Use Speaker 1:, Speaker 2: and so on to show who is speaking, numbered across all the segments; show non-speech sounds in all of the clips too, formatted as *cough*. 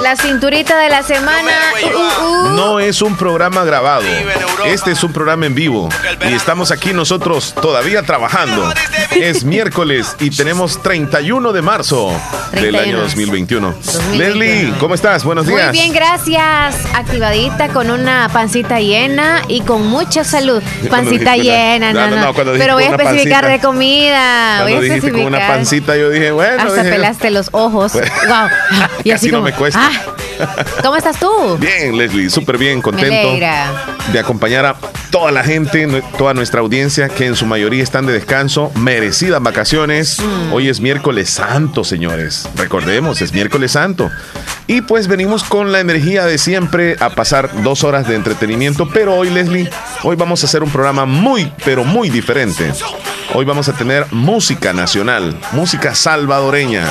Speaker 1: la cinturita de la semana. Uh, uh, uh.
Speaker 2: No es un programa grabado. Este es un programa en vivo. Y estamos aquí nosotros todavía trabajando. Es miércoles y tenemos 31 de marzo del
Speaker 1: 31.
Speaker 2: año 2021. Leslie, ¿cómo estás? Buenos
Speaker 1: Muy
Speaker 2: días.
Speaker 1: bien, gracias. Activadita con una pancita llena y con mucha salud.
Speaker 2: Yo cuando
Speaker 1: Pancita
Speaker 2: dijiste una-
Speaker 1: llena, no,
Speaker 2: no,
Speaker 1: no.
Speaker 2: no, cuando dijiste
Speaker 1: Pero voy a
Speaker 2: una
Speaker 1: especificar
Speaker 2: pancita.
Speaker 1: de comida.
Speaker 2: Cuando
Speaker 1: voy a
Speaker 2: dijiste con
Speaker 1: especificar.
Speaker 2: una pancita, yo dije, bueno,
Speaker 1: Hasta
Speaker 2: dije,
Speaker 1: pelaste los
Speaker 2: *laughs*
Speaker 1: ojos.
Speaker 2: Bueno.
Speaker 1: Guau. Y así
Speaker 2: Casi no
Speaker 1: como,
Speaker 2: me cuesta.
Speaker 1: ah, ¿Cómo estás tú?
Speaker 2: Bien, Leslie, súper bien, contento
Speaker 1: Me alegra.
Speaker 2: de acompañar a toda la gente, nue- toda nuestra audiencia, que en su mayoría están de descanso, merecidas vacaciones.
Speaker 1: Mm.
Speaker 2: Hoy es miércoles santo, señores. Recordemos, es miércoles santo. Y pues venimos con la energía de siempre a pasar dos horas de entretenimiento, pero hoy, Leslie, hoy vamos a hacer un programa muy, pero muy diferente. Hoy vamos a tener música nacional, música salvadoreña.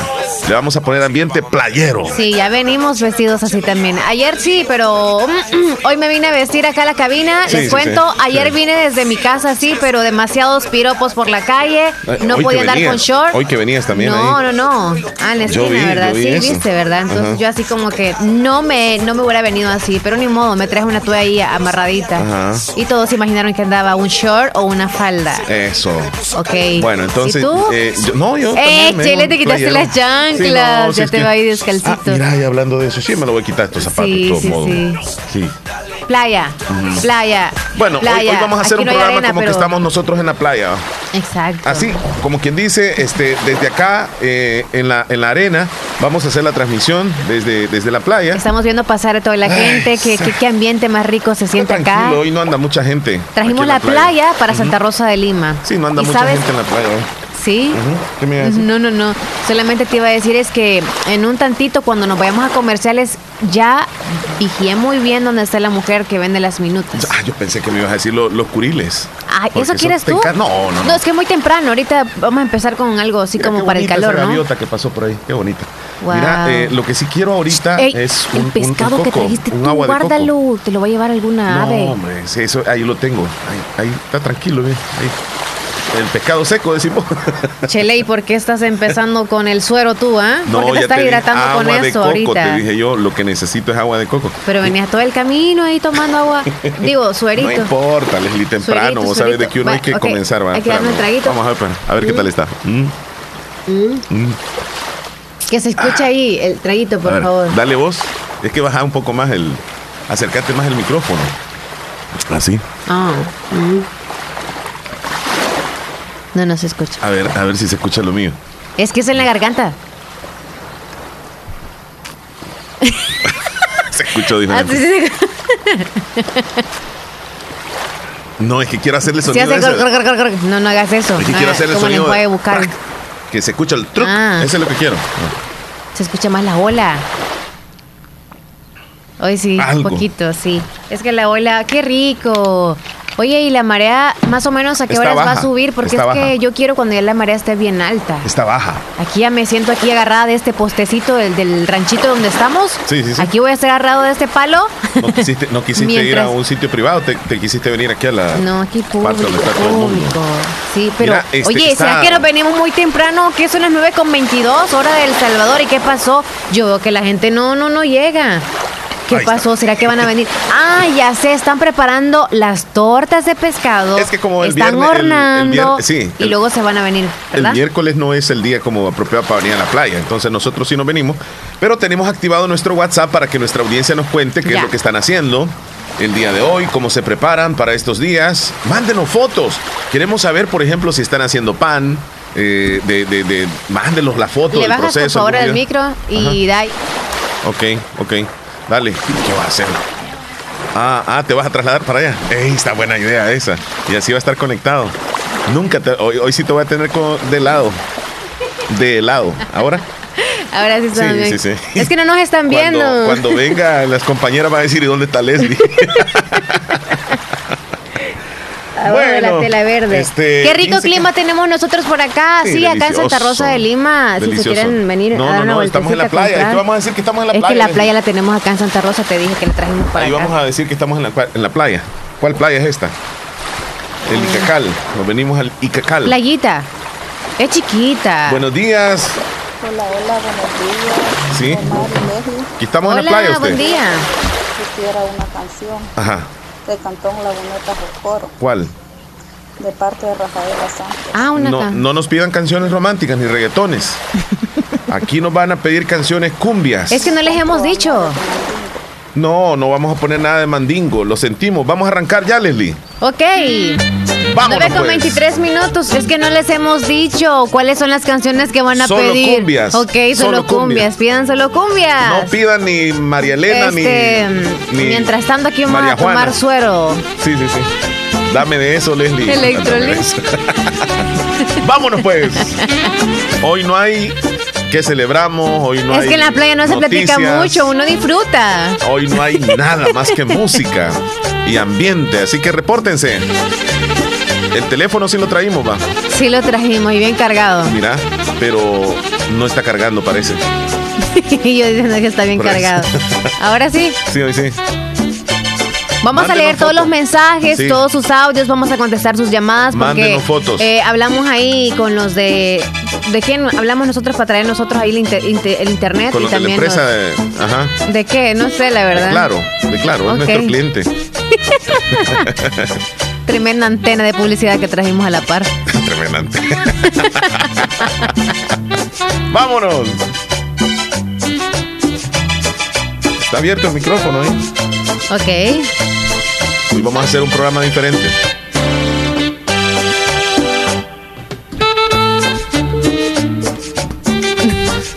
Speaker 2: Le vamos a poner ambiente playero.
Speaker 1: Sí, ya venimos vestidos así también. Ayer sí, pero mm, hoy me vine a vestir acá a la cabina.
Speaker 2: Sí,
Speaker 1: Les
Speaker 2: sí,
Speaker 1: cuento,
Speaker 2: sí,
Speaker 1: ayer
Speaker 2: sí.
Speaker 1: vine desde mi casa así, pero demasiados piropos por la calle.
Speaker 2: Ay,
Speaker 1: No
Speaker 2: Eh, hoy que
Speaker 1: podía andar
Speaker 2: venías,
Speaker 1: con short.
Speaker 2: hoy que venías también
Speaker 1: No,
Speaker 2: ahí.
Speaker 1: no, no. Ah, en la
Speaker 2: Yo
Speaker 1: esquina,
Speaker 2: vi,
Speaker 1: ¿verdad?
Speaker 2: yo vi
Speaker 1: sí,
Speaker 2: eso.
Speaker 1: viste, ¿verdad? Entonces
Speaker 2: Ajá.
Speaker 1: yo así como que no me, no me hubiera venido así, pero ni modo, me traje una toalla amarradita.
Speaker 2: Ajá.
Speaker 1: Y todos se imaginaron que andaba un short o una falda.
Speaker 2: Eso.
Speaker 1: Ok.
Speaker 2: Bueno, entonces.
Speaker 1: ¿Y tú?
Speaker 2: eh, yo- no, yo.
Speaker 1: Eh,
Speaker 2: también me
Speaker 1: Chele,
Speaker 2: hago
Speaker 1: te quitaste
Speaker 2: playero.
Speaker 1: las chanclas,
Speaker 2: Sí, no, si
Speaker 1: ya
Speaker 2: es
Speaker 1: te
Speaker 2: que-
Speaker 1: va a ir descalcito.
Speaker 2: Ah, mira, y hablando de eso, sí me lo voy a quitar estos zapatos
Speaker 1: Sí,
Speaker 2: de todos
Speaker 1: sí,
Speaker 2: modos.
Speaker 1: sí.
Speaker 2: Sí.
Speaker 1: Playa, playa.
Speaker 2: Bueno, hoy- hoy,
Speaker 1: playa.
Speaker 2: vamos a hacer
Speaker 1: Aquí
Speaker 2: un
Speaker 1: no hay
Speaker 2: programa
Speaker 1: arena,
Speaker 2: como que
Speaker 1: pero-
Speaker 2: estamos nosotros en la playa.
Speaker 1: Exacto.
Speaker 2: Así, como quien dice, este, desde acá, eh, en, la, en la arena, vamos a hacer la transmisión desde, desde la playa.
Speaker 1: Estamos viendo pasar a toda la gente, que, que- qué ambiente más rico se siente acá.
Speaker 2: Tranquilo, hoy no anda mucha gente.
Speaker 1: Ah. Trajimos
Speaker 2: aquí en
Speaker 1: la playa para Santa Rosa de Lima.
Speaker 2: Sí, no anda
Speaker 1: ¿Y
Speaker 2: mucha
Speaker 1: sabes?
Speaker 2: gente en la playa. hoy.
Speaker 1: Sí.
Speaker 2: Ujú. ¿Qué me ibas a decir?
Speaker 1: No, no, no. Solamente te iba a decir es que en un tantito cuando nos vayamos a comerciales ya vigié muy bien dónde está la mujer que vende las minutas.
Speaker 2: Ah, yo pensé que me ibas a decir lo- los curiles.
Speaker 1: Ay,
Speaker 2: Porque
Speaker 1: Ah, ¿eso quieres
Speaker 2: te
Speaker 1: tú?
Speaker 2: encan- No, no, no.
Speaker 1: es que es muy temprano. Ahorita vamos a empezar con algo así
Speaker 2: Mira,
Speaker 1: como
Speaker 2: qué
Speaker 1: para el
Speaker 2: bonita
Speaker 1: calor,
Speaker 2: esa
Speaker 1: ¿no?
Speaker 2: gaviota que pasó por ahí, qué bonita.
Speaker 1: Guau.
Speaker 2: Mira, eh, lo que sí quiero ahorita
Speaker 1: Ey,
Speaker 2: es un,
Speaker 1: el
Speaker 2: un- un
Speaker 1: pescado que
Speaker 2: coco,
Speaker 1: trajiste
Speaker 2: un
Speaker 1: tú,
Speaker 2: agua de coco.
Speaker 1: guárdalo. Te lo va a llevar alguna
Speaker 2: No,
Speaker 1: ave.
Speaker 2: hombre, sí, eso, ahí lo tengo. Ahí, ahí está tranquilo, bien. ahí. El pescado
Speaker 1: *laughs*
Speaker 2: seco, decimos.
Speaker 1: Chele, ¿y por qué estás empezando con el suero tú, ah? ¿Por qué te
Speaker 2: ya
Speaker 1: estás
Speaker 2: dije,
Speaker 1: hidratando con
Speaker 2: agua de
Speaker 1: eso
Speaker 2: coco,
Speaker 1: ahorita?
Speaker 2: Te dije yo, lo que necesito es agua de coco.
Speaker 1: Pero venías todo el camino ahí tomando agua. Digo, suerito.
Speaker 2: *laughs* No importa, Leslie, temprano.
Speaker 1: Suerito,
Speaker 2: vos sabés
Speaker 1: suerito.
Speaker 2: de que uno
Speaker 1: Va,
Speaker 2: hay que
Speaker 1: ok,
Speaker 2: comenzar. va,
Speaker 1: hay que darle
Speaker 2: espérame.
Speaker 1: un traguito.
Speaker 2: Vamos a ver, espera, a ver qué tal está. Mm,
Speaker 1: Mm. Que se escuche ahí el traguito,
Speaker 2: Ah. a
Speaker 1: por
Speaker 2: ver,
Speaker 1: favor.
Speaker 2: dale vos. Es que baja un poco más el... Acercate más el micrófono. Así.
Speaker 1: Ah. No, no se escucha.
Speaker 2: A ver, a ver si se escucha lo mío.
Speaker 1: Es que es en la garganta.
Speaker 2: Se escuchó
Speaker 1: Ah,
Speaker 2: diferente.
Speaker 1: sí, sí, sí.
Speaker 2: No, es que quiero
Speaker 1: *laughs*
Speaker 2: hacerle
Speaker 1: Sí,
Speaker 2: sonido.
Speaker 1: hace
Speaker 2: a ese.
Speaker 1: cor, cor, cor, cor, cor. No, no hagas eso. Ah,
Speaker 2: Es que
Speaker 1: No
Speaker 2: quiero
Speaker 1: hagas-
Speaker 2: hacerle
Speaker 1: como el
Speaker 2: sonido.
Speaker 1: enjuague
Speaker 2: de-
Speaker 1: bucal.
Speaker 2: ¡Prac! Que se escucha el truc.
Speaker 1: Ah.
Speaker 2: Eso es lo que quiero.
Speaker 1: Se escucha más la ola. Hoy sí,
Speaker 2: Algo.
Speaker 1: un poquito, sí. Es que la ola, qué rico. Oye, y la marea, más o menos a qué
Speaker 2: Está
Speaker 1: horas va
Speaker 2: baja,
Speaker 1: a subir, porque es
Speaker 2: está baja.
Speaker 1: que yo quiero cuando ya la marea esté bien alta.
Speaker 2: Está baja.
Speaker 1: Aquí ya me siento aquí agarrada de este postecito del, del ranchito donde estamos.
Speaker 2: Sí, sí, sí.
Speaker 1: Aquí voy a estar agarrado de este palo. *laughs*
Speaker 2: No quisiste, no quisiste ir
Speaker 1: Mientras-
Speaker 2: a un sitio privado, te, te quisiste venir aquí a la.
Speaker 1: No, aquí público,
Speaker 2: parte donde está todo el mundo.
Speaker 1: público. Sí, pero
Speaker 2: Mira, este,
Speaker 1: oye,
Speaker 2: está-
Speaker 1: ¿será que nos venimos muy temprano? Que son las 9.22, con 22, hora del Salvador. ¿Y qué pasó? Yo veo que la gente no, no, no llega. ¿Qué
Speaker 2: Ahí
Speaker 1: pasó? ¿Será que van a venir? Ah, ya sé, están preparando las tortas de pescado.
Speaker 2: Es que como el
Speaker 1: Están
Speaker 2: viernes- el- el
Speaker 1: hornando.
Speaker 2: viernes- sí,
Speaker 1: y
Speaker 2: el-
Speaker 1: luego se van a venir,
Speaker 2: El
Speaker 1: ¿verdad?
Speaker 2: miércoles no es el día como apropiado para venir a la playa, entonces nosotros sí nos venimos, pero tenemos activado nuestro WhatsApp para que nuestra audiencia nos cuente qué
Speaker 1: Ya.
Speaker 2: es lo que están haciendo el día de hoy, cómo se preparan para estos días. Mándenos fotos. Queremos saber, por ejemplo, si están haciendo pan. eh, de, de, de- mándenos la foto
Speaker 1: Le
Speaker 2: del
Speaker 1: bajas por
Speaker 2: proceso.
Speaker 1: favor
Speaker 2: algún
Speaker 1: al
Speaker 2: video.
Speaker 1: micro y da.
Speaker 2: Ok, ok. Dale, ¿qué vas a hacer? Ah, ah, te vas a trasladar para allá. Ey, está buena idea esa. Y así va a estar conectado. Nunca te. Hoy, hoy sí te voy a tener co- de lado. De lado. Ahora.
Speaker 1: Ahora sí están
Speaker 2: Sí,
Speaker 1: bien.
Speaker 2: sí, sí.
Speaker 1: Es que no nos están
Speaker 2: Cuando,
Speaker 1: viendo.
Speaker 2: cuando venga, las compañeras van a decir: ¿y dónde
Speaker 1: *laughs*
Speaker 2: está Leslie?
Speaker 1: Abajo Ah, de
Speaker 2: Bueno,
Speaker 1: la tela verde.
Speaker 2: este,
Speaker 1: Qué rico
Speaker 2: 15.
Speaker 1: clima tenemos nosotros por acá. Sí,
Speaker 2: Sí,
Speaker 1: acá en Santa
Speaker 2: delicioso.
Speaker 1: Rosa de Lima. Si se
Speaker 2: Delicioso.
Speaker 1: quieren venir
Speaker 2: No,
Speaker 1: a dar
Speaker 2: no,
Speaker 1: una
Speaker 2: no,
Speaker 1: vuelta.
Speaker 2: estamos en la playa. Es que vamos a decir que estamos en la playa.
Speaker 1: la playa la tenemos acá en Santa Rosa. Te dije que la trajimos para
Speaker 2: Ahí
Speaker 1: acá.
Speaker 2: vamos a decir que estamos en la, cua- en la playa. ¿Cuál playa es esta?
Speaker 1: Mm.
Speaker 2: El Icacal. Nos venimos al Icacal.
Speaker 1: Playita. Es chiquita.
Speaker 2: Buenos días.
Speaker 3: Hola, hola, buenos días.
Speaker 2: Sí.
Speaker 3: Omar y Leslie.
Speaker 2: Aquí estamos
Speaker 1: Hola,
Speaker 2: en la playa usted.
Speaker 1: buen día.
Speaker 3: Quisiera una canción
Speaker 2: Ajá.
Speaker 3: de Cantón Laguneta Jocoro,
Speaker 2: ¿Cuál?
Speaker 3: de parte de Rafaela Santos.
Speaker 1: Ah, una
Speaker 2: No,
Speaker 1: can-
Speaker 2: no nos pidan canciones románticas
Speaker 1: *laughs*
Speaker 2: ni reggaetones. Aquí nos van a pedir canciones cumbias.
Speaker 1: Es que no les hemos dicho.
Speaker 2: No, no vamos a poner nada de mandingo. Lo sentimos. Vamos a arrancar ya, Leslie.
Speaker 1: Ok.
Speaker 2: Vamos.
Speaker 1: 9 con 23 minutos. Es que no les hemos dicho cuáles son las canciones que van a
Speaker 2: Solo
Speaker 1: pedir.
Speaker 2: cumbias.
Speaker 1: Ok, solo,
Speaker 2: Solo cumbias.
Speaker 1: cumbias. Pidan solo cumbias.
Speaker 2: No pidan ni María Elena ni-
Speaker 1: Este,
Speaker 2: ni,
Speaker 1: Mientras tanto, aquí vamos
Speaker 2: María
Speaker 1: a tomar
Speaker 2: Juana.
Speaker 1: suero.
Speaker 2: Sí, sí, sí. Dame de
Speaker 1: *laughs*
Speaker 2: eso, Leslie.
Speaker 1: Electrolit.
Speaker 2: Dame de eso. *laughs* Vámonos pues. Hoy no hay que celebramos, hoy no hay
Speaker 1: es que en la playa no se platica
Speaker 2: noticias.
Speaker 1: mucho, uno disfruta.
Speaker 2: Hoy no hay nada más que música y ambiente, así que repórtense. El teléfono sí lo traímos, va.
Speaker 1: Sí lo trajimos y bien cargado. *laughs*
Speaker 2: Mira, pero no está cargando, parece.
Speaker 1: y yo diciendo que está bien
Speaker 2: Por eso.
Speaker 1: cargado. Ahora sí,
Speaker 2: Sí, hoy sí.
Speaker 1: vamos a
Speaker 2: Mándenos
Speaker 1: leer todos
Speaker 2: fotos.
Speaker 1: los mensajes,
Speaker 2: Sí.
Speaker 1: todos sus audios, vamos a contestar sus llamadas. Porque,
Speaker 2: Mándenos fotos.
Speaker 1: eh, hablamos ahí con los de... ¿De quién hablamos nosotros para traer nosotros ahí el, inter- inter- el internet?
Speaker 2: Con
Speaker 1: y
Speaker 2: los de la
Speaker 1: también
Speaker 2: empresa.
Speaker 1: los-
Speaker 2: de- ajá.
Speaker 1: ¿De qué? No sé, la verdad.
Speaker 2: Claro, de claro,
Speaker 1: Ok.
Speaker 2: es nuestro cliente.
Speaker 1: *laughs* Tremenda antena de publicidad que trajimos a la par. *laughs*
Speaker 2: Tremendante. Vámonos. Está abierto el micrófono, ¿eh?
Speaker 1: Ok.
Speaker 2: Hoy vamos a hacer un programa diferente.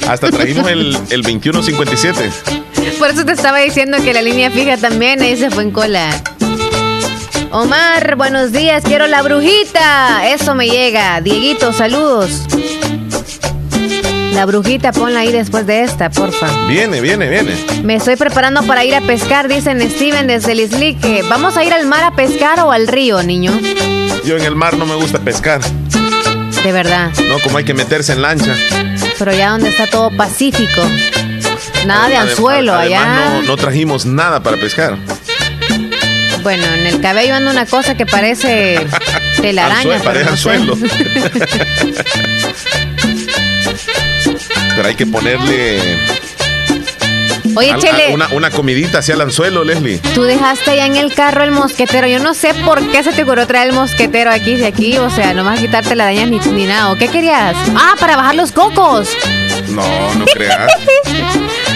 Speaker 2: Hasta trajimos el, el 2157.
Speaker 1: Por eso te estaba diciendo que la línea fija también ahí se fue en cola. Omar, buenos días, quiero la brujita. Eso me llega. Dieguito, saludos. La brujita, ponla ahí después de esta, porfa.
Speaker 2: Viene, viene, viene.
Speaker 1: Me estoy preparando para ir a pescar, dicen Steven desde el Islique. ¿Vamos a ir al mar a pescar o al río, niño?
Speaker 2: Yo en el mar no me gusta pescar,
Speaker 1: De verdad.
Speaker 2: ¿no? Como hay que meterse en lancha.
Speaker 1: Pero ya donde está todo pacífico. Nada Ah, de
Speaker 2: Adem-
Speaker 1: anzuelo
Speaker 2: además,
Speaker 1: allá.
Speaker 2: No, no trajimos nada para pescar.
Speaker 1: Bueno, en el cabello anda una cosa que
Speaker 2: *laughs*
Speaker 1: parece telaraña.
Speaker 2: Anzuelo,
Speaker 1: pero
Speaker 2: pareja
Speaker 1: no sé. *laughs*
Speaker 2: anzuelo. Pero hay que ponerle
Speaker 1: Oye,
Speaker 2: al-
Speaker 1: Chele,
Speaker 2: a- una, una comidita hacia el anzuelo, Leslie.
Speaker 1: tú dejaste ya en el carro el mosquetero. Yo no sé por qué se te ocurrió traer el mosquetero aquí, de aquí. O sea, no vas a quitarte la daña ni, ni nada. ¿O qué querías? Ah, para bajar los cocos. *laughs*
Speaker 2: No, no creas.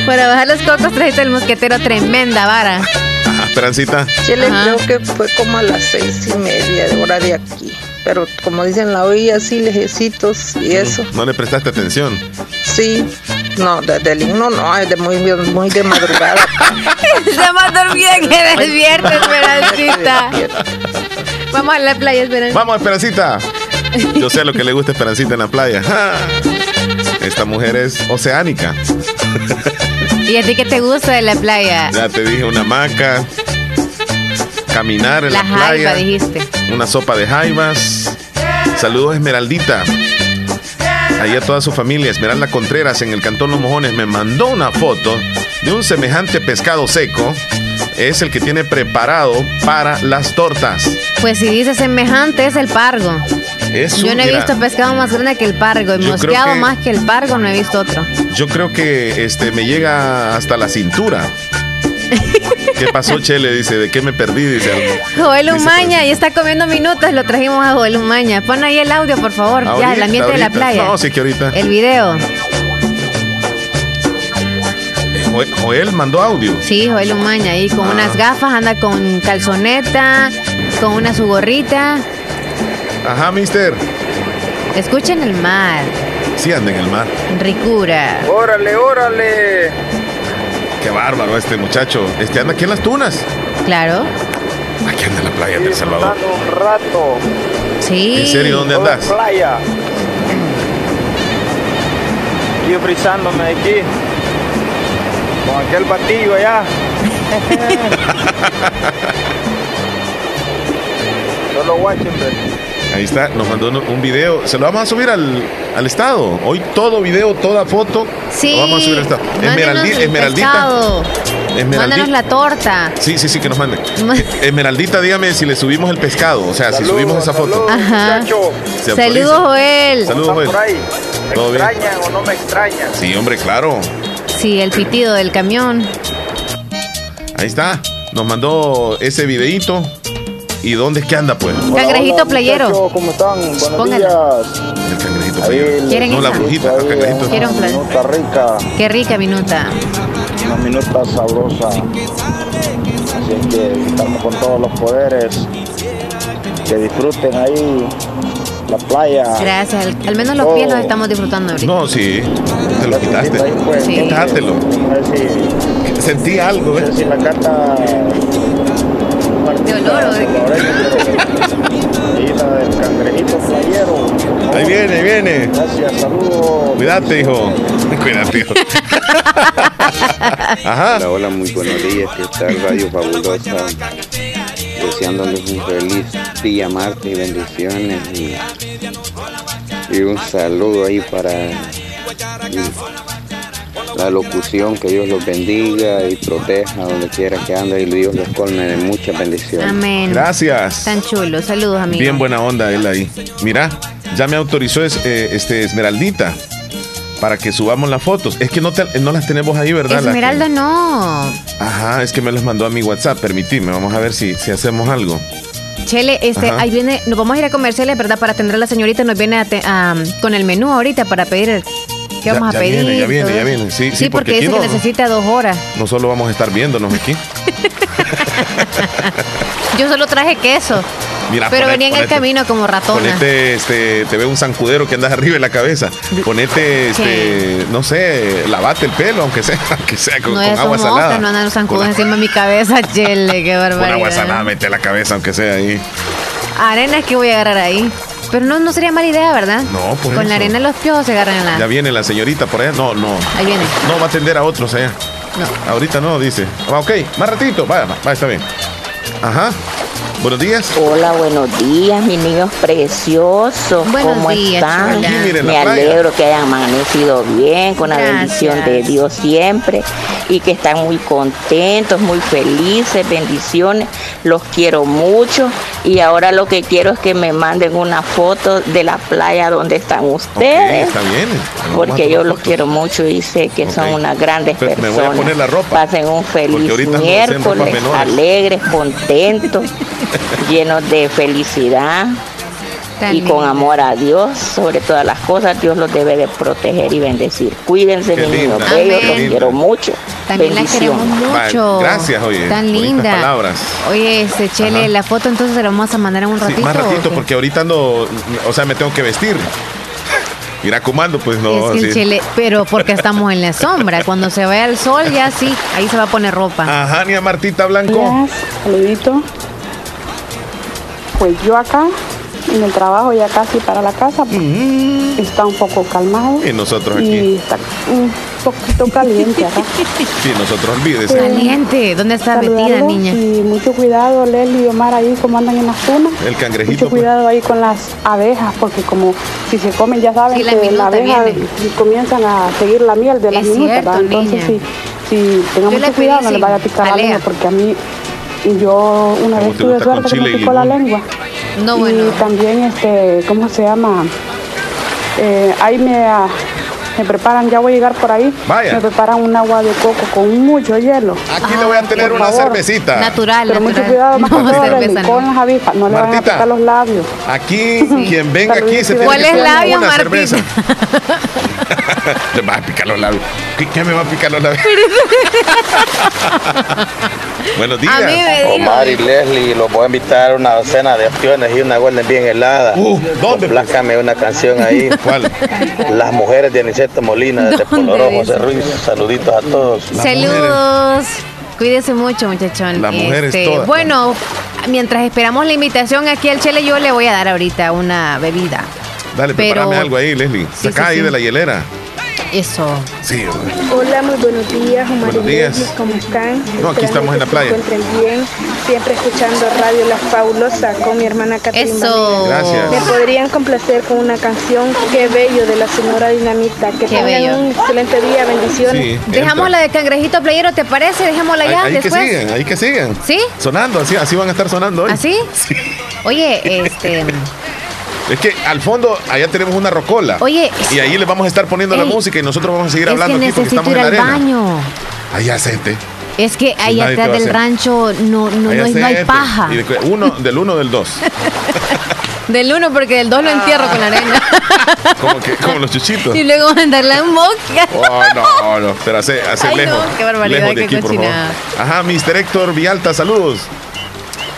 Speaker 1: Para bajar los cocos trajiste el mosquetero. Tremenda vara. *laughs*
Speaker 2: Ajá, Esperancita.
Speaker 3: Chile,
Speaker 1: Ajá.
Speaker 3: creo que fue como a las seis y media de hora de aquí. Pero como dicen la orilla, así lejecitos y eso.
Speaker 2: No le prestaste atención.
Speaker 3: Sí, no, desde el himno no, es de muy, muy de
Speaker 1: *laughs*
Speaker 3: madrugada.
Speaker 1: Está más dormida que despierta,
Speaker 2: *laughs*
Speaker 1: Esperancita. Vamos a la playa, Esperancita.
Speaker 2: Vamos, Esperancita. Yo sé lo que le gusta a Esperancita en la playa. Esta mujer es oceánica.
Speaker 1: ¿Y a ti qué te gusta de la playa?
Speaker 2: Ya te dije, una hamaca, caminar en
Speaker 1: La
Speaker 2: la,
Speaker 1: jaiba,
Speaker 2: playa.
Speaker 1: dijiste.
Speaker 2: una sopa de jaivas. Saludos Esmeraldita. Ahí a toda su familia, Esmeralda Contreras en el Cantón Los Mojones me mandó una foto de un semejante pescado seco. Es el que tiene preparado para las tortas.
Speaker 1: Pues si dices semejante, es el pargo.
Speaker 2: Es
Speaker 1: Yo
Speaker 2: un-
Speaker 1: no he
Speaker 2: mira,
Speaker 1: visto pescado más grande que el pargo y
Speaker 2: Yo creo
Speaker 1: mosqueado
Speaker 2: que-
Speaker 1: más que el pargo, no he visto otro. *laughs*
Speaker 2: Yo creo que este me llega hasta la
Speaker 1: *laughs*
Speaker 2: cintura. ¿Qué pasó, Chele? Dice, ¿de qué me perdí? Dice.
Speaker 1: Joel
Speaker 2: Dice, pues,
Speaker 1: Umaña, y está comiendo minutos, lo trajimos a Joel Umaña. Pon ahí el audio, por favor, ya, el
Speaker 2: Ahorita,
Speaker 1: ambiente de la
Speaker 2: ahorita.
Speaker 1: playa.
Speaker 2: No, sí que ahorita.
Speaker 1: El video.
Speaker 2: Joel- Joel mandó audio.
Speaker 1: Sí, Joel Umaña, ahí con
Speaker 2: Ah.
Speaker 1: unas gafas, anda con calzoneta, con una su gorrita.
Speaker 2: Ajá, mister.
Speaker 1: Escuchen el mar,
Speaker 2: Sí, anda en el mar.
Speaker 1: ricura.
Speaker 4: Órale, órale.
Speaker 2: Qué bárbaro este muchacho. Este anda aquí en las tunas.
Speaker 1: Claro,
Speaker 2: Aquí anda en la playa de El Salvador.
Speaker 4: Disfrutando un rato.
Speaker 1: sí.
Speaker 2: ¿En serio dónde
Speaker 4: Todo en
Speaker 2: andas?
Speaker 4: Playa. Yo frisándome aquí. Con aquel batillo allá. Solo guachen, pero-
Speaker 2: Ahí está, nos mandó un- un video. Se lo vamos a subir al, al estado. Hoy todo video, toda foto.
Speaker 1: Sí.
Speaker 2: Lo vamos a subir al estado.
Speaker 1: mándenos
Speaker 2: Esmeraldi-
Speaker 1: el
Speaker 2: Esmeraldita.
Speaker 1: pescado. Mándanos la torta.
Speaker 2: Sí, sí, sí, que nos manden. Esmeraldita, dígame si le subimos el pescado, o sea, si
Speaker 4: Saludos,
Speaker 2: subimos esa foto.
Speaker 4: saludos,
Speaker 1: Ajá.
Speaker 4: muchachos.
Speaker 2: Se
Speaker 1: Saludos,
Speaker 2: autoriza.
Speaker 1: Joel.
Speaker 2: Saludos,
Speaker 4: ¿Cómo están
Speaker 2: Joel.
Speaker 4: por ahí? ¿Me
Speaker 2: Todo bien.
Speaker 4: extrañan o no me extrañan?
Speaker 2: Sí, hombre, claro.
Speaker 1: Sí, el pitido del camión.
Speaker 2: Ahí está. Nos mandó ese videíto. ¿Y dónde es que anda, pues?
Speaker 4: Hola,
Speaker 1: Cangrejito
Speaker 4: hola,
Speaker 1: playero.
Speaker 4: muchachos, ¿Cómo están? Buenos
Speaker 1: Póngala.
Speaker 4: días.
Speaker 2: El cangrejito.
Speaker 4: Ahí
Speaker 2: señor.
Speaker 1: ¿Quieren
Speaker 2: no, la
Speaker 1: esa?
Speaker 2: brujita, el cangrejito.
Speaker 1: Quiero un
Speaker 4: Una
Speaker 1: plan.
Speaker 4: minuta rica,
Speaker 1: Qué rica minuta.
Speaker 4: una minuta sabrosa. Así es que estamos con todos los poderes. Que disfruten ahí la playa.
Speaker 1: Gracias. Al, al menos los pies
Speaker 2: Oh.
Speaker 1: los estamos disfrutando ahorita.
Speaker 2: No, sí. Te lo quitaste.
Speaker 1: Sí.
Speaker 2: Quítatelo.
Speaker 4: A ver si,
Speaker 2: Sentí algo,
Speaker 4: no sé
Speaker 2: ¿eh?
Speaker 4: si la carta.
Speaker 1: De olor
Speaker 4: *laughs*
Speaker 1: o de qué.
Speaker 4: Y la del cangrejito playero. por favor.
Speaker 2: Ahí viene, ahí viene.
Speaker 4: Gracias, saludos.
Speaker 2: Cuídate, hijo. Cuídate, hijo. Ajá.
Speaker 5: Hola, hola, muy buenos días, ¿qué tal Radio Fabulosa? Deseándoles un feliz día martes y bendiciones y, y un saludo ahí para y la locución, que Dios los bendiga y proteja donde quiera que anden y Dios los colme de muchas bendiciones.
Speaker 1: Amén.
Speaker 2: Gracias.
Speaker 1: Tan chulo. Saludos, amigo.
Speaker 2: Bien buena onda él ahí. Mira, ya me autorizó es- eh, este Esmeraldita para que subamos las fotos. Es que no, te- no las tenemos ahí, ¿verdad? Las que-
Speaker 1: Esmeralda no.
Speaker 2: Ajá, es que me las mandó a mi WhatsApp. Permitime, vamos a ver si, si hacemos algo.
Speaker 1: Chele, este,
Speaker 2: Ajá.
Speaker 1: ahí viene, nos vamos a ir a comerciales, ¿verdad? Para atender a la señorita, nos viene a te- a, con el menú ahorita para pedir qué
Speaker 2: Ya-
Speaker 1: vamos
Speaker 2: ya
Speaker 1: a pedir.
Speaker 2: viene, ya viene,
Speaker 1: todo
Speaker 2: ya
Speaker 1: eso.
Speaker 2: viene. Sí, sí, porque
Speaker 1: porque,
Speaker 2: aquí
Speaker 1: dice
Speaker 2: no-
Speaker 1: que necesita dos horas.
Speaker 2: No solo vamos a estar viéndonos aquí.
Speaker 1: Yo solo traje queso,
Speaker 2: Mira, este.
Speaker 1: pero
Speaker 2: poné-
Speaker 1: venía en el
Speaker 2: ponete-
Speaker 1: camino como ratona.
Speaker 2: Ponete, este, te veo un zancudero que andas arriba de la cabeza. Ponete, este, no sé, lavate el pelo, aunque sea, *laughs* aunque sea con,
Speaker 1: no
Speaker 2: con
Speaker 1: es
Speaker 2: agua salada.
Speaker 1: no andan los zancudos
Speaker 2: Con a-
Speaker 1: encima de mi
Speaker 2: *laughs*
Speaker 1: cabeza, Chele, qué
Speaker 2: con
Speaker 1: barbaridad.
Speaker 2: agua salada, mete la cabeza, aunque sea ahí.
Speaker 1: Arena es que voy a agarrar ahí. Pero no, no sería mala idea, ¿verdad?
Speaker 2: No, por
Speaker 1: Con la
Speaker 2: eso.
Speaker 1: arena los piojos se agarran en la.
Speaker 2: Ya viene la señorita por allá. No, no.
Speaker 1: Ahí viene.
Speaker 2: No, va a atender a otros allá.
Speaker 1: No.
Speaker 2: Ahorita no, dice. Ah, ok, más ratito. Va, va, va, está bien. Ajá. Buenos días.
Speaker 6: Hola, buenos días, mis niños preciosos.
Speaker 1: Buenos
Speaker 6: ¿Cómo
Speaker 1: días,
Speaker 6: están?
Speaker 1: chula. Aquí,
Speaker 2: miren,
Speaker 6: Me
Speaker 2: la playa.
Speaker 6: alegro que hayan amanecido bien, con la
Speaker 1: Gracias.
Speaker 6: bendición de Dios siempre y que están muy contentos, muy felices. Bendiciones, los quiero mucho. Y ahora lo que quiero es que me manden una foto de la playa donde están
Speaker 2: Ok,
Speaker 6: ustedes.
Speaker 2: está bien. Vamos a
Speaker 6: Porque
Speaker 2: tomar
Speaker 6: yo los
Speaker 2: fotos.
Speaker 6: quiero mucho y sé que son
Speaker 2: Ok.
Speaker 6: unas grandes
Speaker 2: Pero me
Speaker 6: personas.
Speaker 2: voy a poner la ropa,
Speaker 6: Pasen un feliz
Speaker 2: ahorita ando haciendo
Speaker 6: miércoles,
Speaker 2: ropas menores.
Speaker 6: alegres, contentos,
Speaker 2: *laughs*
Speaker 6: llenos de felicidad
Speaker 1: Tan
Speaker 6: y con
Speaker 1: linda.
Speaker 6: amor a Dios. Sobre todas las cosas, Dios los debe de proteger y bendecir. Cuídense,
Speaker 2: Qué
Speaker 6: mis niños
Speaker 2: linda,
Speaker 6: bellos,
Speaker 1: qué
Speaker 6: los
Speaker 2: linda.
Speaker 6: quiero mucho.
Speaker 1: También las queremos
Speaker 6: Bendiciones.
Speaker 1: mucho.
Speaker 2: Vale, gracias, oye,
Speaker 1: Tan
Speaker 2: bonitas
Speaker 1: linda.
Speaker 2: palabras.
Speaker 1: Oye, este, Chele,
Speaker 2: Ajá.
Speaker 1: la foto entonces se la vamos a mandar en un
Speaker 2: Sí,
Speaker 1: ratito.
Speaker 2: más
Speaker 1: ¿o
Speaker 2: ratito,
Speaker 1: qué?
Speaker 2: porque ahorita ando, o sea, me tengo que vestir. Mira comando, pues
Speaker 1: Es
Speaker 2: no.
Speaker 1: que el
Speaker 2: sí.
Speaker 1: Chele, pero porque estamos en la sombra. Cuando se vaya el sol, ya sí, ahí se va a poner ropa.
Speaker 2: Ajá, ni a Martita Blanco.
Speaker 7: Días, saludito. Pues yo acá, en el trabajo, ya casi para la casa, pues, está un poco calmado.
Speaker 2: Mm. Y nosotros
Speaker 7: Y
Speaker 2: aquí.
Speaker 7: está un poquito caliente
Speaker 2: *laughs*
Speaker 7: acá.
Speaker 2: Sí, nosotros olvídese.
Speaker 1: Caliente, ¿dónde está metida,
Speaker 7: Pues, Saludarlos
Speaker 1: niña?
Speaker 7: Y mucho cuidado, Leli y Omar, ahí como andan en las cunas.
Speaker 2: El cangrejito,
Speaker 7: Mucho
Speaker 2: pues.
Speaker 7: cuidado ahí con las abejas, porque como si se comen, ya saben
Speaker 1: Sí, la
Speaker 7: que
Speaker 1: minuta
Speaker 7: la abeja
Speaker 1: viene.
Speaker 7: y comienzan a seguir la miel de las
Speaker 1: Es
Speaker 7: minutas.
Speaker 1: cierto,
Speaker 7: ¿verdad?
Speaker 1: niña.
Speaker 7: Entonces, sí, sí, tengan
Speaker 1: Yo le
Speaker 7: mucho cuidado, no
Speaker 1: pedí
Speaker 7: les vaya a picar la
Speaker 1: jalea.
Speaker 7: lengua, porque a mí, yo una
Speaker 2: ¿Cómo
Speaker 7: vez
Speaker 2: te
Speaker 7: tuve
Speaker 2: gusta con
Speaker 7: suerte que
Speaker 2: chile y
Speaker 7: me picó la
Speaker 2: limón?
Speaker 7: lengua.
Speaker 1: No,
Speaker 7: y
Speaker 1: bueno.
Speaker 7: también, este, ¿cómo se llama? Eh, ahí me, ah, me preparan, ya voy a llegar por ahí.
Speaker 2: Vaya.
Speaker 7: Me preparan un agua de coco con mucho hielo.
Speaker 2: Aquí le voy a tener
Speaker 7: por
Speaker 2: una
Speaker 7: favor.
Speaker 2: cervecita.
Speaker 1: Ah, Natural,
Speaker 7: Pero mucho
Speaker 1: natural.
Speaker 7: cuidado más
Speaker 1: no,
Speaker 7: que todo,
Speaker 1: cerveza
Speaker 7: Leli,
Speaker 1: no.
Speaker 7: con las avispas, no le van a
Speaker 2: Martita.
Speaker 7: picar los labios.
Speaker 2: Aquí, quien venga aquí se tiene
Speaker 1: ¿Cuál
Speaker 2: que
Speaker 1: es
Speaker 2: tomar
Speaker 1: labio,
Speaker 2: una
Speaker 1: Martín? *laughs*
Speaker 2: cerveza. *laughs* Te vas a picar los labios. ¿Qué, qué me va a picar los labios? Buenos días.
Speaker 1: A mí me dijo.
Speaker 4: Omar y Leslie, los voy a invitar a una cena de opciones y una golden bien helada.
Speaker 2: Uh, ¿dónde?
Speaker 4: Complácame una canción ahí.
Speaker 2: *laughs* ¿Cuál?
Speaker 4: Las mujeres de Aniceto Molina, desde
Speaker 1: ¿Dónde
Speaker 4: Poloró,
Speaker 1: dice?
Speaker 4: José Ruiz. Saluditos a todos.
Speaker 1: Saludos. Cuídense mucho, muchachón. Este,
Speaker 2: Las mujeres todas.
Speaker 1: Bueno, mientras esperamos la invitación aquí al Chele, yo le voy a dar ahorita una bebida.
Speaker 2: Dale,
Speaker 1: Pero-
Speaker 2: prepárame algo ahí, Leslie.
Speaker 1: Sí,
Speaker 2: Sacá
Speaker 1: sí,
Speaker 2: ahí
Speaker 1: sí.
Speaker 2: de la hielera.
Speaker 1: Eso.
Speaker 2: Sí, hombre.
Speaker 8: Hola, muy buenos días, Omar
Speaker 2: Buenos
Speaker 8: y
Speaker 2: días.
Speaker 8: Leslie, ¿cómo están?
Speaker 2: No,
Speaker 8: Esperando
Speaker 2: aquí estamos en la
Speaker 8: que
Speaker 2: playa.
Speaker 8: Se encuentren bien, siempre escuchando Radio La Fabulosa con mi hermana Catalina.
Speaker 1: Eso.
Speaker 2: Gracias.
Speaker 8: Me podrían complacer con una canción, Qué Bello, de la señora Dinamita. Que
Speaker 1: Qué
Speaker 8: tengan
Speaker 1: bello.
Speaker 8: un excelente día, bendiciones.
Speaker 2: Sí, entra.
Speaker 1: Dejamos la de cangrejito playero, ¿te parece? Dejémosla
Speaker 2: Ahí,
Speaker 1: ya
Speaker 2: ahí que
Speaker 1: después.
Speaker 2: sigan, ahí que sigan.
Speaker 1: ¿Sí?
Speaker 2: Sonando, así, así van a estar sonando hoy.
Speaker 1: ¿Así?
Speaker 2: *laughs*
Speaker 1: Oye, este.
Speaker 2: Es que al fondo allá tenemos una rocola.
Speaker 1: Oye.
Speaker 2: Y ahí les vamos a estar poniendo la
Speaker 1: Ey.
Speaker 2: música y nosotros vamos a seguir
Speaker 1: es
Speaker 2: hablando
Speaker 1: que
Speaker 2: aquí porque
Speaker 1: necesito
Speaker 2: estamos
Speaker 1: ir
Speaker 2: en la
Speaker 1: al
Speaker 2: arena. este.
Speaker 1: baño.
Speaker 2: Allá sente.
Speaker 1: Es que ahí
Speaker 2: nadie te va
Speaker 1: atrás
Speaker 2: a
Speaker 1: del
Speaker 2: hacer.
Speaker 1: rancho no, no,
Speaker 2: allá
Speaker 1: no, hay- no hay
Speaker 2: sente.
Speaker 1: paja.
Speaker 2: este. Y de- uno, del uno, del dos.
Speaker 1: *laughs* Del uno, porque del
Speaker 2: Ah.
Speaker 1: dos lo entierro con la arena.
Speaker 2: Como, que, como los
Speaker 1: *laughs*
Speaker 2: chuchitos.
Speaker 1: y luego mandarla en boca.
Speaker 2: Oh, no, no, pero hace, hace
Speaker 1: Ay, no,
Speaker 2: lejos.
Speaker 1: qué barbaridad,
Speaker 2: lejos de
Speaker 1: qué
Speaker 2: aquí, por favor.
Speaker 1: cochinada.
Speaker 2: Ajá, Mr. Héctor Vialta, saludos.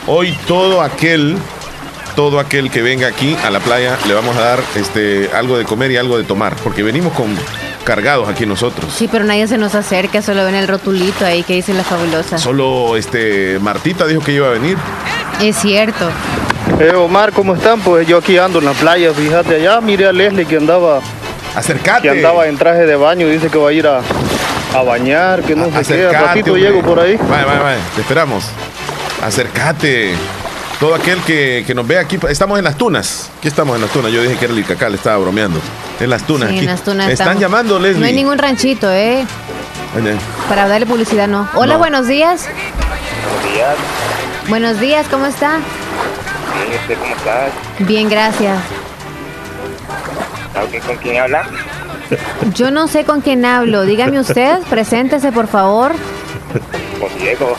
Speaker 2: Hoy todo aquel, todo aquel que venga aquí a la playa, le vamos a dar este algo de comer y algo de tomar, porque venimos con cargados aquí nosotros.
Speaker 1: Sí, pero nadie se nos acerca, solo ven el rotulito ahí que dice la fabulosa.
Speaker 2: Solo este Martita dijo que iba a venir.
Speaker 1: Es cierto.
Speaker 9: *laughs* Eh, Omar, ¿cómo están? Pues yo aquí ando en la playa, fíjate allá, miré a Leslie que andaba, que
Speaker 2: Acercate.
Speaker 9: andaba en traje de baño, dice que va a ir a, a bañar, que no se queda,
Speaker 2: Acercate,
Speaker 9: ratito
Speaker 2: hombre.
Speaker 9: llego por ahí.
Speaker 2: Vaya, vaya, vaya. Te esperamos. Acercate. Todo aquel que, que nos vea aquí, estamos en las tunas. Aquí estamos en las tunas. Yo dije que era el Icacal, estaba bromeando. En las tunas.
Speaker 1: Sí,
Speaker 2: aquí.
Speaker 1: en las tunas
Speaker 2: Están
Speaker 1: estamos.
Speaker 2: llamando, Leslie.
Speaker 1: No hay ningún ranchito, ¿eh? Para darle publicidad, no. Hola,
Speaker 2: No.
Speaker 1: buenos días. Buenos días, ¿cómo está?
Speaker 10: ¿Cómo estás?
Speaker 1: Bien, gracias.
Speaker 10: ¿Alguien con quién habla?
Speaker 1: Yo no sé con quién hablo. Dígame
Speaker 2: *laughs*
Speaker 1: usted, preséntese, por favor.
Speaker 10: Con Diego.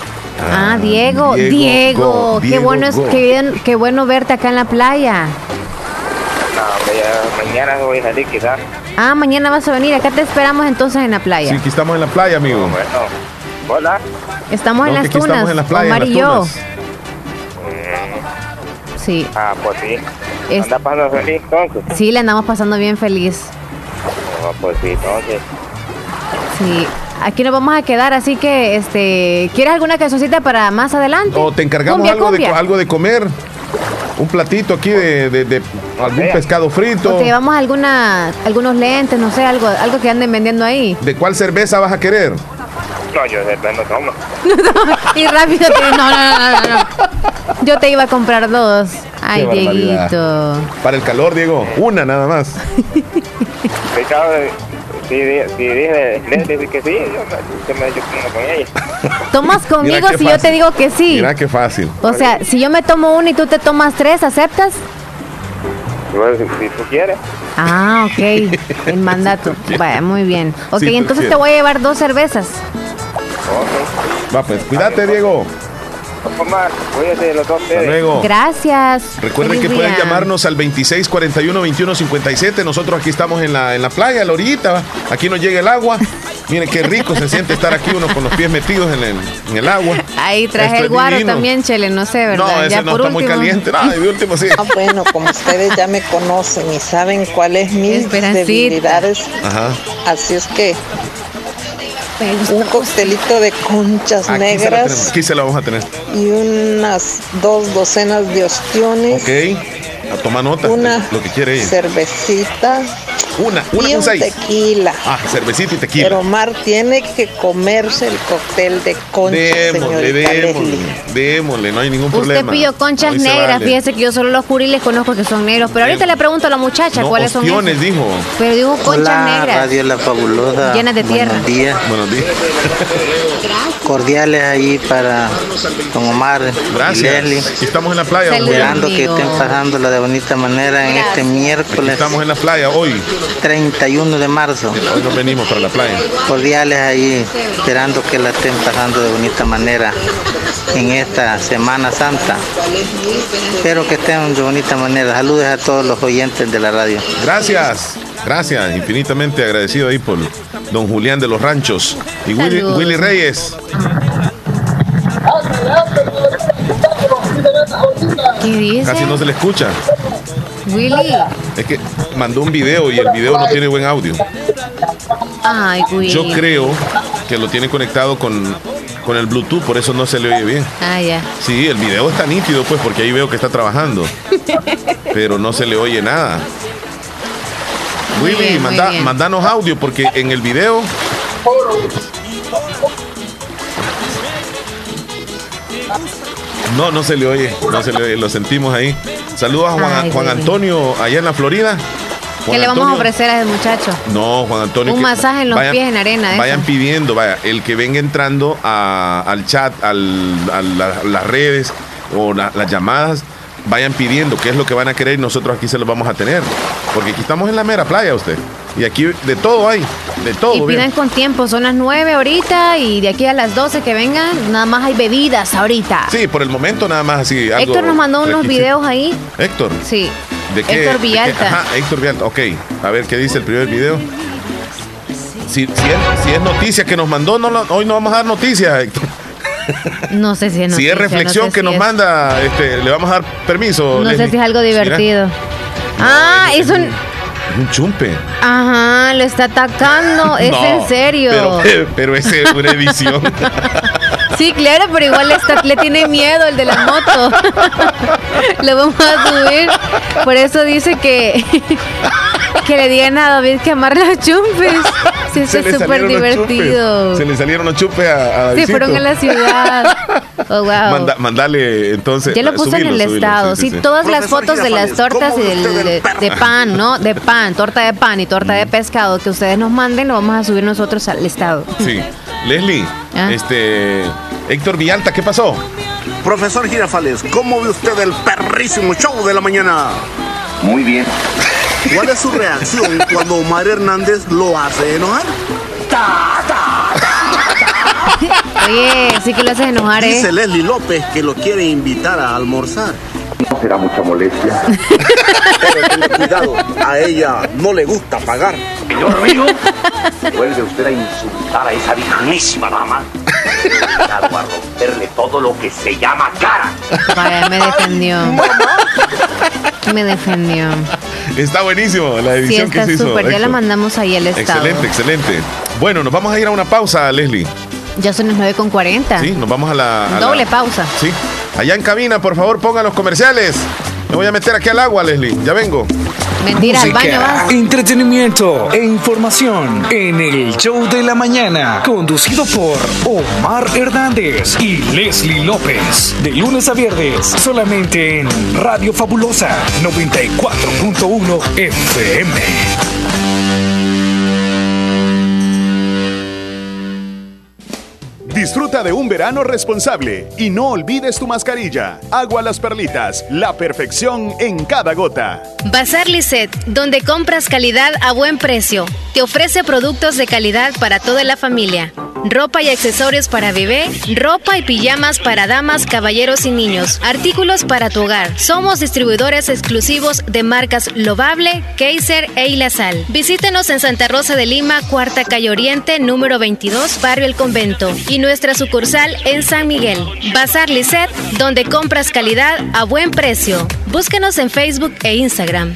Speaker 1: Ah, Diego,
Speaker 2: Diego
Speaker 1: Diego,
Speaker 2: Go,
Speaker 1: qué
Speaker 2: Diego
Speaker 1: bueno es,
Speaker 2: Go.
Speaker 1: qué bien- qué bueno verte acá en la playa.
Speaker 10: No, hombre, ya mañana voy a salir quizás.
Speaker 1: Ah, mañana vas a venir, acá te esperamos entonces en la playa.
Speaker 2: Sí, aquí estamos en la playa, amigo.
Speaker 10: Bueno, hola.
Speaker 1: Estamos en
Speaker 2: No, que
Speaker 1: las
Speaker 2: aquí
Speaker 1: tunas,
Speaker 2: estamos en las playas,
Speaker 1: Omar
Speaker 2: en
Speaker 1: y yo.
Speaker 2: las
Speaker 1: Sí,
Speaker 10: Eh, Ah, pues sí.
Speaker 1: Es-
Speaker 10: ¿Anda pasando feliz entonces?
Speaker 1: sí, le andamos pasando bien feliz.
Speaker 10: Ah, pues sí, entonces.
Speaker 1: Sí, aquí nos vamos a quedar, así que, este, ¿quieres alguna cancioncita para más adelante?
Speaker 2: O te encargamos
Speaker 1: Cumbia,
Speaker 2: algo,
Speaker 1: cumbia.
Speaker 2: De, algo de comer. Un platito aquí de, de- de algún
Speaker 10: Vea.
Speaker 2: pescado frito.
Speaker 1: O te llevamos alguna, algunos lentes, no sé, algo, algo que anden vendiendo ahí.
Speaker 2: ¿De cuál cerveza vas a querer?
Speaker 10: No, yo de plano tomo.
Speaker 1: *laughs* Y rápido te... No, no, no, no, no. Yo te iba a comprar dos. Ay,
Speaker 2: Qué barbaridad.
Speaker 1: Dieguito.
Speaker 2: Para el calor, Diego. Una nada más.
Speaker 10: Ricardo, si, di- si dice Leslie que sí, yo, me- yo me yo como con ella.
Speaker 1: Tomas conmigo
Speaker 2: qué
Speaker 1: si yo te
Speaker 2: fácil.
Speaker 1: digo que sí.
Speaker 2: Mira qué fácil.
Speaker 1: O sea, si yo me tomo uno y tú te tomas tres, ¿aceptas?
Speaker 10: Bueno, Pues, si, si tú quieres.
Speaker 1: Ah,
Speaker 2: *laughs*
Speaker 1: ok. El mandato. Vaya, muy bien. Ok,
Speaker 2: Sí,
Speaker 1: entonces
Speaker 2: prefiero.
Speaker 1: te voy a llevar dos cervezas.
Speaker 10: Ok.
Speaker 2: Va, pues cuídate, Diego.
Speaker 10: Omar, cuídate los dos
Speaker 2: Hasta
Speaker 10: ustedes.
Speaker 2: luego.
Speaker 1: Gracias.
Speaker 2: Oh. Recuerden
Speaker 1: Feliz
Speaker 2: que pueden
Speaker 1: día.
Speaker 2: llamarnos al 2641-2157. Nosotros aquí estamos en la, en la playa, a la orillita. ¿va? Aquí nos llega el agua. Miren qué rico se siente estar aquí uno con los pies metidos en el, en el agua.
Speaker 1: Ahí traje
Speaker 2: Esto
Speaker 1: el
Speaker 2: es
Speaker 1: guaro
Speaker 2: divino.
Speaker 1: también, Chele, no sé, ¿verdad?
Speaker 2: No, ese
Speaker 1: ya
Speaker 2: no
Speaker 1: por último.
Speaker 2: está muy caliente. No, de último sí.
Speaker 3: *laughs* Ah, bueno, como ustedes ya me conocen y saben cuál es mis
Speaker 1: Esperancita.
Speaker 3: debilidades,
Speaker 2: Ajá.
Speaker 3: así es que un costelito de conchas
Speaker 2: Aquí se, la tenemos,
Speaker 3: negras
Speaker 2: aquí se la vamos a tener.
Speaker 3: y unas dos docenas de ostiones,
Speaker 2: Ok. A toma nota. de
Speaker 3: una
Speaker 2: Lo que quiere ella.
Speaker 3: cervecita
Speaker 2: Una, una
Speaker 3: y
Speaker 2: con
Speaker 3: un
Speaker 2: seis.
Speaker 3: tequila.
Speaker 2: Ah, cervecita y tequila.
Speaker 3: Pero Omar tiene que comerse el cóctel de conchas,
Speaker 2: démosle,
Speaker 3: señorita
Speaker 2: démosle,
Speaker 3: Leslie.
Speaker 2: démosle, no hay ningún
Speaker 1: Usted
Speaker 2: problema.
Speaker 1: pidió conchas
Speaker 2: Hoy se
Speaker 1: negras,
Speaker 2: vale.
Speaker 1: fíjese que yo solo los curiles conozco que son negros, pero ahorita
Speaker 2: Negro.
Speaker 1: le pregunto a la muchacha
Speaker 2: No,
Speaker 1: cuáles son.
Speaker 2: ostiones,
Speaker 1: esos.
Speaker 2: dijo.
Speaker 1: Pero digo conchas
Speaker 5: Hola,
Speaker 1: negras.
Speaker 5: Radio La Fabulosa.
Speaker 1: Llenas de tierra.
Speaker 5: Buenos días.
Speaker 2: Buenos días.
Speaker 5: *laughs* Cordiales ahí para Don Omar y Leslie.
Speaker 2: Gracias. Aquí estamos en la playa. don
Speaker 1: Saludos.
Speaker 2: Julián.
Speaker 5: Esperando que
Speaker 1: amigo.
Speaker 5: estén pasándola de bonita manera en este
Speaker 2: Aquí
Speaker 5: miércoles
Speaker 2: estamos en la playa hoy.
Speaker 5: 31 de marzo.
Speaker 2: Hoy nos venimos para la playa.
Speaker 5: Cordiales ahí, esperando que la estén pasando de bonita manera en esta Semana Santa. Espero que estén de bonita manera. Saludos a todos los oyentes de la radio.
Speaker 2: Gracias. Gracias, infinitamente agradecido ahí por don Julián de los Ranchos y Willy,
Speaker 1: Saludos.
Speaker 2: Willy Reyes.
Speaker 1: ¿Qué dice?
Speaker 2: Casi no se le escucha.
Speaker 1: Willy.
Speaker 2: Es que mandó un video y el video no tiene buen audio.
Speaker 1: Ay, Willy.
Speaker 2: Yo creo que lo tiene conectado con, con el Bluetooth, por eso no se le oye bien.
Speaker 1: Ah, ya.
Speaker 2: *laughs* Sí, el video está nítido, pues, porque ahí veo que está trabajando. Pero no se le oye nada.
Speaker 1: Muy
Speaker 2: Willy,
Speaker 1: bien, muy
Speaker 2: manda-
Speaker 1: bien.
Speaker 2: mandanos audio porque en el video no, no se le oye, no se le oye, lo sentimos ahí. Saludos a Juan,
Speaker 1: Ay,
Speaker 2: Juan
Speaker 1: Willy.
Speaker 2: Antonio allá en la Florida.
Speaker 1: ¿Qué
Speaker 2: Juan
Speaker 1: le vamos a
Speaker 2: Antonio-
Speaker 1: ofrecer a ese muchacho?
Speaker 2: No, Juan Antonio.
Speaker 1: Un
Speaker 2: que-
Speaker 1: masaje en los pies en arena, de
Speaker 2: Vayan
Speaker 1: esas.
Speaker 2: pidiendo, vaya, el que venga entrando a- al chat, al- a la- las redes o la- las llamadas, vayan pidiendo qué es lo que van a querer y nosotros aquí se los vamos a tener. Porque aquí estamos en la mera playa, usted. Y aquí de todo hay, de todo.
Speaker 1: y
Speaker 2: bien.
Speaker 1: pidan con tiempo, son las 9 ahorita y de aquí a las 12 que vengan, nada más hay bebidas ahorita.
Speaker 2: Sí, por el momento nada más así. algo
Speaker 1: Héctor nos mandó unos
Speaker 2: requisito.
Speaker 1: videos ahí.
Speaker 2: Héctor.
Speaker 1: Sí.
Speaker 2: ¿De qué?
Speaker 1: Héctor
Speaker 2: ¿De qué?
Speaker 1: Villalta.
Speaker 2: Ajá, Héctor Villalta. Ok, a ver qué dice el primer video. Si, si es, si es noticia que nos mandó, no la- hoy no vamos a dar noticias, Héctor.
Speaker 1: No sé si es
Speaker 2: si
Speaker 1: noticia,
Speaker 2: es reflexión
Speaker 1: no sé
Speaker 2: que
Speaker 1: si
Speaker 2: nos
Speaker 1: es-
Speaker 2: manda, este, le vamos a dar permiso.
Speaker 1: No sé
Speaker 2: Leslie?
Speaker 1: si es algo
Speaker 2: Mira,
Speaker 1: divertido. ah, es un...
Speaker 2: es un chumpe.
Speaker 1: Ajá, lo está
Speaker 2: *laughs*
Speaker 1: atacando, es
Speaker 2: No,
Speaker 1: en serio.
Speaker 2: Pero, pero es eh, una edición.
Speaker 1: Sí, claro, pero igual le, está- le tiene miedo el de la moto. *laughs* Lo vamos a subir. Por eso dice que *laughs* que le digan a David que amar los chumpes. *laughs* Sí, eso
Speaker 2: *laughs* Se le
Speaker 1: es súper
Speaker 2: salieron los
Speaker 1: divertido.
Speaker 2: chupes. Se
Speaker 1: Se
Speaker 2: le salieron los chupes a, a
Speaker 1: fueron a
Speaker 2: Davidcito.
Speaker 1: la
Speaker 2: *laughs*
Speaker 1: ciudad. Oh, wow.
Speaker 2: Manda- mandale entonces.
Speaker 1: ya lo puso en
Speaker 2: subilo,
Speaker 1: el
Speaker 2: subilo,
Speaker 1: estado. Sí, todas las fotos de las tortas y del- de, de pan, ¿no? De pan, torta de pan y torta
Speaker 2: Mm.
Speaker 1: de pescado que ustedes nos manden, lo vamos a subir nosotros al estado.
Speaker 2: Sí. Leslie,
Speaker 1: Ah.
Speaker 2: este Héctor Villalta, ¿qué pasó?
Speaker 11: Profesor Girafales, ¿cómo ve usted el perrísimo show de la mañana?
Speaker 12: Muy bien.
Speaker 11: ¿Cuál es su reacción cuando Omar Hernández lo hace enojar?
Speaker 1: Oye, sí que lo haces enojar, ¿eh?
Speaker 11: Dice Leslie López que lo quiere invitar a almorzar.
Speaker 12: No será mucha molestia.
Speaker 11: Pero tenga cuidado, a ella no le gusta pagar.
Speaker 12: Yo río. Vuelve usted a insultar a esa virgenísima dama. Dado a romperle todo lo que se llama cara.
Speaker 1: Vaya, me defendió. Me defendió.
Speaker 2: Está buenísimo la
Speaker 1: Sí,
Speaker 2: edición
Speaker 1: está
Speaker 2: que se hizo.
Speaker 1: súper. Ya la
Speaker 2: Héctor.
Speaker 1: mandamos ahí al estado.
Speaker 2: Excelente, excelente. Bueno, nos vamos a ir a una pausa, Leslie.
Speaker 1: Ya son las 9 con 40.
Speaker 2: Sí, nos vamos a la. a la-
Speaker 1: Doble pausa.
Speaker 2: Sí. Allá en cabina, por favor, pongan los comerciales. Me voy a meter aquí al agua, Leslie. Ya vengo.
Speaker 1: Mentira, al baño
Speaker 13: Música,
Speaker 1: vas.
Speaker 13: entretenimiento e información en el show de la mañana, conducido por Omar Hernández y Leslie López, de lunes a viernes, solamente en Radio Fabulosa 94.1 FM.
Speaker 14: Disfruta de un verano responsable y no olvides tu mascarilla. Agua Las Perlitas, la perfección en cada gota.
Speaker 15: Bazar Lisset, donde compras calidad a buen precio. Te ofrece productos de calidad para toda la familia. Ropa y accesorios para bebé, ropa y pijamas para damas, caballeros y niños. Artículos para tu hogar. Somos distribuidores exclusivos de marcas Lovable, Kaiser e Ilasal. Visítenos en Santa Rosa de Lima, Cuarta Calle Oriente, número 22, Barrio El Convento. Y nuestra sucursal en San Miguel. Bazar Lisset, donde compras calidad a buen precio. Búscanos en Facebook e Instagram.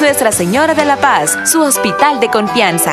Speaker 16: Nuestra Señora de la Paz, su hospital de confianza.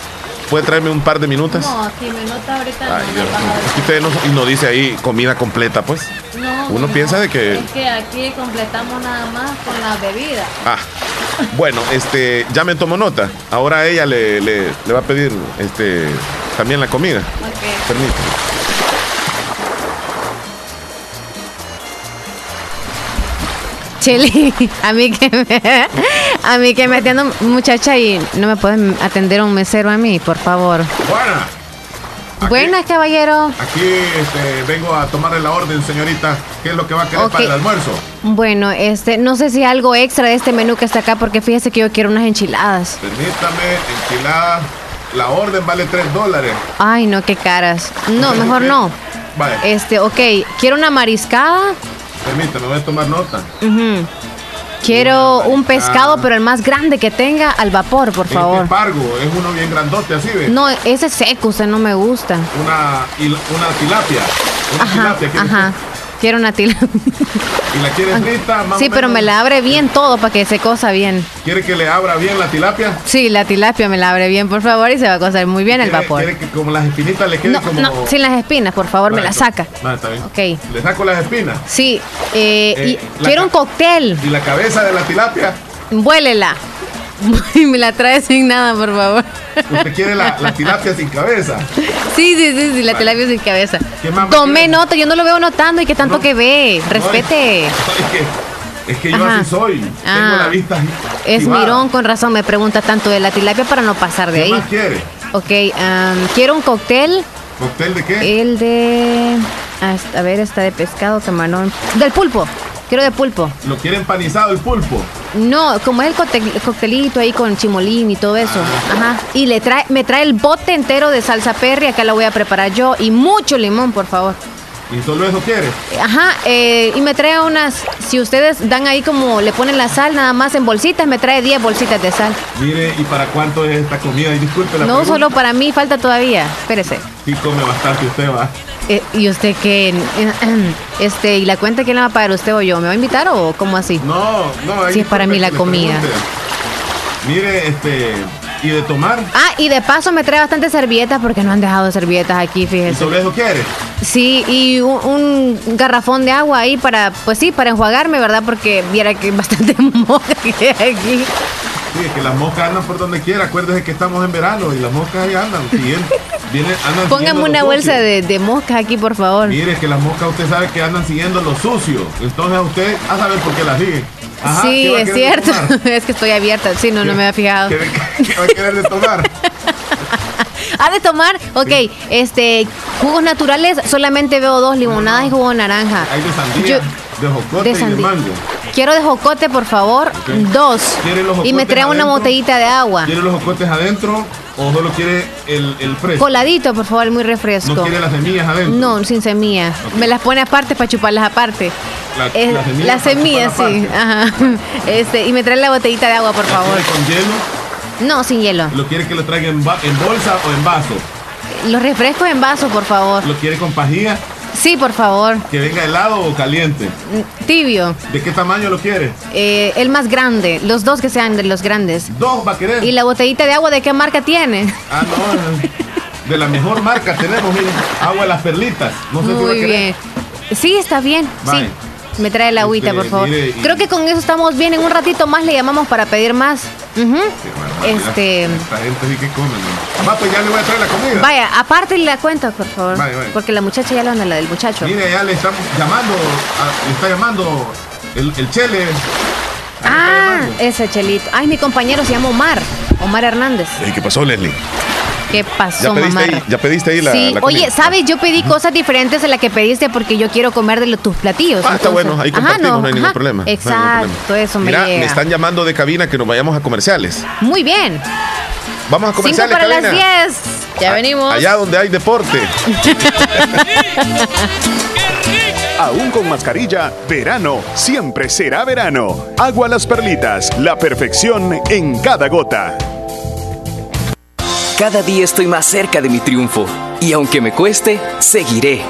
Speaker 2: ¿Puede traerme un par de minutas?
Speaker 17: No, aquí me nota ahorita.
Speaker 2: Ay,
Speaker 17: no,
Speaker 2: Dios
Speaker 17: no,
Speaker 2: mío. Es que ustedes no, y no dice ahí comida completa, pues.
Speaker 17: No,
Speaker 2: Uno
Speaker 17: no.
Speaker 2: piensa de que-
Speaker 17: Es que aquí completamos nada más con las bebidas.
Speaker 2: Ah, bueno, este, ya me tomo nota. Ahora ella le, le- le va a pedir este, también la comida.
Speaker 17: Ok.
Speaker 2: Permítame.
Speaker 1: Cheli, *laughs* a mí que me, *laughs* a mí que me atiendo muchacha y no me pueden atender un mesero a mí, por favor.
Speaker 2: Buena,
Speaker 1: Buenas, caballero.
Speaker 2: aquí este, vengo a tomarle la orden, señorita. ¿Qué es lo que va a querer
Speaker 1: Ok.
Speaker 2: para el almuerzo?
Speaker 1: Bueno, este, no sé si algo extra de este menú que está acá, porque fíjese que yo quiero unas enchiladas.
Speaker 2: Permítame, enchilada. La orden vale 3 dólares.
Speaker 1: Ay, no, qué caras. No, mejor no.
Speaker 2: Vale,
Speaker 1: Este, ok, quiero una mariscada.
Speaker 2: permítame, voy a tomar nota.
Speaker 1: Ujú. Quiero un
Speaker 2: Ah.
Speaker 1: pescado, pero el más grande que tenga al vapor, por favor.
Speaker 2: Este pargo, es uno bien grandote, así ve.
Speaker 1: No, ese seco, usted no me gusta.
Speaker 2: Una, hil- una tilapia. Una tilapia, ¿quieres
Speaker 1: Ajá. Quiero una tila.
Speaker 2: ¿Y la quieres frita? *laughs* más
Speaker 1: Sí,
Speaker 2: o
Speaker 1: pero
Speaker 2: menos?
Speaker 1: me la abre bien todo para que se cosa bien.
Speaker 2: ¿Quiere que le abra bien la tilapia?
Speaker 1: Sí, la tilapia me la abre bien, por favor, y se va a cocer muy bien el
Speaker 2: ¿Quiere-
Speaker 1: vapor.
Speaker 2: ¿Quiere que como las espinitas le queden
Speaker 1: No,
Speaker 2: como.?
Speaker 1: no, sin las espinas, por favor, me
Speaker 2: Vale,
Speaker 1: la saca.
Speaker 2: No, está bien.
Speaker 1: Ok.
Speaker 2: Le saco las espinas.
Speaker 1: Sí, eh,
Speaker 2: Eh,
Speaker 1: y
Speaker 2: la
Speaker 1: quiero
Speaker 2: ca-
Speaker 1: un cóctel.
Speaker 2: ¿Y la cabeza de la tilapia?
Speaker 1: Vuélela. *laughs* Y me la trae sin nada, por favor.
Speaker 2: ¿Usted quiere la, la tilapia sin cabeza?
Speaker 1: Sí, sí, sí, sí, la tilapia sin cabeza.
Speaker 2: ¿Qué más me
Speaker 1: Tome
Speaker 2: quiere?
Speaker 1: nota, yo no lo veo notando y qué tanto que ve.
Speaker 2: No,
Speaker 1: Respete.
Speaker 2: es, que, es que yo
Speaker 1: Ajá.
Speaker 2: así soy.
Speaker 1: Ah.
Speaker 2: Tengo la vista.
Speaker 1: Es
Speaker 2: activada.
Speaker 1: mirón, con razón me pregunta tanto de la tilapia para no pasar de
Speaker 2: ¿Qué
Speaker 1: ahí.
Speaker 2: más quiere?
Speaker 1: Ok, am, quiero un cóctel.
Speaker 2: ¿Cóctel de qué?
Speaker 1: El de. hasta- a ver, está de pescado, camarón. Del pulpo. Quiero de pulpo.
Speaker 2: ¿Lo quiere empanizado el pulpo?
Speaker 1: No, como es el cocte- coctelito ahí con chimolín y todo eso.
Speaker 2: Ah.
Speaker 1: Ajá. Y le trae, me trae el bote entero de salsa perry, acá la voy a preparar yo. Y mucho limón, por favor.
Speaker 2: ¿Y solo eso quiere?
Speaker 1: Ajá, eh, y me trae unas, si ustedes dan ahí como le ponen la sal nada más en bolsitas, me trae 10 bolsitas de sal.
Speaker 2: Mire, ¿y para cuánto es esta comida? Y disculpe la
Speaker 1: no
Speaker 2: pregunta.
Speaker 1: solo para mí, falta todavía. Espérese.
Speaker 2: Sí come bastante usted, va.
Speaker 1: Eh, ¿Y usted qué? *clears throat* Este, ¿y la cuenta quién la va a pagar usted o yo? ¿Me va a invitar o cómo así?
Speaker 2: No, no. ahí
Speaker 1: Si es para
Speaker 2: disculpe
Speaker 1: mí la
Speaker 2: que le
Speaker 1: comida.
Speaker 2: pregunte. Mire, este... ¿Y de tomar?
Speaker 1: Ah, y de paso me trae bastante servilletas porque no han dejado servilletas aquí,
Speaker 2: ¿Y
Speaker 1: fíjese.
Speaker 2: solo eso quiere?
Speaker 1: Sí, y un, un garrafón de agua ahí para, pues sí, para enjuagarme, ¿verdad? Porque viera que hay bastante *laughs* moja que hay aquí.
Speaker 2: Sí, es que las moscas andan por donde quiera. Acuérdese que estamos en verano y las moscas ahí andan. siguiendo- vienen,
Speaker 1: *laughs*
Speaker 2: andan
Speaker 1: Póngame
Speaker 2: siguiendo
Speaker 1: una
Speaker 2: lo
Speaker 1: bolsa
Speaker 2: sucio.
Speaker 1: de, de moscas aquí, por favor.
Speaker 2: Mire, es que las moscas usted sabe que andan siguiendo lo sucio. Entonces a usted a saber por qué las siguen. Ajá, ¿qué
Speaker 1: sí,
Speaker 2: va a
Speaker 1: es
Speaker 2: querer de
Speaker 1: cierto.
Speaker 2: tomar?
Speaker 1: *laughs* es que estoy abierta. Sí, no, no me había fijado.
Speaker 2: ¿Qué, qué va a querer de tomar?
Speaker 1: ¿Ha de tomar? Ok, este, jugos naturales, solamente veo dos, limonadas y jugo de naranja.
Speaker 2: Hay de sandía, de jocote
Speaker 1: de
Speaker 2: y de
Speaker 1: sandía.
Speaker 2: mango.
Speaker 1: Quiero de jocote, por favor, dos.
Speaker 2: ¿Quiere los
Speaker 1: Y me
Speaker 2: jocotes
Speaker 1: trae una
Speaker 2: adentro?
Speaker 1: botellita de agua.
Speaker 2: ¿Quiere los jocotes adentro o solo quiere el, el fresco?
Speaker 1: Coladito, por favor, muy refresco.
Speaker 2: ¿No quiere las semillas adentro?
Speaker 1: No, sin semillas. Me las pone aparte para chuparlas aparte.
Speaker 2: La-
Speaker 1: Eh,
Speaker 2: Ah, las semillas
Speaker 1: las
Speaker 2: para
Speaker 1: semillas,
Speaker 2: chupar
Speaker 1: sí. Ajá. *laughs* Este, y me trae la botellita de agua, por favor.
Speaker 2: ¿Quiere con hielo?
Speaker 1: No, sin hielo.
Speaker 2: ¿Lo quiere que lo traiga en, ba- en bolsa o en vaso?
Speaker 1: Los refrescos en vaso, por favor.
Speaker 2: ¿Lo quiere con pajilla?
Speaker 1: Sí, por favor.
Speaker 2: ¿Que venga helado o caliente?
Speaker 1: Tibio.
Speaker 2: ¿De qué tamaño lo quiere?
Speaker 1: Eh, el más grande. Los dos que sean de los grandes.
Speaker 2: Dos va a querer.
Speaker 1: ¿Y la botellita de agua de qué marca tiene?
Speaker 2: Ah, no. De la mejor marca tenemos, miren. Agua de las perlitas. No sé si va a
Speaker 1: Muy
Speaker 2: querer.
Speaker 1: bien. Sí, está bien. Sí.
Speaker 2: Vale.
Speaker 1: Me trae la agüita,
Speaker 2: Este,
Speaker 1: por favor.
Speaker 2: mire, y-
Speaker 1: Creo que con eso estamos bien. En un ratito más le llamamos para pedir más. Ujú. Este.
Speaker 2: Esta gente sí que come, ¿no? Va, pues ya le voy a traer la comida.
Speaker 1: Vaya, aparte la cuenta, por favor.
Speaker 2: Vaya, vaya.
Speaker 1: Porque la muchacha ya la anda, la del muchacho.
Speaker 2: Mire, ya le estamos llamando, a- le está llamando el, el chele.
Speaker 1: ah, ese chelito. Ay, mi compañero se llama Omar. Omar Hernández.
Speaker 2: ¿Qué pasó, Leslie?
Speaker 1: ¿Qué pasó, mamá?
Speaker 2: ya pediste ahí
Speaker 1: sí, oye, ¿sabes? Yo pedí cosas diferentes a las que pediste porque yo quiero comer de lo- tus platillos.
Speaker 2: Ah, está bueno, ahí compartimos, no hay ningún problema, no hay ningún
Speaker 1: Exacto, eso me
Speaker 2: Mira, me
Speaker 1: llega.
Speaker 2: están llamando de cabina que nos vayamos a comerciales.
Speaker 1: Muy bien.
Speaker 2: Vamos a
Speaker 1: Cinco
Speaker 2: comerciales,
Speaker 1: para
Speaker 2: cabina.
Speaker 1: las 10. Ya venimos.
Speaker 2: Ah, Allá
Speaker 1: *laughs*
Speaker 2: donde hay deporte.
Speaker 14: Aún con mascarilla, verano siempre será verano. Agua las perlitas, la perfección en cada gota.
Speaker 6: Cada día estoy más cerca de mi triunfo y aunque me cueste, seguiré.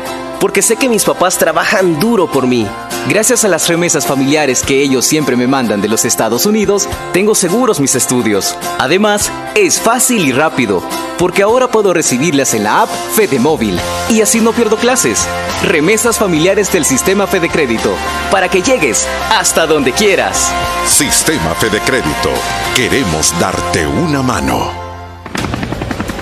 Speaker 6: Porque sé que mis papás trabajan duro por mí. Gracias a las remesas familiares que ellos siempre me mandan de los Estados Unidos, tengo seguros mis estudios. Además, es fácil y rápido, porque ahora puedo recibirlas en la app FedeMóvil y así no pierdo clases. Remesas familiares del sistema Fede Crédito, para que llegues hasta donde quieras.
Speaker 18: Sistema Fede Crédito. Queremos darte una mano.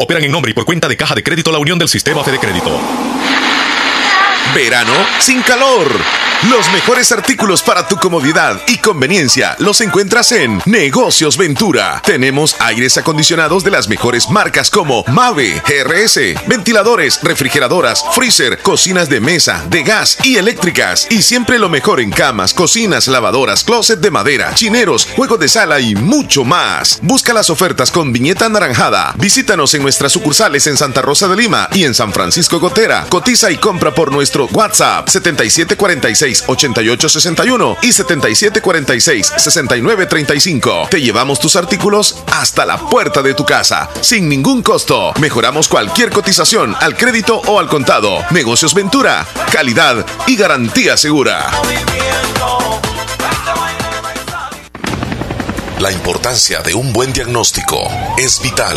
Speaker 19: operan en nombre y por cuenta de Caja de Crédito La Unión del Sistema Fede Crédito.
Speaker 2: Verano sin calor. Los mejores artículos para tu comodidad y conveniencia los encuentras en Negocios Ventura. Tenemos aires acondicionados de las mejores marcas como Mave, GRS, ventiladores, refrigeradoras, freezer, cocinas de mesa, de gas y eléctricas. Y siempre lo mejor en camas, cocinas, lavadoras, closet de madera, chineros, juegos de sala y mucho más. Busca las ofertas con viñeta anaranjada. Visítanos en nuestras sucursales en Santa Rosa de Lima y en San Francisco Gotera. Cotiza y compra por nuestro WhatsApp 7746-8861 y 7746-6935. Te llevamos tus artículos hasta la puerta de tu casa, sin ningún costo. Mejoramos cualquier cotización al crédito o al contado. Negocios Ventura, calidad y garantía segura. La importancia de un buen diagnóstico es vital.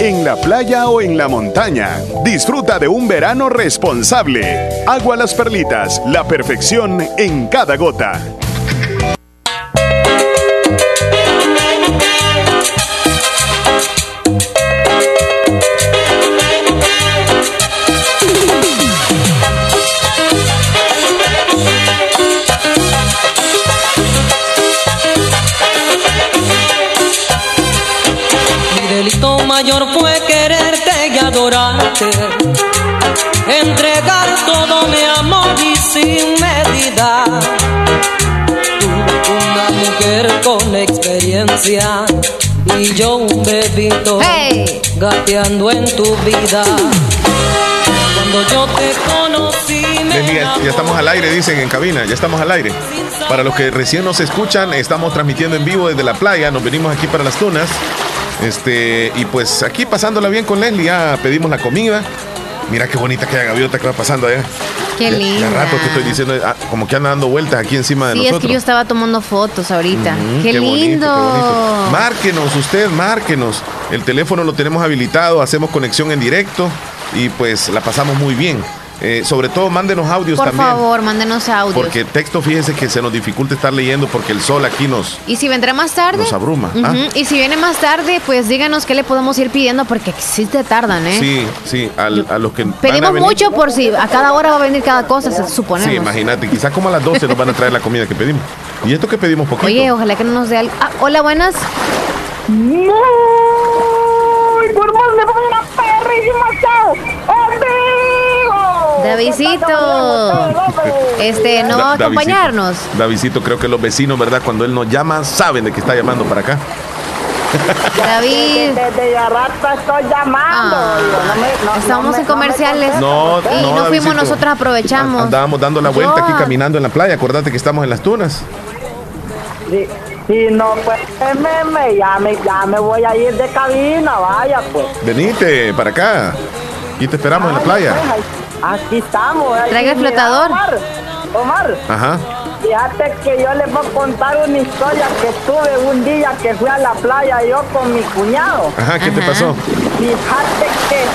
Speaker 14: En la playa o en la montaña, disfruta de un verano responsable. Agua Las Perlitas, la perfección en cada gota.
Speaker 11: Mi delito mayor fue quererte y adorarte, entregar todo mi amor y sin medida. Tú, una mujer con experiencia y yo un bebito gateando en tu vida. Cuando yo te conocí me
Speaker 2: Les diga, ya estamos al aire, dicen en cabina, ya estamos al aire. Para los que recién nos escuchan, estamos transmitiendo en vivo desde la playa, nos venimos aquí para las tunas. Este, y pues aquí pasándola bien con Leslie, ya pedimos la comida. Mira qué bonita que la gaviota que va pasando allá.
Speaker 1: Qué
Speaker 2: Ya- ya
Speaker 1: linda.
Speaker 2: rato te estoy diciendo, ah, como que anda dando vueltas aquí encima de
Speaker 1: Sí, es
Speaker 2: nosotros.
Speaker 1: que yo estaba tomando fotos ahorita.
Speaker 2: Mm,
Speaker 1: qué,
Speaker 2: bonito,
Speaker 1: lindo.
Speaker 2: bonito. Márquenos, usted, márquenos. El teléfono lo tenemos habilitado, hacemos conexión en directo y pues la pasamos muy bien. Eh, sobre todo, mándenos audios
Speaker 1: Por
Speaker 2: también.
Speaker 1: favor, mándenos audios.
Speaker 2: Porque texto, fíjese que se nos dificulta estar leyendo porque el sol aquí nos.
Speaker 1: Y si vendrá más tarde.
Speaker 2: Nos abruma,
Speaker 1: Ujú,
Speaker 2: ah.
Speaker 1: Y si viene más tarde, pues díganos qué le podemos ir pidiendo porque sí te tardan, ¿eh?
Speaker 2: Sí, sí, al- a los que. van a
Speaker 1: Pedimos
Speaker 2: venir-
Speaker 1: mucho por si a cada hora va a venir cada cosa, se- suponemos.
Speaker 2: Sí, imagínate, quizás como a las 12 nos van a traer la comida que pedimos. ¿Y esto que pedimos poquito?
Speaker 1: Oye, ojalá que no nos dé algo. Ah, hola, buenas.
Speaker 12: ¡Muy gourmand! ¡Me voy a la perra y machado! ¡Amigo!
Speaker 1: Davidito. Este, no
Speaker 2: *laughs* Da-
Speaker 1: va a
Speaker 2: Davidito. *laughs*
Speaker 1: acompañarnos.
Speaker 2: Davidito, creo que los vecinos, ¿verdad? Cuando él nos llama, saben de que está llamando para acá.
Speaker 1: David. Ah,
Speaker 12: Desde ya rato estoy llamando. Yo no me- no-
Speaker 1: Estamos
Speaker 12: no me-
Speaker 1: en comerciales. y
Speaker 2: No, no,
Speaker 1: no,
Speaker 2: Davidito.
Speaker 1: fuimos, nosotros aprovechamos.
Speaker 2: Andábamos dando la vuelta
Speaker 1: Yo-
Speaker 2: aquí caminando en la playa. Acuérdate que estamos en las tunas.
Speaker 12: Si, si no, pues me, me- ya, me, ya me voy a ir de cabina, vaya pues.
Speaker 2: Venite para acá. Aquí te esperamos en la playa.
Speaker 12: Ay, Aquí estamos. ay,
Speaker 1: Traiga el
Speaker 12: mira,
Speaker 1: flotador.
Speaker 12: Omar, Omar,
Speaker 2: Ajá.
Speaker 12: fíjate que yo les voy a contar una historia que tuve un día que fui a la playa yo con mi cuñado.
Speaker 2: Ajá, ¿qué te pasó?
Speaker 12: Fíjate que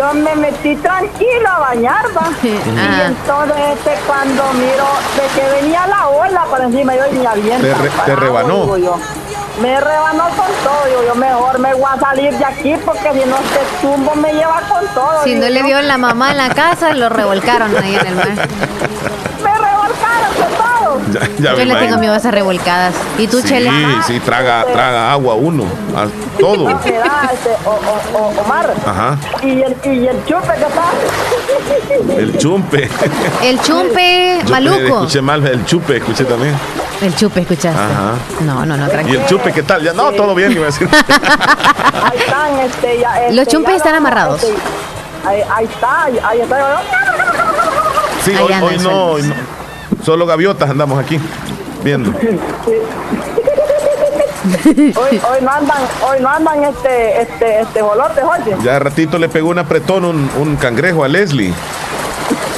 Speaker 12: yo me metí tranquilo a bañar,
Speaker 1: *laughs*
Speaker 12: va. Y
Speaker 1: Ah.
Speaker 2: Ajá.
Speaker 12: entonces este, cuando miro de que venía la ola para encima, yo venía bien.
Speaker 2: Te re- te rebanó.
Speaker 12: Me rebanó con todo, yo, yo mejor me voy a salir de aquí porque si no este tumbo me lleva con todo.
Speaker 1: Si no
Speaker 12: digo
Speaker 1: le
Speaker 12: yo.
Speaker 1: dio la mamá en la casa, lo revolcaron ahí en el mar.
Speaker 2: *laughs* Ya, ya
Speaker 1: Yo
Speaker 2: me
Speaker 1: le tengo
Speaker 2: imagino.
Speaker 1: miedo a esas revolcadas. ¿Y tú, Chela?
Speaker 2: Sí,
Speaker 12: Ah,
Speaker 2: sí, traga, traga agua uno. a todo.
Speaker 12: No, mira, este, o- o- o- Omar.
Speaker 2: Ajá.
Speaker 12: Y el, y el chupe que
Speaker 1: Ah,
Speaker 12: está.
Speaker 2: El chumpe.
Speaker 1: El chumpe
Speaker 2: *laughs* Yo te
Speaker 1: maluco.
Speaker 2: escuché mal, el chupe, escuché también.
Speaker 1: El chupe, escuchaste.
Speaker 12: Ah.
Speaker 2: Ajá.
Speaker 1: No, no, no,
Speaker 2: ¿Y
Speaker 1: tranquilo.
Speaker 2: el chupe qué tal? Ya, no, todo bien, iba
Speaker 1: *laughs*
Speaker 2: a decir.
Speaker 12: *laughs* Ahí están, este, ya, este,
Speaker 1: Los chumpes
Speaker 12: ya
Speaker 1: están
Speaker 12: no,
Speaker 1: amarrados.
Speaker 12: este, ahí, ahí está, ahí, ahí está. yo,
Speaker 1: *laughs*
Speaker 2: Sí,
Speaker 12: Ahí
Speaker 2: hoy,
Speaker 12: andan
Speaker 2: hoy no, hoy no. Solo gaviotas andamos aquí, viendo.
Speaker 12: hoy, hoy no andan, hoy no andan este, este, este bolotes, oye.
Speaker 2: Ya ratito le pegó un apretón un, un cangrejo a Leslie.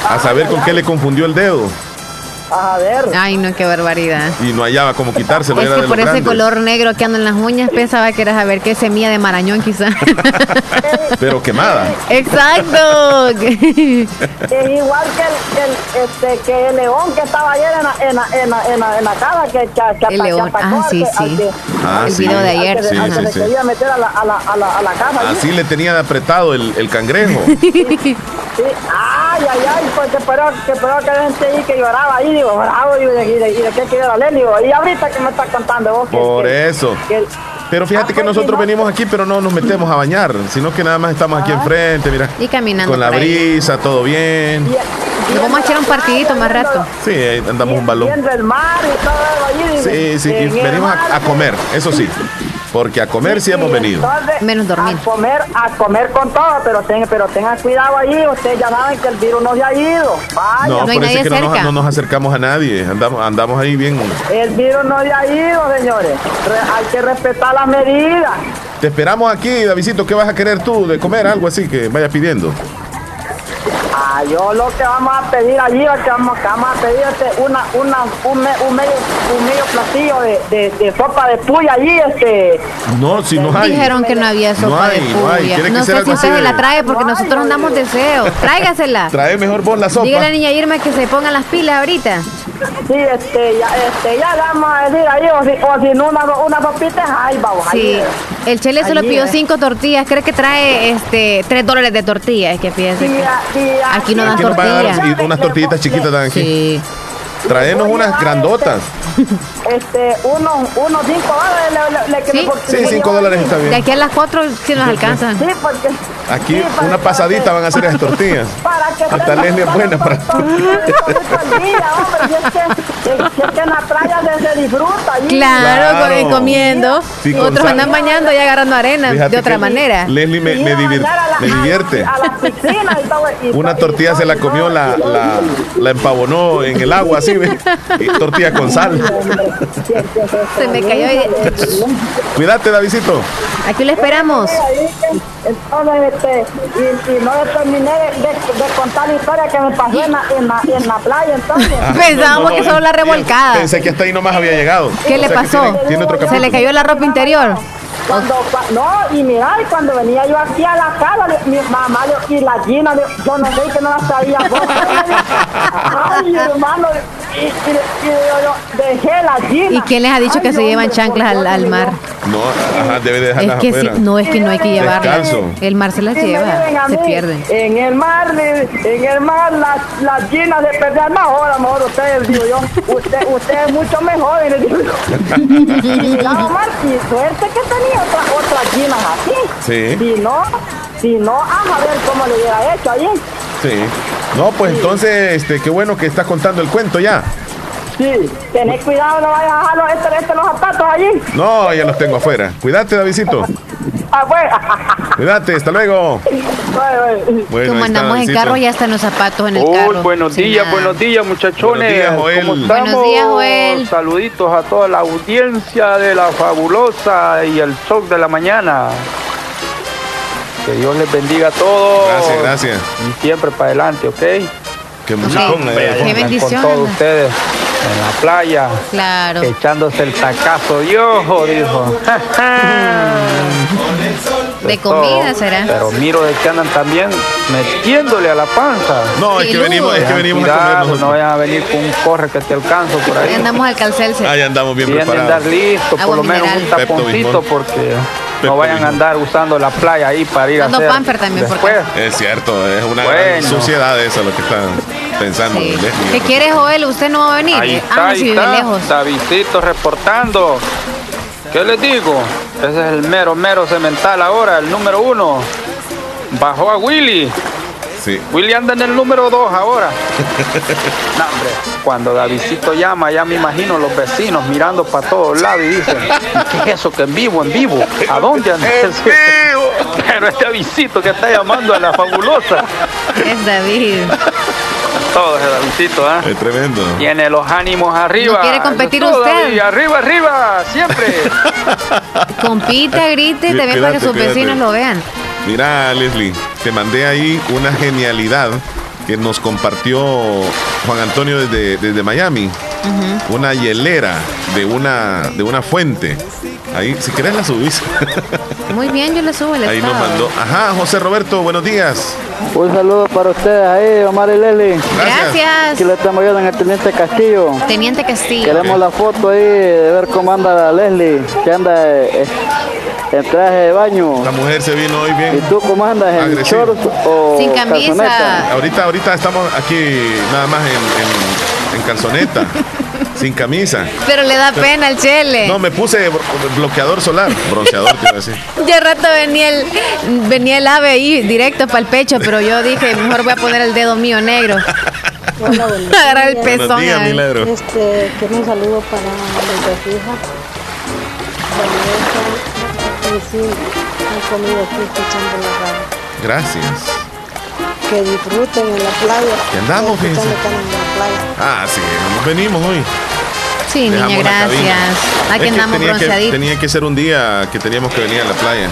Speaker 2: A saber con qué le confundió el dedo.
Speaker 12: A ver.
Speaker 1: Ay, no, qué barbaridad.
Speaker 2: Y no hallaba cómo quitárselo.
Speaker 1: Es
Speaker 2: era
Speaker 1: que
Speaker 2: de lo
Speaker 1: por ese
Speaker 2: grande.
Speaker 1: color negro que andan las uñas pensaba que era a ver qué semilla de marañón quizás.
Speaker 2: Pero quemada.
Speaker 1: *laughs* Exacto.
Speaker 12: Es igual que el, que el, este, que el león que estaba ayer en la, en la, en la, en la, en la casa que, que,
Speaker 1: El
Speaker 12: que, ata- que
Speaker 1: león.
Speaker 12: atacó
Speaker 1: Ah,
Speaker 12: al
Speaker 1: sí,
Speaker 12: que- al
Speaker 1: sí.
Speaker 12: que-
Speaker 2: Ah,
Speaker 12: al
Speaker 2: sí.
Speaker 12: que-
Speaker 2: Video de
Speaker 12: al que
Speaker 2: ayer.
Speaker 12: se-
Speaker 2: Sí,
Speaker 12: al que
Speaker 2: sí,
Speaker 12: se
Speaker 2: sí.
Speaker 12: quería meter a la, a la, a la, a la casa. ¿sí?
Speaker 2: Así le tenía de apretado el, el cangrejo.
Speaker 12: Sí, ay, ay, ay, pues que esperó, que esperó que la gente ahí que lloraba ahí, digo, bravo, digo, y de, y de, y de qué quiero hablar, digo, y ahorita que me estás contando vos. que-
Speaker 2: Por
Speaker 12: que-
Speaker 2: eso.
Speaker 12: que el-
Speaker 2: Pero fíjate que nosotros venimos aquí, pero no nos metemos a bañar, sino que nada más estamos aquí enfrente, mira.
Speaker 1: y caminando.
Speaker 2: Con la
Speaker 1: por ahí.
Speaker 2: brisa, todo bien.
Speaker 1: Nos vamos a echar un partidito más rato.
Speaker 2: Sí, ahí andamos un balón.
Speaker 12: viendo el mar y todo ahí, digo,
Speaker 2: Sí, sí, y
Speaker 12: en el
Speaker 2: venimos
Speaker 12: mar,
Speaker 2: a, a comer, eso sí. Porque a comer sí hemos venido.
Speaker 1: Menos dormir.
Speaker 12: A comer, a comer con todo, pero, ten- pero tengan cuidado ahí. Ustedes ya saben que el virus no se ha ido. Vaya.
Speaker 2: No, por eso es que no nos, no nos acercamos a nadie. Andamos, andamos ahí bien.
Speaker 12: El virus no se ha ido, señores. Re- hay que respetar las medidas.
Speaker 2: Te esperamos aquí, Davidito. ¿Qué vas a querer tú de comer? Algo así que vaya pidiendo.
Speaker 12: Ah, yo lo que vamos a pedir allí, lo que vamos, que vamos a pedir este, una, una, un, me- un medio, un medio platillo de, de, de sopa de puya allí, este.
Speaker 2: No, si no hay.
Speaker 1: Dijeron que no había sopa
Speaker 2: No hay,
Speaker 1: de
Speaker 2: no hay.
Speaker 1: puya.
Speaker 2: Tiene que
Speaker 1: No,
Speaker 2: ser
Speaker 1: sé si
Speaker 2: algo así
Speaker 1: usted
Speaker 2: de-
Speaker 1: la trae porque nosotros andamos
Speaker 2: *laughs*
Speaker 1: deseos. Tráigasela.
Speaker 2: Trae mejor vos la sopa.
Speaker 1: Dígale a niña Irma que se pongan las pilas ahorita.
Speaker 12: Sí, este, ya, este, ya le vamos a decir ahí, o si, o si no, una, una sopita, ay, vamos,
Speaker 1: Sí.
Speaker 12: ahí.
Speaker 1: El Chele solo
Speaker 12: Allí,
Speaker 1: pidió
Speaker 12: eh.
Speaker 1: cinco tortillas. Cree que trae este tres dólares de tortilla. Es que fíjese. que aquí no dan
Speaker 2: Aquí nos van a
Speaker 1: tortillas.
Speaker 2: dar y- unas tortillitas chiquitas dan aquí. Traenos unas grandotas.
Speaker 12: Este, unos, unos cinco dólares le, le, le- que me- porque-
Speaker 2: Sí, cinco dólares está bien.
Speaker 1: De aquí a las cuatro si nos alcanzan.
Speaker 12: Sí, porque
Speaker 2: Aquí una pasadita van a hacer las tortillas.
Speaker 12: para que
Speaker 2: Hasta
Speaker 12: tengan
Speaker 2: Leslie es buena para.
Speaker 12: comida, hombre, si es que, si es que en la playa se, se disfruta allí.
Speaker 1: Claro,
Speaker 2: Claro.
Speaker 1: co- comiendo.
Speaker 2: Sí, con
Speaker 1: Otros
Speaker 2: sal.
Speaker 1: andan bañando y agarrando arena
Speaker 2: Fíjate
Speaker 1: de otra
Speaker 2: que
Speaker 1: manera.
Speaker 2: Leslie me, me divir- me divierte.
Speaker 12: A la piscina y todo. y
Speaker 2: Una tortilla se la comió, la, la, la empavonó en el agua,
Speaker 1: *laughs*
Speaker 2: así, ¿ves? Y tortilla con sal.
Speaker 1: Se me cayó. y-
Speaker 2: Cuídate, Davidito.
Speaker 1: Aquí le esperamos.
Speaker 12: Entonces, este, y, y no terminé de, de- de contar la historia que me pasó en la, en la, en la playa, entonces.
Speaker 2: Ah,
Speaker 1: Pensábamos que solo la revolcada.
Speaker 2: Pensé que hasta ahí nomás había llegado.
Speaker 1: Ah. ¿Qué
Speaker 2: eh, O
Speaker 1: le
Speaker 2: sea que
Speaker 1: pasó?
Speaker 2: Tiene, tiene otro
Speaker 1: Se le
Speaker 2: capítulo.
Speaker 1: cayó la ropa interior.
Speaker 12: Cuando, cua- no, y mira, y cuando venía yo aquí a la casa, le- mi mamá le- y la Gina, le- yo no sé que no la
Speaker 2: *laughs*
Speaker 12: sabía. vos. Ay, hermano, y, y- y yo, yo dejé la Gina.
Speaker 1: ¿Y quién les ha dicho que se llevan chanclas al, al mar?
Speaker 2: No, ajá, debe de
Speaker 1: Es
Speaker 2: dejarlas
Speaker 1: que sí,
Speaker 2: afuera.
Speaker 1: no, es que no hay que llevarlas.
Speaker 2: Descanso.
Speaker 1: El mar se las
Speaker 12: Y me vienen
Speaker 1: lleva,
Speaker 12: a
Speaker 1: se
Speaker 12: mí,
Speaker 1: pierden.
Speaker 12: En el mar, le- en el mar, las las Ginas se perdían más horas, mejor ustedes, digo yo. Usted, usted es mucho mejor, le digo yo. Y mira, *laughs* Omar, y suerte que tenía otra, otras Ginas así.
Speaker 2: Sí.
Speaker 12: Si no, si no, ah, a ver cómo le hubiera hecho ahí.
Speaker 2: Sí. No, pues entonces, este, qué bueno que estás contando el cuento ya.
Speaker 12: Sí. Tenés cuidado, no vayas a dejar los, este, este, los zapatos allí,
Speaker 2: No, ya los tengo afuera. Cuídate, Davidito.
Speaker 12: Ah, *laughs* afuera.
Speaker 2: Cuídate, hasta luego. Bueno,
Speaker 1: Como
Speaker 2: ahí está,
Speaker 1: andamos en
Speaker 2: Davidito.
Speaker 1: carro, ya están los zapatos en el
Speaker 9: Uy,
Speaker 1: carro.
Speaker 9: buenos
Speaker 1: sin
Speaker 9: días,
Speaker 1: nada.
Speaker 9: buenos días muchachones.
Speaker 2: Buenos días, Joel.
Speaker 9: ¿Cómo
Speaker 1: Buenos
Speaker 9: estamos?
Speaker 1: días, Joel.
Speaker 9: Saluditos a toda la audiencia de la fabulosa y el shock de la mañana. Que Dios les bendiga a todos.
Speaker 2: Gracias, gracias.
Speaker 9: Y siempre para adelante, ¿ok?
Speaker 2: Qué musicón,
Speaker 9: Hombre,
Speaker 2: eh.
Speaker 9: allá
Speaker 1: Qué
Speaker 9: andan
Speaker 1: bendición,
Speaker 9: Con todos
Speaker 1: anda.
Speaker 9: ustedes en la playa.
Speaker 1: Claro.
Speaker 9: Echándose el tacazo de
Speaker 1: *laughs*
Speaker 9: ojo, dijo. pues,
Speaker 1: De comida será.
Speaker 9: Pero miro de que andan también metiéndole a la panza.
Speaker 2: No, es que Peludo. venimos- es que
Speaker 9: Tengan
Speaker 2: venimos a
Speaker 9: cuidado,
Speaker 2: comernos.
Speaker 9: No vayan a venir con un corre que te alcanzo por
Speaker 1: Ahí
Speaker 9: ahí.
Speaker 1: andamos al calcelce.
Speaker 2: Ah, ya andamos bien
Speaker 9: Tienen que andar
Speaker 2: preparados.
Speaker 9: listo, por
Speaker 1: Agua
Speaker 9: lo menos un
Speaker 1: mineral.
Speaker 9: taponcito
Speaker 2: Pepto-Bismol.
Speaker 9: porque no vayan a andar usando la playa ahí para ir a
Speaker 1: Dando
Speaker 9: hacer
Speaker 1: pamper también, porque-
Speaker 9: después.
Speaker 2: Es cierto, es una gran
Speaker 9: Bueno.
Speaker 2: suciedad esa lo que están pensando.
Speaker 1: Sí.
Speaker 2: Leslie.
Speaker 1: ¿Qué quiere, Joel? Usted no va a venir.
Speaker 9: Ahí
Speaker 1: ah,
Speaker 9: está,
Speaker 1: no, si
Speaker 9: ahí
Speaker 1: vive
Speaker 9: está,
Speaker 1: lejos.
Speaker 9: Davidito reportando. ¿Qué les digo? Ese es el mero, mero cemental ahora, el número uno. Bajó a Willy.
Speaker 2: Sí.
Speaker 9: Willy anda en el número dos ahora. *laughs* No, hombre, cuando Davidito llama, ya me imagino los vecinos mirando para todos lados y dicen, ¿qué es eso que en vivo, en vivo? ¿A dónde andas? *laughs* Pero este Davidito que está llamando a la fabulosa.
Speaker 1: Es
Speaker 2: *laughs*
Speaker 1: David.
Speaker 9: Todo ese Davidito, ¿ah?
Speaker 2: Es tremendo.
Speaker 9: Tiene los ánimos arriba.
Speaker 1: ¿No quiere competir
Speaker 9: Eso es todo,
Speaker 1: usted?
Speaker 9: David, arriba, arriba, siempre.
Speaker 1: Compita, grite y también para que
Speaker 2: Cuídate,
Speaker 1: sus
Speaker 2: cuídate.
Speaker 1: vecinos lo vean.
Speaker 2: Mira, Leslie, te mandé ahí una genialidad que nos compartió Juan Antonio desde, desde Miami. Una hielera de una, de una fuente. Ahí, si querés
Speaker 1: *laughs*
Speaker 2: la subís.
Speaker 1: Muy bien, yo le subo el
Speaker 2: Ahí
Speaker 1: estado.
Speaker 2: nos mandó. Ajá, Ah, José Roberto, buenos días.
Speaker 4: Un saludo para ustedes ahí, Omar y Leli.
Speaker 1: Gracias,
Speaker 4: Aquí le estamos viendo en el Teniente Castillo.
Speaker 1: Teniente Castillo.
Speaker 4: Queremos la foto ahí de ver cómo anda la Leslie, que anda eh, eh, en traje de baño.
Speaker 2: La mujer se vino hoy
Speaker 4: ¿Y
Speaker 2: bien.
Speaker 4: tú cómo andas? ¿En
Speaker 2: Agresiva.
Speaker 4: shorts o
Speaker 1: Sin camisa.
Speaker 4: calzoneta?
Speaker 2: Ahorita, ahorita estamos aquí nada más en, en- en
Speaker 1: *laughs*
Speaker 2: calzoneta, sin camisa.
Speaker 1: Pero le da pena al chele.
Speaker 2: No, me puse bro- bloqueador solar, bronceador, te iba a decir.
Speaker 1: Ya rato venía el, venía el ave ahí directo para el pecho, pero yo dije, mejor voy a poner el dedo mío negro. *laughs*
Speaker 20: Hola, buenos
Speaker 1: Agarrar el
Speaker 20: días.
Speaker 1: pezón, Buenos días, a ver. Milagro.
Speaker 20: Este, quiero un saludo para los de Fija.
Speaker 8: que sí han comido aquí escuchando la radio.
Speaker 2: Gracias.
Speaker 8: Que disfruten en la playa.
Speaker 2: Que andamos,
Speaker 8: Escuchando
Speaker 2: fíjense.
Speaker 8: están en la playa.
Speaker 2: Ah, sí, nos venimos hoy.
Speaker 1: Sí, niña,
Speaker 2: Dejamos la cabina.
Speaker 1: gracias.
Speaker 2: Es
Speaker 1: Aquí
Speaker 2: que
Speaker 1: Ah, andamos
Speaker 2: tenía que,
Speaker 1: bronceaditos.
Speaker 2: tenía que ser un día que teníamos que venir a la playa.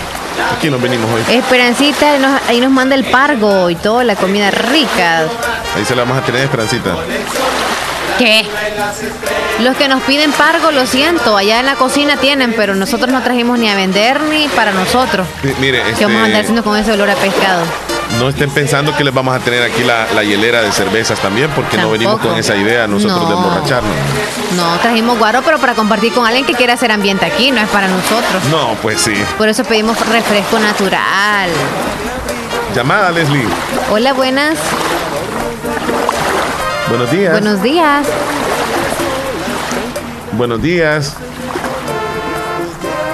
Speaker 2: Aquí nos venimos hoy.
Speaker 1: Esperancita, nos- ahí nos manda el pargo y toda la comida rica.
Speaker 2: Ahí se la vamos a tener Esperancita.
Speaker 1: ¿Qué? Los que nos piden pargo, lo siento, allá en la cocina tienen, pero nosotros no trajimos ni a vender ni para nosotros.
Speaker 2: Mi- Mire,
Speaker 1: ¿Qué vamos a andar
Speaker 2: este,
Speaker 1: haciendo con ese olor a pescado?
Speaker 2: no estén pensando que les vamos a tener aquí la, la hielera de cervezas también, porque no venimos
Speaker 1: Tampoco.
Speaker 2: con esa idea nosotros
Speaker 1: No.
Speaker 2: de emborracharnos.
Speaker 1: No, trajimos guaro, pero para compartir con alguien que quiera hacer ambiente aquí, no es para nosotros.
Speaker 2: No, pues sí.
Speaker 1: Por eso pedimos refresco natural.
Speaker 2: Llamada, Leslie.
Speaker 1: Hola, buenas.
Speaker 2: Buenos días.
Speaker 1: Buenos días.
Speaker 2: Buenos días.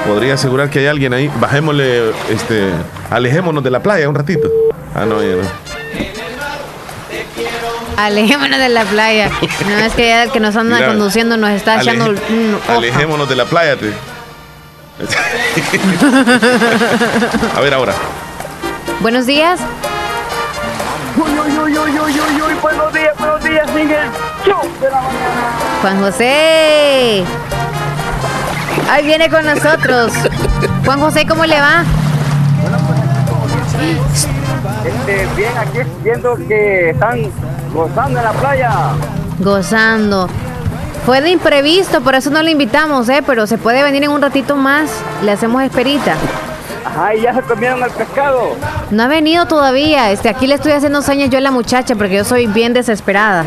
Speaker 2: Podría asegurar que hay alguien ahí. Bajémosle, este, alejémonos de la playa un ratito. Ah, no, ya no.
Speaker 1: Alejémonos de la playa. No es que ya el que nos anda
Speaker 2: Mira,
Speaker 1: conduciendo nos está
Speaker 2: Aleje-
Speaker 1: echando. mm, hoja.
Speaker 2: alejémonos de la playa. te- *laughs* A ver ahora.
Speaker 1: *laughs* Buenos días.
Speaker 12: Uy, uy, uy, uy, uy, uy, uy, buenos días, buenos días, sigue el show de la mañana.
Speaker 1: Juan José. Ahí viene con nosotros. Juan José, ¿cómo le va?
Speaker 13: Este, bien, aquí viendo que están gozando en la playa.
Speaker 1: Gozando. Fue de imprevisto, por eso no lo invitamos, ¿eh? Pero se puede venir en un ratito más. Le hacemos esperita.
Speaker 13: Ajá, y ya se comieron el pescado.
Speaker 1: No ha venido todavía. Este, aquí le estoy haciendo señas yo a la muchacha porque yo soy bien desesperada.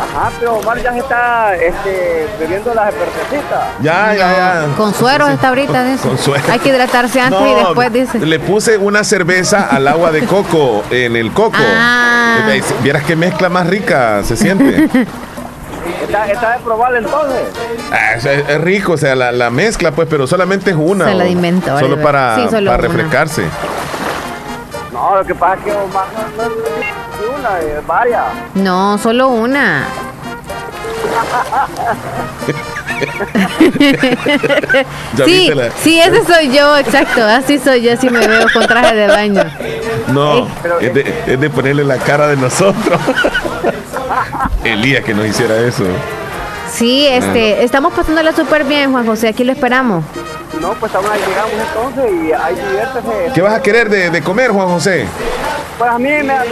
Speaker 13: Ajá, pero Omar ya se está este, bebiendo las esperpecitas.
Speaker 2: Ya, ya, ya.
Speaker 1: Con sueros está ahorita de eso.
Speaker 2: Con suero.
Speaker 1: Hay que hidratarse antes y
Speaker 2: No,
Speaker 1: después, dice.
Speaker 2: Le puse una cerveza al agua de coco en el coco.
Speaker 1: Ah.
Speaker 2: Eh, Vieras qué mezcla más rica se
Speaker 13: *laughs*
Speaker 2: siente.
Speaker 13: Está, está de probar entonces.
Speaker 2: Ah, es, es- es rico, o sea, la, la mezcla, pues, pero solamente es una.
Speaker 13: Se la
Speaker 2: o-
Speaker 13: inventó,
Speaker 2: Solo
Speaker 13: Oliver.
Speaker 2: para,
Speaker 13: Sí, solo
Speaker 2: para
Speaker 13: una.
Speaker 2: refrescarse.
Speaker 13: No, lo que pasa es que Omar no, no, no tiene eh, una, es varias.
Speaker 1: No, solo una.
Speaker 2: *laughs*
Speaker 1: sí,
Speaker 2: Ya viste la-
Speaker 1: sí, ese soy yo, exacto. Así soy yo, así me veo con traje de baño.
Speaker 2: No,
Speaker 13: Eh,
Speaker 2: es de, es de ponerle la cara de nosotros. *laughs* Elías que nos hiciera eso.
Speaker 1: Sí, este, estamos pasándola súper bien, Juan José. Aquí lo esperamos.
Speaker 13: No, pues aún ahí llegamos entonces y ahí diviértese.
Speaker 2: ¿Qué vas a querer de, de comer, Juan José?
Speaker 13: Pues a mí me, me hace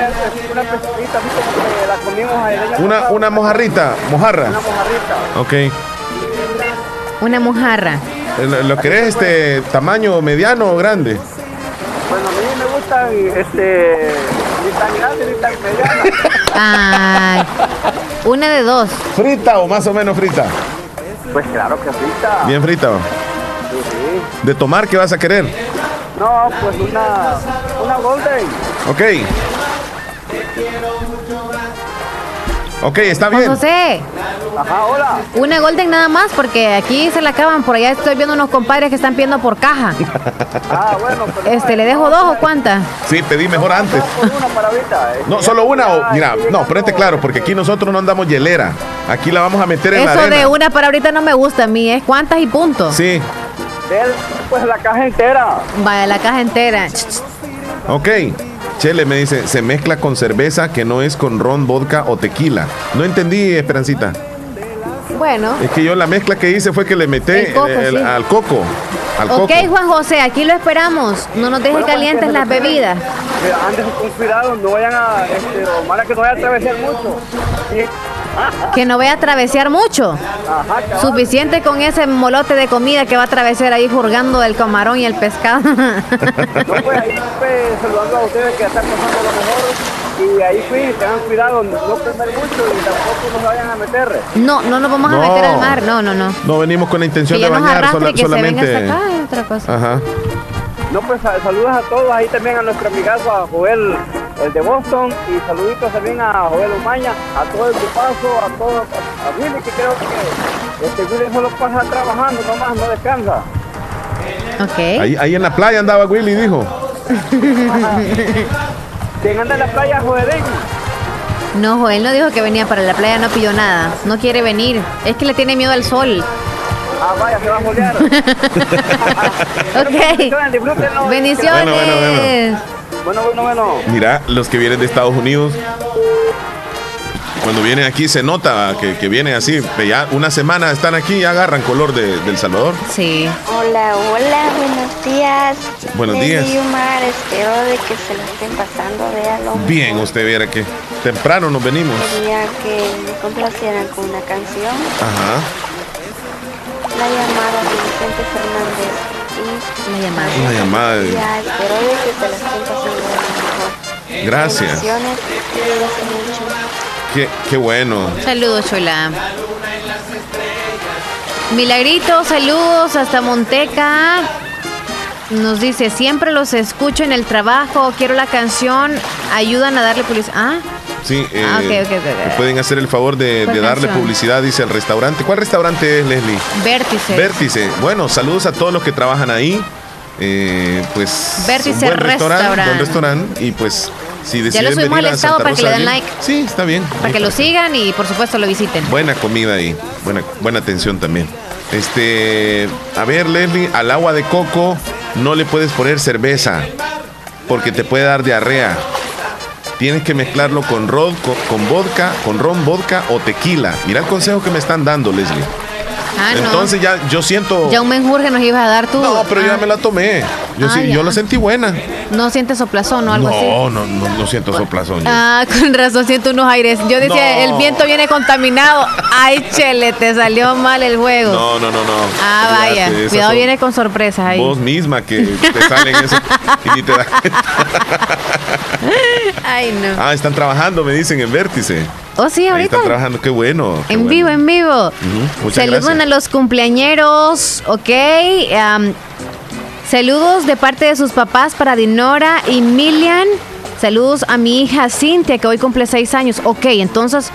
Speaker 13: una pescadita, así como que la comimos a
Speaker 2: Una, una mojarrita, mojarra.
Speaker 13: Una mojarrita.
Speaker 2: Ok. Eh,
Speaker 1: Una mojarra.
Speaker 2: ¿Lo, lo querés este tamaño mediano o grande?
Speaker 13: Bueno, a mí me gustan, este, ni tan grande ni tan mediana.
Speaker 1: *laughs* Ay, una de dos.
Speaker 2: ¿Frita o más o menos frita?
Speaker 13: Pues claro que frita.
Speaker 2: Bien frita. va.
Speaker 13: Sí, sí.
Speaker 2: ¿De tomar qué vas a querer?
Speaker 13: No, pues una, una golden.
Speaker 2: Ok. Ok, está
Speaker 1: Juan
Speaker 2: bien.
Speaker 1: José.
Speaker 13: Ajá, hola.
Speaker 1: Una Golden nada más, porque aquí se la acaban. Por allá estoy viendo unos compadres que están pidiendo por caja.
Speaker 13: Ah,
Speaker 1: Este, ¿le dejo dos o cuántas?
Speaker 2: Sí, pedí mejor antes.
Speaker 13: Una para ahorita. eh.
Speaker 2: No, solo una o. Mira, no, ponete claro, porque aquí nosotros no andamos hielera. Aquí la vamos a meter en la
Speaker 1: Eso
Speaker 2: arena.
Speaker 1: de una para ahorita no me gusta a mí, es cuántas y punto.
Speaker 2: Sí,
Speaker 13: Del, pues la caja entera.
Speaker 1: Vaya, la caja entera.
Speaker 2: ok. Chele me dice, se mezcla con cerveza que no es con ron, vodka o tequila. No entendí, Esperancita.
Speaker 1: Bueno.
Speaker 2: Es que yo la mezcla que hice fue que le meté
Speaker 1: El coco,
Speaker 2: el- el-
Speaker 1: sí.
Speaker 2: al coco. Al
Speaker 1: Ok,
Speaker 2: coco.
Speaker 1: Juan José, aquí lo esperamos. No nos deje
Speaker 13: Bueno, pues,
Speaker 1: calientes
Speaker 13: que
Speaker 1: las
Speaker 13: se lo
Speaker 1: bebidas.
Speaker 13: Eh, Andes con cuidado, no vayan a, este, Omar, que no vayan a atravesar mucho. Sí.
Speaker 1: Que no vaya a travesear mucho.
Speaker 13: Ajá, cabal.
Speaker 1: Suficiente con ese molote de comida que va a atravesar ahí jurgando el camarón y el pescado. *laughs*
Speaker 13: No, pues ahí pues, saludando a ustedes que están pasando lo mejor. Y ahí sí, tengan cuidado, no comer mucho y tampoco nos vayan a meter.
Speaker 1: no, no nos vamos a
Speaker 2: No.
Speaker 1: meter al mar. No, no, no.
Speaker 2: No venimos con la intención
Speaker 1: Que
Speaker 2: de
Speaker 1: ya nos
Speaker 2: bañar,
Speaker 1: arrastre
Speaker 2: sola-
Speaker 1: y que
Speaker 2: solamente.
Speaker 1: se venga hasta acá pues. es otra cosa.
Speaker 2: Ajá.
Speaker 13: No, pues sal- saludos a todos, ahí también a nuestro amigazo, a Joel, el de Boston, y saluditos también a Joel Umaña, a todo el paso, a todos, a Willy, que creo que este Willy solo pasa trabajando nomás, no
Speaker 2: *laughs*
Speaker 13: descansa.
Speaker 1: Ok.
Speaker 2: Ahí, ahí en la playa andaba
Speaker 1: *laughs*
Speaker 2: Willy, dijo. *laughs*
Speaker 13: ¿Quién anda en la playa, Joel?
Speaker 1: No, Joel no dijo que venía para la playa, no pilló nada. No quiere venir. Es que le tiene miedo al sol.
Speaker 13: Ah, vaya, se va a molear.
Speaker 1: ok. Bendiciones.
Speaker 2: Bueno, bueno, bueno.
Speaker 13: Bueno, bueno, bueno.
Speaker 2: Mira, los que vienen de Estados Unidos, cuando vienen aquí se nota que, que vienen así, que ya una semana están aquí y agarran color de, del Salvador.
Speaker 1: Sí.
Speaker 7: Hola, hola, buenos días.
Speaker 2: Buenos
Speaker 7: Nelly
Speaker 2: días.
Speaker 7: y Omar, espero de que se lo estén pasando de a lo
Speaker 2: Bien, usted viera que temprano nos venimos.
Speaker 7: Quería que me complacieran con una canción.
Speaker 2: Ajá.
Speaker 7: La llamada de Vicente Fernández. Y
Speaker 1: la llamada.
Speaker 2: La llamada de-
Speaker 7: Ya, espero de que se la estén pasando de lo mejor.
Speaker 2: Gracias.
Speaker 7: Bendiciones, cuídense mucho.
Speaker 2: Qué, qué bueno.
Speaker 1: Saludos, Chola. Milagrito, saludos hasta Monteca. Nos dice, siempre los escucho en el trabajo, quiero la canción, ayudan a darle publicidad. Ah,
Speaker 2: Sí, eh,
Speaker 1: Ah, ok, ok, ok, ok.
Speaker 2: me pueden hacer el favor de,
Speaker 1: ¿Cuál
Speaker 2: de darle
Speaker 1: canción?
Speaker 2: publicidad, dice el restaurante. ¿Cuál restaurante es, Leslie?
Speaker 1: vértice.
Speaker 2: Vértice. Bueno, saludos a todos los que trabajan ahí. Eh, pues
Speaker 1: Vértice
Speaker 2: un buen restaurante,
Speaker 1: Restaurant.
Speaker 2: buen restaurante y pues si
Speaker 1: ya
Speaker 2: deciden
Speaker 1: lo subimos
Speaker 2: venir
Speaker 1: al
Speaker 2: a
Speaker 1: estado
Speaker 2: Santa
Speaker 1: para que le
Speaker 2: Rosa
Speaker 1: den
Speaker 2: de Lima,
Speaker 1: like.
Speaker 2: Sí, está bien.
Speaker 1: Para que lo sigan y por supuesto lo visiten.
Speaker 2: Buena comida ahí, buena, buena atención también. Este, a ver, Leslie, al agua de coco no le puedes poner cerveza porque te puede dar diarrea. Tienes que mezclarlo con ron, con, con vodka, con ron, vodka o tequila. Mira el consejo que me están dando, Leslie.
Speaker 1: Ah, no.
Speaker 2: Entonces ya yo siento.
Speaker 1: Ya un menjurje nos ibas a dar tú. No,
Speaker 2: pero yo ya me la tomé. Yo
Speaker 1: Ah,
Speaker 2: sí, yo
Speaker 1: ya.
Speaker 2: la sentí buena.
Speaker 1: No sientes soplazón o algo así.
Speaker 2: No, no, no, no siento soplazón. yo.
Speaker 1: Ah, con razón siento unos aires. Yo decía, el
Speaker 2: No.
Speaker 1: viento viene contaminado. Ay, chele, te salió mal el juego.
Speaker 2: No, no, no, no.
Speaker 1: Ah,
Speaker 2: Fíjate,
Speaker 1: vaya.
Speaker 2: esas
Speaker 1: Cuidado,
Speaker 2: son
Speaker 1: viene con sorpresas ahí.
Speaker 2: Vos misma que te salen eso y ni te das cuenta.
Speaker 1: *laughs* Ay, no.
Speaker 2: Ah, están trabajando, me dicen en Vértice.
Speaker 1: Oh, sí,
Speaker 2: Ahí
Speaker 1: ahorita.
Speaker 2: están trabajando, qué bueno. qué
Speaker 1: En
Speaker 2: bueno.
Speaker 1: vivo, en vivo.
Speaker 2: Ujú, Muchas
Speaker 1: Saludan
Speaker 2: gracias.
Speaker 1: a los cumpleañeros, ¿ok? Am, saludos de parte de sus papás para Dinora y Milian. Saludos a mi hija Cintia, que hoy cumple seis años. Ok, entonces,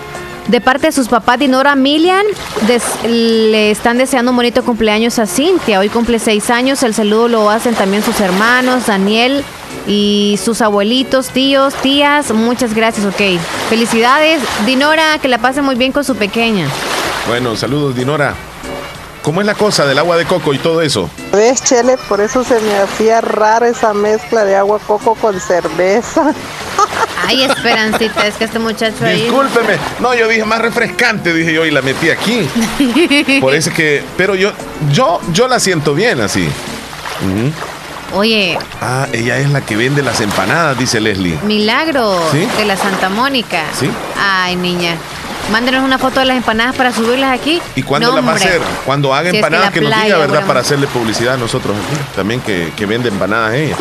Speaker 1: de parte de sus papás Dinora, Milian, des- le están deseando un bonito cumpleaños a Cintia. Hoy cumple seis años. El saludo lo hacen también sus hermanos, Daniel. Y sus abuelitos, tíos, tías, muchas gracias, ok. Felicidades, Dinora, que la pase muy bien con su pequeña.
Speaker 2: Bueno, saludos, Dinora. ¿Cómo es la cosa del agua de coco y todo eso?
Speaker 15: ¿Ves, Chele? Por eso se me hacía rara esa mezcla de agua coco con cerveza.
Speaker 1: Ay, Esperancita, es que este muchacho ahí.
Speaker 2: Discúlpeme. No, yo dije más refrescante, dije yo, y la metí aquí.
Speaker 1: *laughs*
Speaker 2: Por eso es que, pero yo, yo, yo la siento bien así. Ujú.
Speaker 1: Oye,
Speaker 2: Ah, ella es la que vende las empanadas, dice Leslie.
Speaker 1: milagro
Speaker 2: ¿Sí?
Speaker 1: de la Santa Mónica.
Speaker 2: ¿Sí?
Speaker 1: Ay, niña. Mándenos una foto de las empanadas para subirlas aquí.
Speaker 2: ¿Y cuándo
Speaker 1: No,
Speaker 2: la va a
Speaker 1: hombre.
Speaker 2: hacer? Cuando haga
Speaker 1: Si es que
Speaker 2: empanadas
Speaker 1: la
Speaker 2: que, nos
Speaker 1: playa,
Speaker 2: diga, ¿verdad?
Speaker 1: bueno.
Speaker 2: Para hacerle publicidad a nosotros aquí. También que, que vende empanadas ella.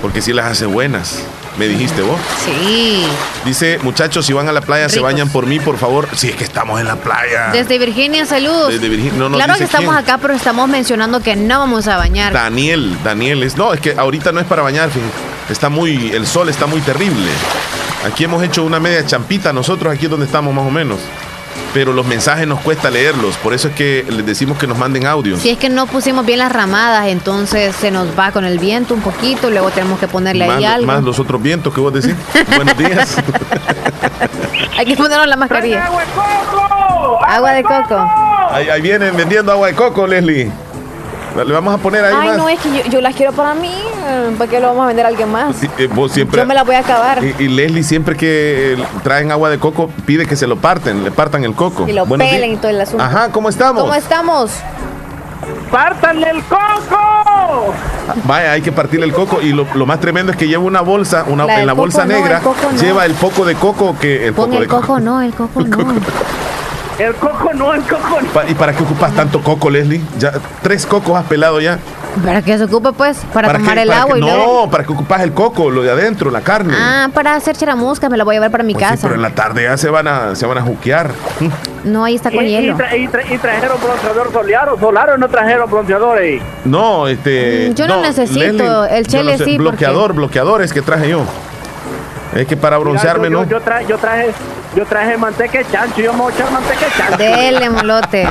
Speaker 2: Porque sí las hace buenas. Me dijiste vos.
Speaker 1: Sí.
Speaker 2: Dice, muchachos, si van a la playa, se
Speaker 1: Ricos.
Speaker 2: bañan por mí, por favor. Si es que estamos en la playa.
Speaker 1: Desde Virginia, saludos.
Speaker 2: Desde Virginia. No nos
Speaker 1: claro que
Speaker 2: dice
Speaker 1: estamos
Speaker 2: quién.
Speaker 1: acá, pero estamos mencionando que no vamos a bañar.
Speaker 2: Daniel, Daniel es. No, es que ahorita no es para bañar, fíjate. Está muy. El sol está muy terrible. Aquí hemos hecho una media champita nosotros, aquí es donde estamos más o menos. Pero los mensajes nos cuesta leerlos, por eso es que les decimos que nos manden audio.
Speaker 1: Si es que no pusimos bien las ramadas, entonces se nos va con el viento un poquito, luego tenemos que ponerle
Speaker 2: más,
Speaker 1: ahí algo.
Speaker 2: más los otros vientos que vos decís. Buenos
Speaker 1: *laughs*
Speaker 2: días.
Speaker 1: Hay que ponernos la mascarilla. Agua de coco. Agua de coco.
Speaker 2: Ahí, ahí vienen vendiendo agua de coco, Leslie. Le vamos a poner ahí
Speaker 1: Ay,
Speaker 2: más.
Speaker 1: no, es que yo, yo las quiero para mí. eh, ¿Para qué lo vamos a vender a alguien más?
Speaker 2: Sí, eh, vos siempre.
Speaker 1: Yo me la voy a acabar.
Speaker 2: Y, y Leslie siempre que eh, traen agua de coco pide que se lo parten, le partan el coco.
Speaker 1: Y lo
Speaker 2: Buenos días.
Speaker 1: pelen y todo el asunto.
Speaker 2: Ajá, ¿cómo estamos?
Speaker 1: ¿Cómo estamos?
Speaker 13: ¡Pártanle el coco!
Speaker 2: Ah, Vaya, hay que partirle el coco y lo, lo más tremendo es que lleva una bolsa, una,
Speaker 1: La del
Speaker 2: en la
Speaker 1: coco
Speaker 2: bolsa
Speaker 1: no,
Speaker 2: negra
Speaker 1: el coco no.
Speaker 2: lleva el poco de coco que el
Speaker 1: Pon
Speaker 2: poco de
Speaker 1: el coco, no, el coco no.
Speaker 13: El coco no, el coco no.
Speaker 2: Pa- ¿Y para qué ocupas tanto coco, Leslie? Ya tres cocos has pelado ya.
Speaker 1: ¿Para qué se ocupa, pues? Para,
Speaker 2: ¿Para
Speaker 1: tomar
Speaker 2: qué-
Speaker 1: el
Speaker 2: para
Speaker 1: agua
Speaker 2: qué-
Speaker 1: y
Speaker 2: No,
Speaker 1: luego.
Speaker 2: para que ocupas el coco, lo de adentro, la carne.
Speaker 1: Ah, para hacer cheramusca, me la voy a llevar para mi
Speaker 2: Pues sí,
Speaker 1: casa.
Speaker 2: pero en la tarde ya se van a se van a juquear.
Speaker 1: No, ahí está con
Speaker 13: Y, y
Speaker 1: hielo.
Speaker 13: tra- y tra- y trajeron bronceador solar o solar o no trajeron bronceador ahí.
Speaker 2: No, este.
Speaker 1: Mm, yo no necesito, el
Speaker 2: yo
Speaker 1: chele sí, porque-
Speaker 2: Bloqueador, bloqueadores que traje yo. Es que para broncearme, ¿no?
Speaker 13: Mira, yo, Yo, yo traje, yo traje, yo traje manteca de chancho, yo me voy a echar manteca de chancho.
Speaker 1: Dele, molote.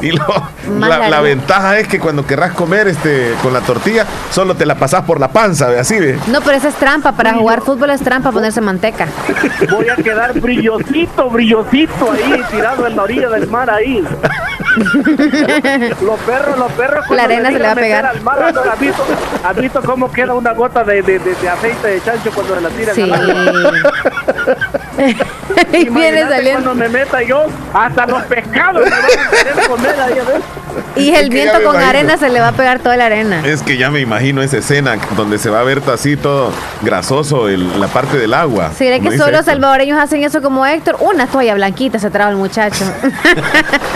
Speaker 2: Y lo-
Speaker 1: Más
Speaker 2: la,
Speaker 1: largo.
Speaker 2: la ventaja es que cuando querrás comer este con la tortilla, solo te la pasás por la panza, ¿ve? así ve.
Speaker 1: No, pero esa es trampa. Para jugar fútbol es trampa ponerse manteca. *laughs*
Speaker 13: Voy a quedar brillosito, brillosito ahí, tirado en la orilla del mar ahí. Los perros, los perros.
Speaker 1: La arena se le va a pegar.
Speaker 13: Al mar, ¿no? ¿Has, visto, has visto cómo queda una gota de, de- de- de aceite de chancho cuando la tiran?
Speaker 1: Sí. *laughs*
Speaker 13: Y viene saliendo. Cuando me meta yo, hasta los pescados me van a querer comer ahí, a ver.
Speaker 1: Y el
Speaker 2: que ya
Speaker 1: viento
Speaker 2: me
Speaker 1: con
Speaker 2: imagino.
Speaker 1: arena se le va a pegar toda la arena.
Speaker 2: Es que ya me imagino esa escena donde se va a ver así todo grasoso el- la parte del agua.
Speaker 1: ¿Será
Speaker 2: Como
Speaker 1: que
Speaker 2: dice
Speaker 1: solo los
Speaker 2: Héctor.
Speaker 1: salvadoreños hacen eso como Héctor? Una toalla blanquita se traba el muchacho.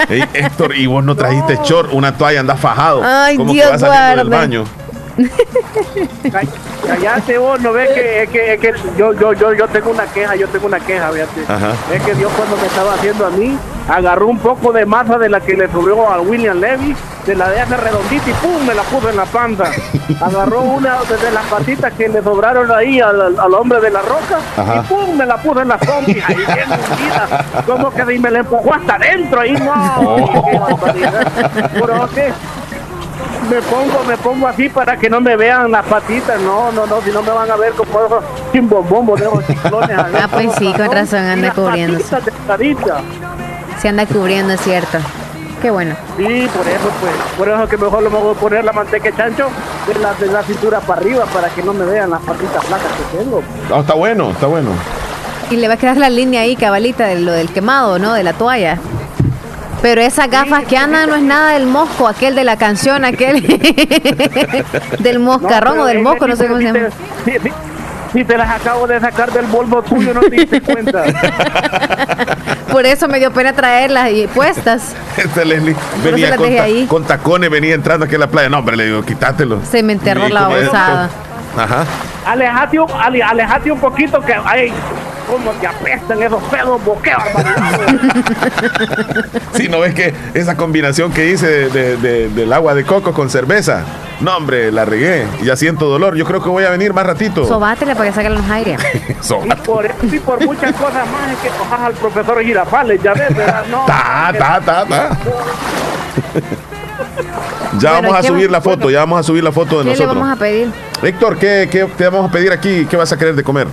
Speaker 2: Ey, Héctor, y vos no
Speaker 1: *laughs*
Speaker 2: trajiste short, una toalla, andás fajado.
Speaker 1: Ay,
Speaker 2: ¿Cómo
Speaker 1: Dios
Speaker 2: que vas saliendo del
Speaker 1: guarde.
Speaker 2: baño?
Speaker 13: Cállate vos, no ves que, es que, es que yo, yo, yo, yo tengo una queja, yo tengo una queja, fíjate.
Speaker 2: Ajá.
Speaker 13: Es que Dios cuando me estaba haciendo a mí, agarró un poco de masa de la que le sobró a William Levy, de la de hace redondita y pum, me la puso en la panza. Agarró una de de las patitas que le sobraron ahí al, al- al hombre de la roca
Speaker 2: Ajá.
Speaker 13: y pum, me la puso en la zombie. Ahí bien hundida. Como que y me la empujó hasta adentro ahí, no. qué barbaridad. Pero, ¿qué? me pongo, me pongo así para que no me vean las patitas, no, no, no, si no me van a ver como esos chimbombombos de esos
Speaker 1: *laughs*
Speaker 13: chiclones.
Speaker 1: Ah, pues sí, con razón anda cubriéndose.
Speaker 13: Patitas de carita.
Speaker 1: Se anda cubriendo, es cierto. Qué bueno.
Speaker 13: Sí, por eso, pues, por eso que mejor lo voy a poner la manteca de chancho de la, de la cintura para arriba para que no me vean las patitas flacas que tengo. *laughs*
Speaker 2: Ah, está bueno, está bueno.
Speaker 1: Y le va a quedar la línea ahí, cabalita, de lo del quemado, ¿no? De la toalla. Pero esas gafas que andan no es nada del mosco, aquel de la canción, aquel *laughs* del moscarrón
Speaker 13: pero
Speaker 1: o del
Speaker 13: es
Speaker 1: mosco, no sé
Speaker 13: que
Speaker 1: cómo se
Speaker 13: si te-
Speaker 1: llama.
Speaker 13: Si, si- si te las acabo de sacar del bolvo tuyo, no te diste cuenta.
Speaker 1: Por eso me dio pena traerlas y puestas.
Speaker 2: Esta Leslie
Speaker 1: se
Speaker 2: venía
Speaker 1: las
Speaker 2: con,
Speaker 1: dejé
Speaker 2: ta-
Speaker 1: ahí.
Speaker 2: con tacones, venía entrando aquí a la playa. No, hombre, le digo, quítatelo.
Speaker 1: Se me enterró
Speaker 2: Y
Speaker 1: la
Speaker 2: como-
Speaker 1: bolsada.
Speaker 2: Ajá.
Speaker 13: Alejate, un- ale- alejate un poquito que ay, cómo te apestan esos pedos boqueos.
Speaker 2: Sí, ¿no ves que esa combinación que hice de- de- de- del agua de coco con cerveza? No, hombre, la regué. Ya siento dolor. Yo creo que voy a venir más ratito. *laughs*
Speaker 1: Sobátela para que saquen los aires. *laughs*
Speaker 2: Soba.
Speaker 13: Y por eso y por muchas cosas más es que cojas al profesor Girafales, ya ves, ¿verdad? No.
Speaker 2: Ta, ta, ta, ta. Ya
Speaker 1: Bueno,
Speaker 2: vamos a
Speaker 1: ¿qué
Speaker 2: subir
Speaker 1: va-
Speaker 2: la foto, ya vamos a subir la foto de
Speaker 1: ¿Qué le
Speaker 2: nosotros.
Speaker 1: vamos a pedir?
Speaker 2: Héctor, ¿qué, qué te vamos a pedir aquí? ¿Qué vas a querer de comer?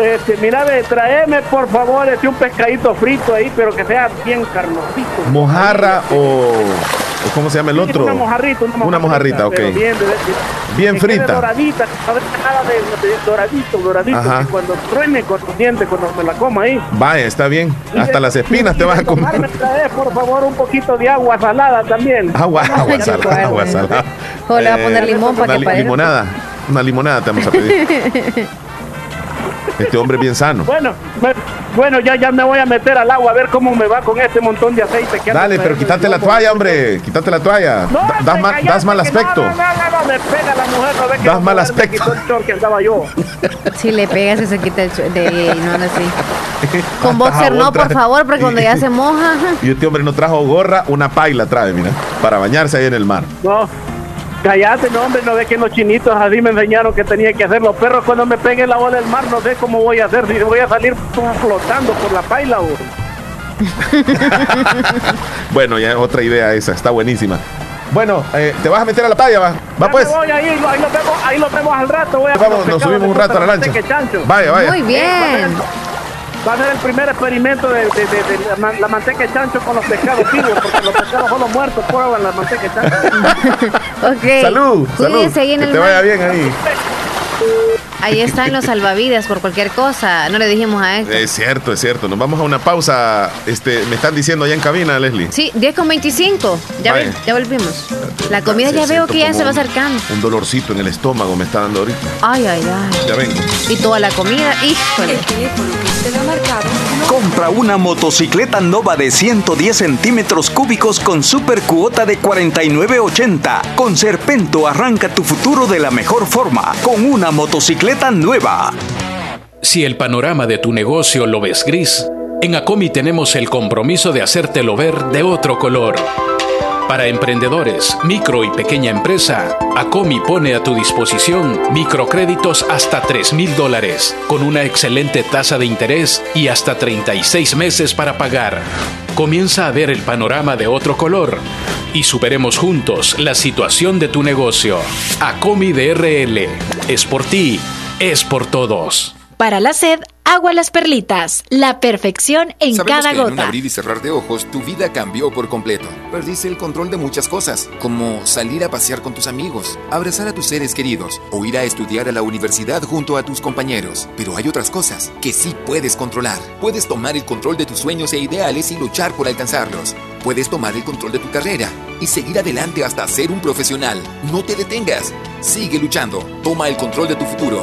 Speaker 13: Este, mira, ve, tráeme por favor este, un pescadito frito ahí, pero que sea bien carnosito.
Speaker 2: ¿Mojarra o, o cómo se llama el otro?
Speaker 13: Una mojarrita,
Speaker 2: Una
Speaker 13: una mojarrita.
Speaker 2: mojarrita, ok.
Speaker 13: pero Bien, de- de-
Speaker 2: Bien
Speaker 13: que quede
Speaker 2: frita.
Speaker 13: Doradita, que no deje nada de, de- doradito, doradito.
Speaker 2: Ajá.
Speaker 13: Que cuando truene con los dientes, cuando me la coma ahí.
Speaker 2: Vaya, está bien.
Speaker 13: Y
Speaker 2: Hasta
Speaker 13: de-
Speaker 2: las espinas
Speaker 13: y
Speaker 2: te
Speaker 13: de
Speaker 2: vas a comer.
Speaker 13: tomarme, trae, por favor, un poquito de agua salada también.
Speaker 2: Agua, agua salada, agua salada. Eh,
Speaker 1: O le va a poner limón para
Speaker 2: una
Speaker 1: que
Speaker 2: li-
Speaker 1: parezca.
Speaker 2: limonada, una limonada te vamos a
Speaker 1: *laughs*
Speaker 2: pedir.
Speaker 13: *laughs*
Speaker 2: Este hombre es bien sano.
Speaker 13: Bueno, me- bueno, ya, ya me voy a meter al agua a ver cómo me va con este montón de aceite que ando
Speaker 2: Dale, pero
Speaker 13: trayendo.
Speaker 2: quítate la toalla, hombre. Quítate la toalla.
Speaker 13: No,
Speaker 2: Da- Das
Speaker 13: hombre,
Speaker 2: mal,
Speaker 13: cállate,
Speaker 2: das mal
Speaker 13: que no,
Speaker 2: aspecto. *laughs*
Speaker 13: No, no, no, no, me pega la mujer, no ve que
Speaker 2: Das
Speaker 13: la
Speaker 2: mal
Speaker 13: mujer me
Speaker 2: aspecto.
Speaker 13: quitó el short que andaba yo.
Speaker 1: Si le pegas y se quita el chue- de no anda así. Con
Speaker 2: Hasta
Speaker 1: boxer
Speaker 2: jabón
Speaker 1: no, por
Speaker 2: trae.
Speaker 1: favor, porque cuando ya se moja.
Speaker 2: *laughs*
Speaker 1: *laughs*
Speaker 2: Y este hombre no trajo gorra, una paila trae, mira, para bañarse ahí en el mar.
Speaker 13: No. Cállate, no, hombre, no ve que los chinitos así me enseñaron que tenía que hacer. Los perros cuando me peguen la bola del mar, no sé cómo voy a hacer. Si voy a salir flotando por la paila o...
Speaker 2: Bueno, ya es otra idea esa, está buenísima. Bueno, eh, te vas a meter a la playa, va. Va
Speaker 13: Ya
Speaker 2: pues.
Speaker 13: me voy ahí, ahí nos vemos, ahí nos vemos al rato. Voy a
Speaker 2: Vamos, nos subimos un rato a la lancha. Vaya, vaya. Muy bien.
Speaker 13: Va a ser el primer experimento de, de- de- de la, man- la manteca de chancho con los pescados vivos, porque los pescados son los muertos, prueban la manteca de chancho.
Speaker 1: Ok.
Speaker 2: Salud,
Speaker 1: Cuídense
Speaker 2: salud.
Speaker 1: ahí en
Speaker 2: que
Speaker 1: el
Speaker 2: te
Speaker 1: mar.
Speaker 2: vaya bien ahí.
Speaker 1: Ahí están los salvavidas por cualquier cosa. No le dijimos a él.
Speaker 2: Es cierto, es cierto. Nos vamos a una pausa. Este, me están diciendo allá en cabina, Leslie.
Speaker 1: Sí, 10 con 25. Ya,
Speaker 2: Vaya.
Speaker 1: vol- ya volvimos. La comida
Speaker 2: Sí,
Speaker 1: ya veo
Speaker 2: siento
Speaker 1: que ya
Speaker 2: como
Speaker 1: se va
Speaker 2: un-
Speaker 1: acercando.
Speaker 2: Un dolorcito en el estómago me está dando ahorita.
Speaker 1: Ay, ay, ay.
Speaker 2: Ya vengo.
Speaker 1: Y toda la comida, híjole.
Speaker 6: Compra una motocicleta Nova de 110 centímetros cúbicos con super cuota de 49.80. Con Serpento arranca tu futuro de la mejor forma con una motocicleta nueva.
Speaker 21: Si el panorama de tu negocio lo ves gris, en ACOMI tenemos el compromiso de hacértelo ver de otro color. Para emprendedores, micro y pequeña empresa, ACOMI pone a tu disposición microcréditos hasta 3 mil dólares, con una excelente tasa de interés y hasta 36 meses para pagar. Comienza a ver el panorama de otro color y superemos juntos la situación de tu negocio. ACOMI DRL. Es por ti, es por todos.
Speaker 16: Para la sed, agua las perlitas, la perfección en
Speaker 10: Sabemos
Speaker 16: cada
Speaker 10: que
Speaker 16: gota.
Speaker 10: En un abrir y cerrar de ojos, tu vida cambió por completo. Perdiste el control de muchas cosas, como salir a pasear con tus amigos, abrazar a tus seres queridos o ir a estudiar a la universidad junto a tus compañeros. Pero hay otras cosas que sí puedes controlar. Puedes tomar el control de tus sueños e ideales y luchar por alcanzarlos. Puedes tomar el control de tu carrera y seguir adelante hasta ser un profesional. No te detengas. Sigue luchando. Toma el control de tu futuro.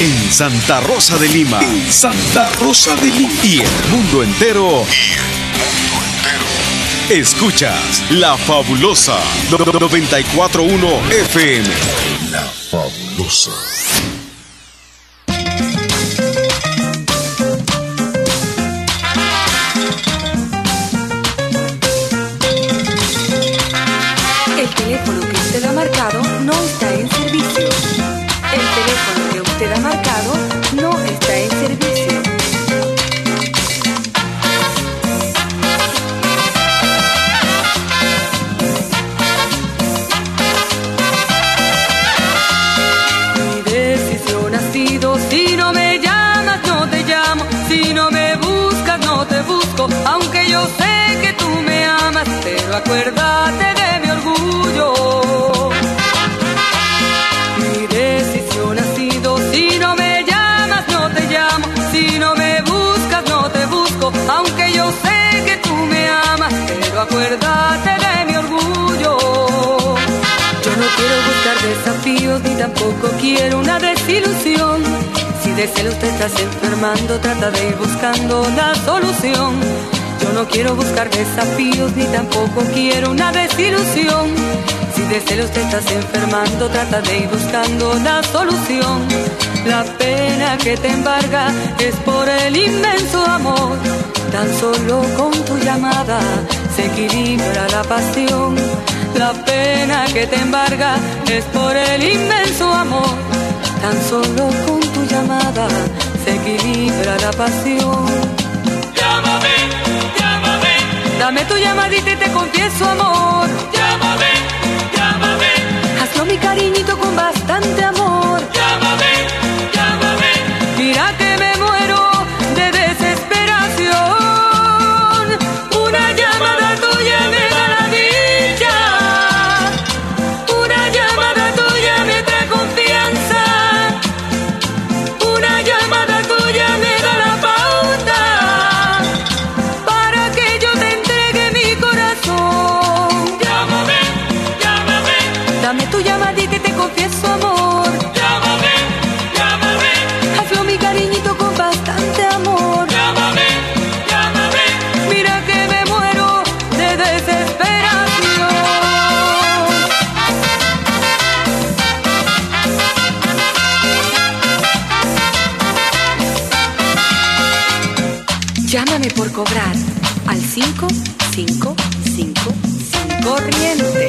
Speaker 22: En Santa Rosa de Lima. En Santa Rosa de Lima. Y el mundo entero. Escuchas La Fabulosa no- no- 941 FM. La Fabulosa.
Speaker 23: El teléfono que usted ha marcado no está en servicio. El teléfono que usted ha marcado no está en servicio.
Speaker 11: Mi decisión ha sido, si no me llamas no te llamo, si no me buscas no te busco, aunque yo sé que tú me amas, pero acuérdate de mi orgullo. Mi decisión ha sido, si no me llamas no te llamo, si no me buscas no te busco, aunque yo sé que tú me amas, pero acuérdate de mi orgullo. Yo no quiero buscar desafíos ni tampoco quiero una desilusión. Si de celos te estás enfermando, trata de ir buscando la solución. Yo no quiero buscar desafíos ni tampoco quiero una desilusión. Si de celos te estás enfermando, trata de ir buscando la solución. La pena que te embarga es por el inmenso amor. Tan solo con tu llamada se equilibra la pasión. La pena que te embarga es por el inmenso amor. Tan solo con tu llamada se equilibra la pasión. Llámame, llámame. Dame tu llamadita y te confieso amor. Llámame, llámame. Hazlo mi cariñito con bastante amor. Llámame, llámame. Mira que me muero de desesperación. Una llamada tuya me da la dicha. Una llamada tuya me trae confianza. Una llamada tuya me da la pauta para que yo te entregue mi corazón. Llámame, llámame. Dame tu llamadita y te confieso amor. Llámame, llámame. Hazlo mi cariñito con bastante amor. Llámame, llámame. Mira que me muero de desesperación. Llámame por cobrar al 555 corriente.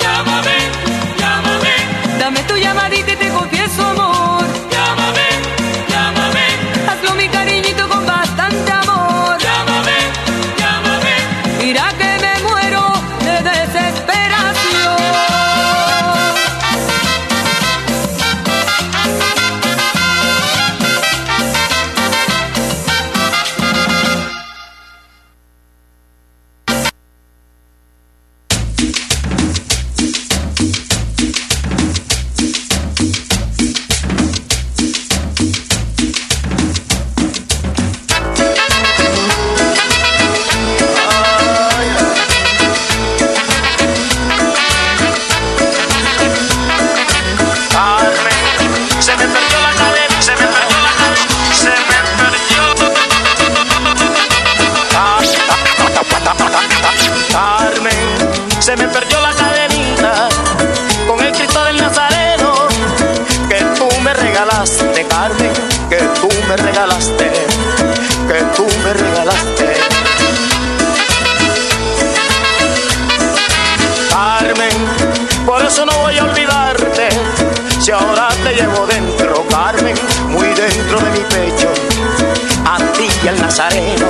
Speaker 11: Llámame, llámame. Dame tu llamadita y te
Speaker 3: se me perdió la cadenita con el Cristo del Nazareno que tú me regalaste, Carmen, que tú me regalaste, que tú me regalaste. Carmen, por eso no voy a olvidarte, si ahora te llevo dentro, Carmen, muy dentro de mi pecho, a ti y al Nazareno,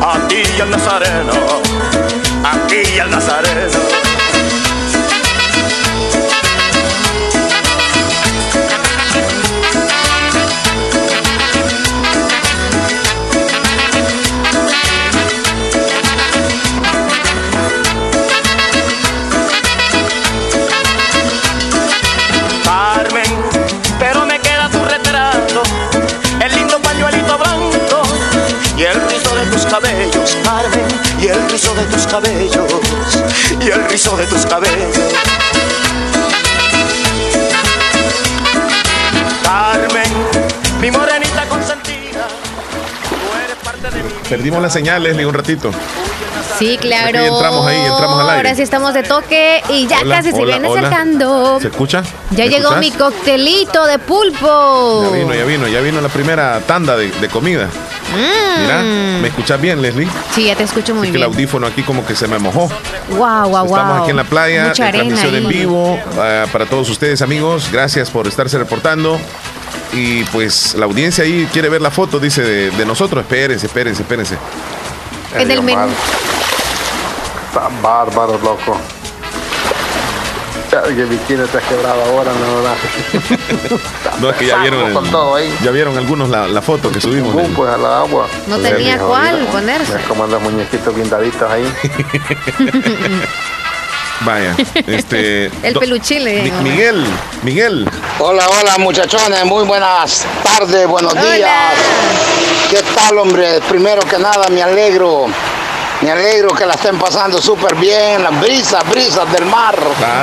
Speaker 3: a ti y al Nazareno, a ti y al Nazareno. Carmen, pero me queda tu retrato, el lindo pañuelito blanco y el rizo de tus cabellos, Carmen, y el rizo de tus cabellos, y el rizo de tus cabellos. Carmen, mi morenita consentida, tú eres parte de mi
Speaker 2: Perdimos la señal, Leslie, un ratito.
Speaker 1: Sí, claro.
Speaker 2: Aquí entramos ahí, entramos al aire.
Speaker 1: Ahora sí estamos de toque y ya
Speaker 2: Hola,
Speaker 1: casi se
Speaker 2: hola,
Speaker 1: viene
Speaker 2: hola.
Speaker 1: acercando.
Speaker 2: ¿Se escucha?
Speaker 1: Oh, Ya
Speaker 2: ¿Me
Speaker 1: llegó
Speaker 2: escuchás?
Speaker 1: mi coctelito de
Speaker 2: Ya
Speaker 1: pulpo.
Speaker 2: vino, ya vino, ya vino la primera tanda de, de comida.
Speaker 1: Mm.
Speaker 2: Mira, ¿me escuchas bien, Leslie?
Speaker 1: Sí, ya te escucho muy
Speaker 2: Es que el
Speaker 1: bien.
Speaker 2: audífono aquí como que se me mojó.
Speaker 1: Wow, wow, Ah, wow.
Speaker 2: Estamos aquí en la playa,
Speaker 1: Mucha
Speaker 2: en
Speaker 1: arena
Speaker 2: transmisión
Speaker 1: ahí.
Speaker 2: en vivo ah, para todos ustedes, amigos. Gracias por estarse reportando. Y pues la audiencia ahí quiere ver la foto, dice, de, de nosotros. Espérense, espérense, espérense.
Speaker 1: En el menú.
Speaker 9: Tan bárbaro, loco. Que bikini te has quebrado ahora, la verdad.
Speaker 2: No, es que ya vieron, el-
Speaker 9: Con todo ahí.
Speaker 2: ya vieron algunos la, la foto que subimos.
Speaker 9: Pum, pues a la agua.
Speaker 1: No tenía
Speaker 9: mijo,
Speaker 1: cuál
Speaker 9: mira.
Speaker 1: ponerse.
Speaker 9: Mira cómo andan muñequitos guindaditos ahí.
Speaker 2: *laughs* Vaya, este...
Speaker 1: *laughs* El
Speaker 2: do-
Speaker 1: peluchile.
Speaker 2: Mi- Miguel, Miguel.
Speaker 17: Hola, hola muchachones, muy buenas tardes, buenos días. ¿Qué tal, hombre? Primero que nada, me alegro. Me alegro que la estén pasando súper bien, las brisas, brisas del mar.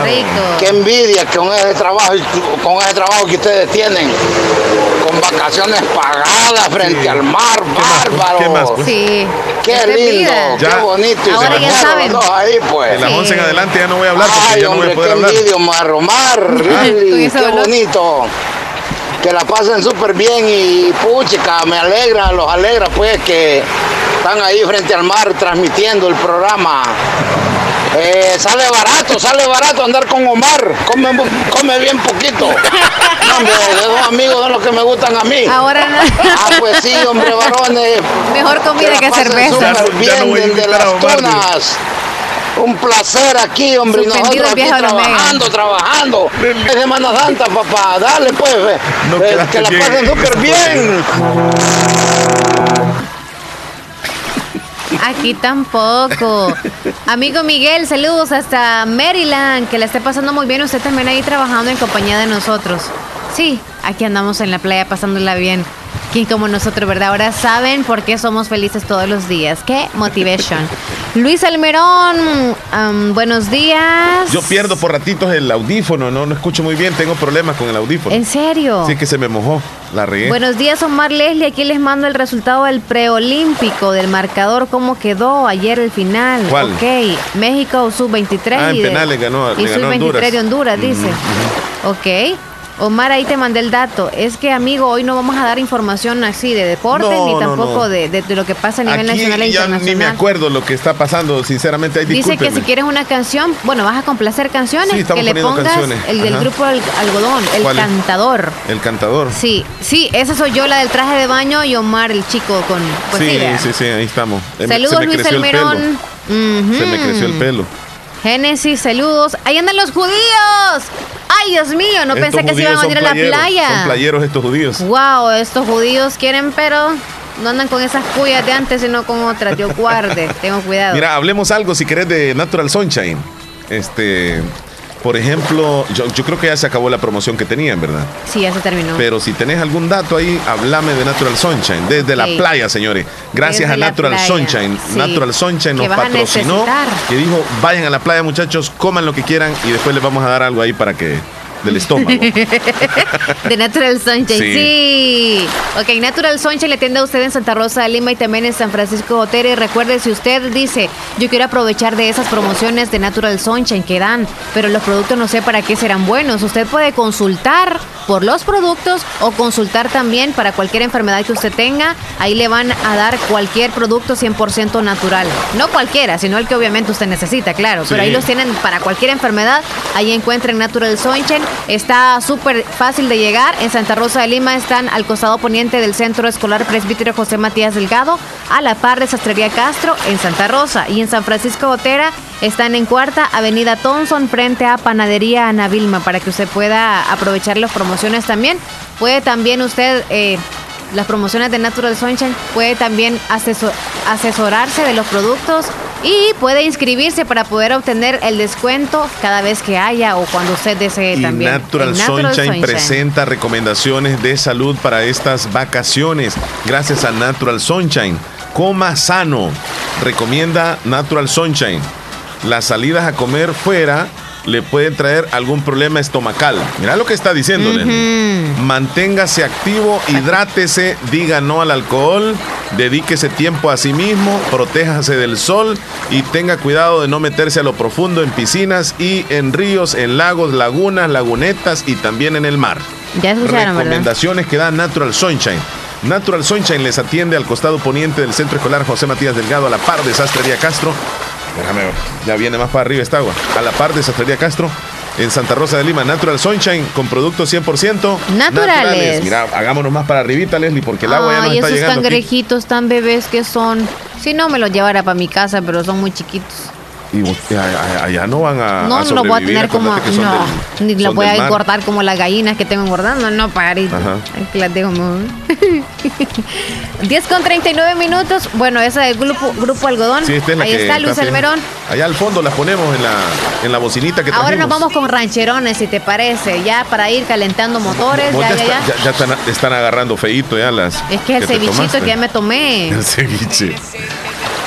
Speaker 2: Rico.
Speaker 17: Qué envidia con ese trabajo, y- con ese trabajo que ustedes tienen. Con vacaciones pagadas frente al mar, bárbaro.
Speaker 2: ¿Qué más, pues?
Speaker 1: Sí.
Speaker 17: Qué lindo, qué bonito. y se me fueron los dos ahí, pues.
Speaker 2: De las 11 en adelante ya no voy a hablar porque
Speaker 17: Ay,
Speaker 2: ya no voy
Speaker 17: hombre,
Speaker 2: a poder
Speaker 17: qué
Speaker 2: hablar.
Speaker 17: envidia, Omar, Omar,
Speaker 1: *laughs*
Speaker 17: Lili,
Speaker 1: Con ese
Speaker 17: qué
Speaker 1: dolor.
Speaker 17: bonito. Que la pasen súper bien y puchica, me alegra, los alegra pues que están ahí frente al mar transmitiendo el programa. Eh, sale barato, sale barato andar con Omar, come, mu- come
Speaker 1: *laughs*
Speaker 17: bien poquito. No, hombre, de dos amigos son los que me gustan a mí.
Speaker 1: Ahora no.
Speaker 17: Ah, pues sí, hombre, varones.
Speaker 1: Mejor comida
Speaker 17: la
Speaker 1: que
Speaker 17: pasen
Speaker 1: cerveza.
Speaker 17: súper
Speaker 1: Ya no- ya
Speaker 17: bien
Speaker 1: no voy a
Speaker 17: desde
Speaker 1: invitar a
Speaker 17: las
Speaker 1: Omar, digo.
Speaker 17: tunas. Un placer aquí, hombre, y
Speaker 1: Suspendido el
Speaker 17: nosotros aquí
Speaker 1: viejo de Omega.
Speaker 17: trabajando, trabajando. Es Semana Santa, papá. Dale, pues, eh, eh, que la pasen súper bien.
Speaker 1: Aquí
Speaker 2: *laughs*
Speaker 1: tampoco. Amigo Miguel, saludos hasta Maryland. Que la esté pasando muy bien. Usted también ahí trabajando en compañía de nosotros. Sí, aquí andamos en la playa pasándola bien. Quien como nosotros, ¿verdad? Ahora saben por qué somos felices todos los días. ¡Qué
Speaker 2: *laughs*
Speaker 1: motivation! Luis Almerón, am, buenos días.
Speaker 2: Yo pierdo por ratitos el audífono, no, no escucho muy bien, tengo problemas con el audífono.
Speaker 1: ¿En serio?
Speaker 2: Sí que se me mojó, la regué.
Speaker 1: Buenos días, Omar Leslie. Aquí les mando el resultado del preolímpico, del marcador, cómo quedó ayer el final.
Speaker 2: ¿Cuál?
Speaker 1: Ok, México sub-23.
Speaker 2: Ah, en
Speaker 1: y de-
Speaker 2: penales ganó-
Speaker 1: Y
Speaker 2: le ganó
Speaker 1: sub-23
Speaker 2: Honduras. Mm,
Speaker 1: de Honduras, dice. Ok. Omar, ahí te mandé el dato. Es que, amigo, hoy no vamos a dar información así de deportes
Speaker 2: No, no,
Speaker 1: ni tampoco
Speaker 2: no.
Speaker 1: De, de- de lo que pasa a nivel
Speaker 2: Aquí
Speaker 1: nacional e
Speaker 2: ya
Speaker 1: internacional.
Speaker 2: ni me acuerdo lo que está pasando, sinceramente, ahí
Speaker 1: Dice que
Speaker 2: discúlpenme.
Speaker 1: si quieres una canción, bueno, vas a complacer canciones,
Speaker 2: Sí, estamos
Speaker 1: que le
Speaker 2: poniendo
Speaker 1: pongas
Speaker 2: canciones.
Speaker 1: el del
Speaker 2: Ajá.
Speaker 1: grupo Al- Algodón, el
Speaker 2: ¿Cuál es?
Speaker 1: cantador.
Speaker 2: El cantador.
Speaker 1: Sí, sí, esa soy yo, la del traje de baño y Omar, el chico con... pues
Speaker 2: sí,
Speaker 1: sí, vea.
Speaker 2: sí, sí, ahí estamos. Eh, se
Speaker 1: Saludos,
Speaker 2: me
Speaker 1: Luis
Speaker 2: creció el pelo.
Speaker 1: Almerón. Mm. Ujú.
Speaker 2: Se me creció el pelo.
Speaker 1: Génesis, saludos. Ahí andan los judíos. Ay, Dios mío, no
Speaker 2: Estos
Speaker 1: pensé que se iban
Speaker 2: judíos
Speaker 1: a ir a
Speaker 2: son
Speaker 1: la
Speaker 2: playeros, Son
Speaker 1: playa.
Speaker 2: playeros estos judíos.
Speaker 1: Wow, estos judíos quieren, pero no andan con esas cuyas de antes, sino con otras. Yo guarde, tengo cuidado.
Speaker 2: Mira, hablemos algo si querés de Natural Sunshine. Este, por ejemplo, yo, yo creo que ya se acabó la promoción que tenían, ¿verdad?
Speaker 1: Sí, ya se terminó.
Speaker 2: Pero si tenés algún dato ahí, hablame de Natural Sunshine. Desde la
Speaker 1: Ok.
Speaker 2: playa, señores. Gracias
Speaker 1: Desde
Speaker 2: a
Speaker 1: la
Speaker 2: Natural
Speaker 1: playa,
Speaker 2: Sunshine.
Speaker 1: sí.
Speaker 2: Natural Sunshine
Speaker 1: Que
Speaker 2: nos
Speaker 1: vas a
Speaker 2: patrocinó.
Speaker 1: necesitar.
Speaker 2: Que dijo, vayan a la playa, muchachos, coman lo que quieran y después les vamos a dar algo ahí para que
Speaker 1: *laughs*
Speaker 2: del estómago. *laughs*
Speaker 1: De Natural Sunshine, sí.
Speaker 2: Sí.
Speaker 1: Ok, Natural Sunshine le tienda a usted en Santa Rosa de Lima y también en San Francisco Otero. Y recuerde, si usted dice, yo quiero aprovechar de esas promociones de Natural Sunshine que dan, pero los productos no sé para qué serán buenos, usted puede consultar por los productos o consultar también para cualquier enfermedad que usted tenga. Ahí le van a dar cualquier producto 100% natural. No cualquiera, sino el que obviamente usted necesita, claro. Pero
Speaker 5: Sí.
Speaker 1: ahí los tienen para cualquier enfermedad. Ahí encuentran Natural Sunshine. Está súper fácil de llegar. En Santa Rosa de Lima están al costado poniente del Centro Escolar Presbítero José Matías Delgado, a la par de Sastrería Castro en Santa Rosa. Y en San Francisco Gotera están en Cuarta Avenida Thompson frente a Panadería Ana Vilma para que usted pueda aprovechar las promociones también. Puede también usted... eh, las promociones de Natural Sunshine puede también aseso- asesorarse de los productos y puede inscribirse para poder obtener el descuento cada vez que haya o cuando usted desee
Speaker 2: Y
Speaker 1: también.
Speaker 2: Natural,
Speaker 1: En
Speaker 2: Sunshine, presenta recomendaciones de salud para estas vacaciones. Gracias a Natural Sunshine. Coma sano. Recomienda Natural Sunshine. Las salidas a comer fuera le pueden traer algún problema estomacal. Mira lo que está diciendo. Leslie. Manténgase activo, hidrátese, diga no al alcohol, dedíquese tiempo a sí mismo, protéjase del sol y tenga cuidado de no meterse a lo profundo en piscinas y en ríos, en lagos, lagunas, lagunetas y también en el mar.
Speaker 1: Ya escucharon, ¿verdad?
Speaker 2: Recomendaciones que da Natural Sunshine. Natural Sunshine les atiende al costado poniente del Centro Escolar José Matías Delgado a la par de Sastrería Castro. Déjame ver, ya viene más para arriba esta agua. A la par de Sastrería Castro. En Santa Rosa de Lima, Natural Sunshine con productos 100%
Speaker 1: Naturales.
Speaker 2: Mira, hagámonos más para arribita, Leslie, porque el agua ya no
Speaker 1: Ay,
Speaker 2: está
Speaker 1: esos
Speaker 2: llegando. aquí.
Speaker 1: cangrejitos tan bebés que son. Si no me los llevara para mi casa, pero son muy chiquitos.
Speaker 2: Y usted, a- a- allá no van a.
Speaker 1: No,
Speaker 2: a
Speaker 1: no los voy a
Speaker 2: sobrevivir,
Speaker 1: tener como.
Speaker 2: acuérdate que son
Speaker 1: No,
Speaker 2: del-
Speaker 1: ni los
Speaker 2: son
Speaker 1: voy
Speaker 2: del
Speaker 1: a
Speaker 2: mar.
Speaker 1: cortar como las gallinas que tengo engordando. No, parito.
Speaker 2: Ajá.
Speaker 1: Aquí las dejo *laughs* mejor. 10 con 39 minutos. Bueno, esa del grupo, grupo Algodón.
Speaker 2: Sí, esta es la
Speaker 1: Ahí
Speaker 2: que
Speaker 1: está Luis
Speaker 2: haciendo.
Speaker 1: Almerón.
Speaker 2: Allá al fondo las ponemos en la, en la bocinita que
Speaker 1: Ahora nos
Speaker 2: trajimos.
Speaker 1: vamos con rancherones, si te parece. Ya para ir calentando motores.
Speaker 2: Vos
Speaker 1: Ya, ya,
Speaker 2: está-
Speaker 1: ya.
Speaker 2: ya- ya están, están agarrando feito ya las.
Speaker 1: Es que es el
Speaker 2: te
Speaker 1: cevichito
Speaker 2: tomaste.
Speaker 1: que ya me
Speaker 2: *laughs*
Speaker 1: tomé.
Speaker 2: El ceviche.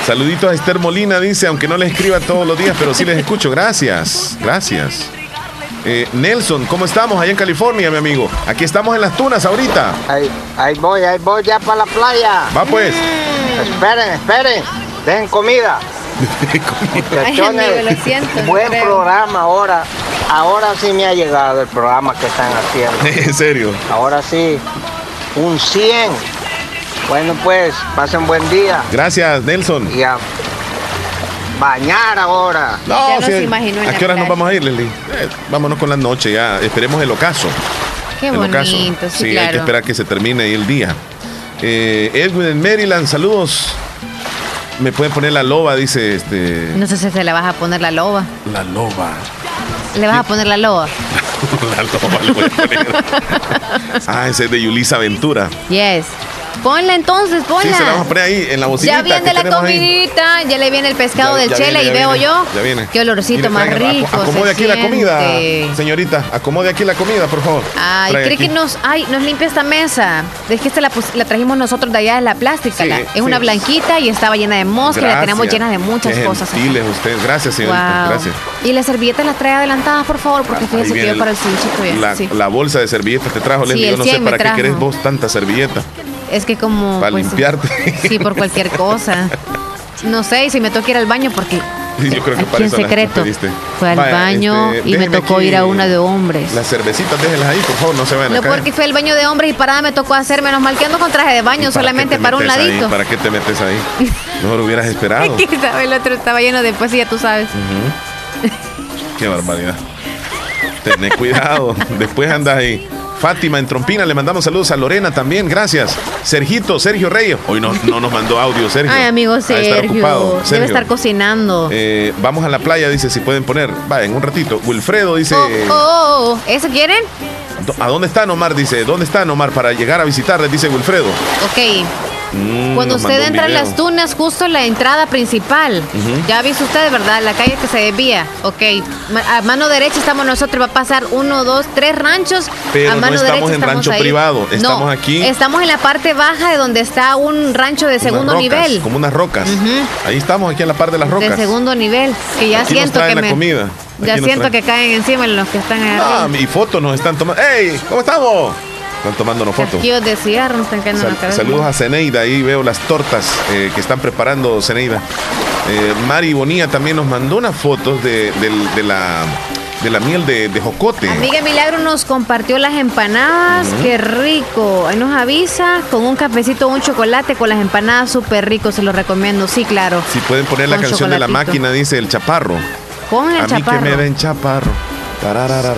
Speaker 2: Saluditos a Esther Molina, dice, aunque no les escriba todos los días, pero sí les escucho. Gracias, gracias. Eh, Nelson, ¿cómo estamos allá en California, mi amigo? Aquí estamos en las tunas ahorita. *laughs*
Speaker 14: Ahí, ahí voy, ahí voy ya para la playa. Mm.
Speaker 2: Va pues.
Speaker 14: Esperen, esperen. Dejen comida. Muchachones,
Speaker 1: Ay, amigo, lo siento, no
Speaker 14: buen
Speaker 1: creo.
Speaker 14: programa ahora. Ahora sí me ha llegado el programa que están haciendo.
Speaker 2: En serio.
Speaker 14: Ahora sí, un 100. Bueno pues, pasen buen día.
Speaker 2: Gracias, Nelson.
Speaker 14: Y a bañar ahora.
Speaker 2: No, sí, ¿A qué horas nos vamos a ir, Leslie? Eh, vámonos con la noche, ya. Esperemos el ocaso.
Speaker 1: Qué
Speaker 2: el
Speaker 1: bonito,
Speaker 2: ocaso.
Speaker 1: sí,
Speaker 2: Sí, hay que
Speaker 1: claro.
Speaker 2: esperar que se termine ahí el día. Eh, Edwin en Maryland, saludos. Me pueden poner la loba, dice este.
Speaker 1: No sé si se le vas a poner la loba.
Speaker 2: La loba. *laughs*
Speaker 1: ¿Le vas a poner la loba?
Speaker 2: la loba le voy *laughs* a poner. ah, ese es de Yulisa Ventura.
Speaker 1: *laughs* Yes. Ponla entonces,
Speaker 2: Sí,
Speaker 1: ponla.
Speaker 2: se la vamos a poner ahí en la bocinita.
Speaker 1: ya viene
Speaker 2: que
Speaker 1: la
Speaker 2: tenemos ahí.
Speaker 1: comidita, ya le viene el pescado
Speaker 2: Ya-
Speaker 1: del
Speaker 2: ya
Speaker 1: chele
Speaker 2: viene, ya
Speaker 1: y veo
Speaker 2: viene,
Speaker 1: yo.
Speaker 2: Ya viene.
Speaker 1: Qué olorcito
Speaker 2: Mire,
Speaker 1: más
Speaker 2: traiga, aco-
Speaker 1: rico. se
Speaker 2: Acomode aquí la comida,
Speaker 1: siente.
Speaker 2: señorita. Acomode aquí la comida, por favor.
Speaker 1: Ay,
Speaker 2: Traiga
Speaker 1: cree
Speaker 2: aquí.
Speaker 1: que nos, ay, nos limpia esta mesa. Es que esta la, pus- la trajimos nosotros de allá de la plástica.
Speaker 2: Sí,
Speaker 1: la- es
Speaker 2: sí.
Speaker 1: una blanquita y estaba llena de mosca y la tenemos
Speaker 2: Gracias.
Speaker 1: llena de muchas
Speaker 2: Qué
Speaker 1: cosas.
Speaker 2: Gentiles ustedes. Gracias, señorita.
Speaker 1: Wow.
Speaker 2: Gracias. Ah,
Speaker 1: Y las servilletas las trae adelantadas, por favor, porque fíjese que
Speaker 2: viene
Speaker 1: yo
Speaker 2: el-
Speaker 1: para el cevichito ya.
Speaker 2: La,
Speaker 1: sí.
Speaker 2: la bolsa de servilletas te trajo,
Speaker 1: Sí,
Speaker 2: Leslie.
Speaker 1: el
Speaker 2: Yo no sé
Speaker 1: 100 me
Speaker 2: para qué
Speaker 1: trajo.
Speaker 2: querés vos tanta servilleta.
Speaker 1: Es que como.
Speaker 2: Para
Speaker 1: pues,
Speaker 2: *laughs* limpiarte.
Speaker 1: Sí, por cualquier cosa. No sé, y si me toca ir al baño, porque
Speaker 2: Yo creo que
Speaker 1: en
Speaker 2: para eso las- las
Speaker 1: secreto.
Speaker 2: pediste.
Speaker 1: fue al
Speaker 2: Vaya,
Speaker 1: baño
Speaker 2: este,
Speaker 1: y me
Speaker 2: déjeme
Speaker 1: tocó
Speaker 2: aquí
Speaker 1: ir a una de hombres.
Speaker 2: Las cervecitas, déjenlas ahí, por favor, no se vayan
Speaker 1: No
Speaker 2: a caer.
Speaker 1: porque fui al baño de hombres y parada me tocó hacer, menos mal que ando con traje de baño, solamente
Speaker 2: ¿Te
Speaker 1: para un
Speaker 2: metes ahí?
Speaker 1: ladito.
Speaker 2: ¿Para qué te metes
Speaker 1: *laughs*
Speaker 2: ahí? No lo hubieras esperado.
Speaker 1: Aquí estaba el otro, estaba lleno de pues, ya tú sabes.
Speaker 2: Ujú. Qué barbaridad. Tené
Speaker 1: *laughs*
Speaker 2: cuidado, después andas ahí. Fátima en Trompina, le mandamos saludos a Lorena también, gracias. Sergito, Sergio Reyes. Hoy no, no nos mandó audio, Sergio.
Speaker 1: Ay, amigo
Speaker 2: Ha de estar
Speaker 1: Sergio,
Speaker 2: ocupado.
Speaker 1: debe
Speaker 2: Sergio.
Speaker 1: estar cocinando.
Speaker 2: Eh, vamos a la playa, dice, si pueden poner. Va, en un ratito. Wilfredo dice,
Speaker 1: Oh, oh, oh, ¿eso quieren?
Speaker 2: "Do- ¿a dónde está Omar? Dice, ¿dónde está Omar? Para llegar a visitarles, dice Wilfredo.
Speaker 1: Ok.
Speaker 2: Mm,
Speaker 1: Cuando
Speaker 2: nos mandó
Speaker 1: usted
Speaker 2: un
Speaker 1: entra a
Speaker 2: video.
Speaker 1: las dunas, justo la entrada principal.
Speaker 2: Ujú.
Speaker 1: Ya ha visto usted, ¿verdad? La calle que se desvía. Ok. Ma- A mano derecha estamos nosotros. Va a pasar uno, dos, tres ranchos.
Speaker 2: Pero
Speaker 1: a
Speaker 2: no
Speaker 1: mano
Speaker 2: estamos en rancho privado,
Speaker 1: No,
Speaker 2: estamos aquí.
Speaker 1: Estamos en la parte baja de donde está un rancho de
Speaker 2: Unas
Speaker 1: segundo
Speaker 2: rocas,
Speaker 1: nivel.
Speaker 2: Como unas rocas. Ahí estamos, aquí en la par de las
Speaker 1: De
Speaker 2: rocas.
Speaker 1: segundo nivel. Que ya
Speaker 2: Aquí nos
Speaker 1: siento
Speaker 2: traen
Speaker 1: que
Speaker 2: la
Speaker 1: me.
Speaker 2: comida.
Speaker 1: Ya
Speaker 2: Aquí nos
Speaker 1: siento
Speaker 2: traen.
Speaker 1: que caen encima los que están ahí
Speaker 2: Ah,
Speaker 1: arriba.
Speaker 2: mi foto nos están tomando. ¡Ey! ¿Cómo estamos? Están tomándonos fotos.
Speaker 1: Casquillos de cigarro me están cayendo en
Speaker 2: Sal-
Speaker 1: la cabeza.
Speaker 2: saludos a Zeneida, ahí veo las tortas eh, que están preparando Zeneida. Eh, Mari Bonilla también nos mandó unas fotos de, del- de la, de la miel de, de jocote.
Speaker 1: Amiga Milagro nos compartió las empanadas,
Speaker 2: Ujú.
Speaker 1: qué rico. Ahí nos avisa con un cafecito, un chocolate con las empanadas, súper rico, se los recomiendo. Sí, claro.
Speaker 2: Si pueden poner la
Speaker 1: Con
Speaker 2: canción de la
Speaker 1: chocolatito.
Speaker 2: máquina, dice el chaparro.
Speaker 1: Pon el
Speaker 2: a mí
Speaker 1: chaparro.
Speaker 2: que me den chaparro. Tararararara.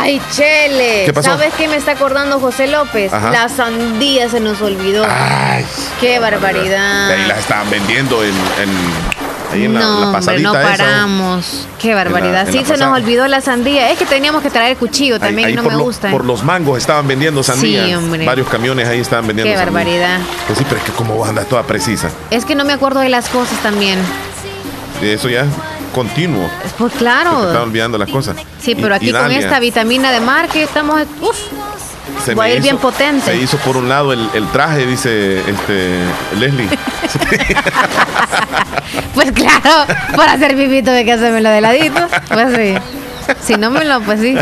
Speaker 1: Ay, Chele.
Speaker 2: ¿Qué pasó?
Speaker 1: ¿Sabes qué me está acordando José López?
Speaker 2: Ajá.
Speaker 1: La sandía se nos olvidó.
Speaker 2: Ay,
Speaker 1: qué
Speaker 2: De ahí
Speaker 1: barbaridad.
Speaker 2: las estaban vendiendo en, en- ahí en la,
Speaker 1: Ah. no,
Speaker 2: la
Speaker 1: hombre,
Speaker 2: pasadita
Speaker 1: no
Speaker 2: esa.
Speaker 1: paramos. Qué barbaridad.
Speaker 2: en la
Speaker 1: sí, se
Speaker 2: pasada.
Speaker 1: nos olvidó la sandía. Es que teníamos que traer cuchillo
Speaker 2: Ahí-
Speaker 1: también
Speaker 2: ahí
Speaker 1: y no
Speaker 2: por,
Speaker 1: me
Speaker 2: lo-
Speaker 1: gusta.
Speaker 2: por los mangos estaban vendiendo sandías.
Speaker 1: hombre.
Speaker 2: Varios camiones ahí estaban vendiendo
Speaker 1: Qué
Speaker 2: sandías.
Speaker 1: barbaridad.
Speaker 2: Pues sí, pero es que como vos andas toda precisa.
Speaker 1: Es que no me acuerdo de las cosas también.
Speaker 2: Eso ya es continuo.
Speaker 1: Pues
Speaker 2: Se te están
Speaker 1: claro.
Speaker 2: olvidando las cosas.
Speaker 1: Sí,
Speaker 2: Y-
Speaker 1: pero
Speaker 2: y
Speaker 1: aquí con
Speaker 2: Dalia,
Speaker 1: esta vitamina de mar que estamos. Uf,
Speaker 2: se
Speaker 1: voy a
Speaker 2: me
Speaker 1: ir bien
Speaker 2: hizo-
Speaker 1: potente.
Speaker 2: Se hizo por un lado el, el traje, dice este
Speaker 1: *laughs*
Speaker 2: Leslie.
Speaker 1: Pues claro,
Speaker 2: *laughs*
Speaker 1: para hacer pipito de que hacerme lo de ladito. Pues sí. Si no me lo, pues
Speaker 2: *laughs*
Speaker 1: sí.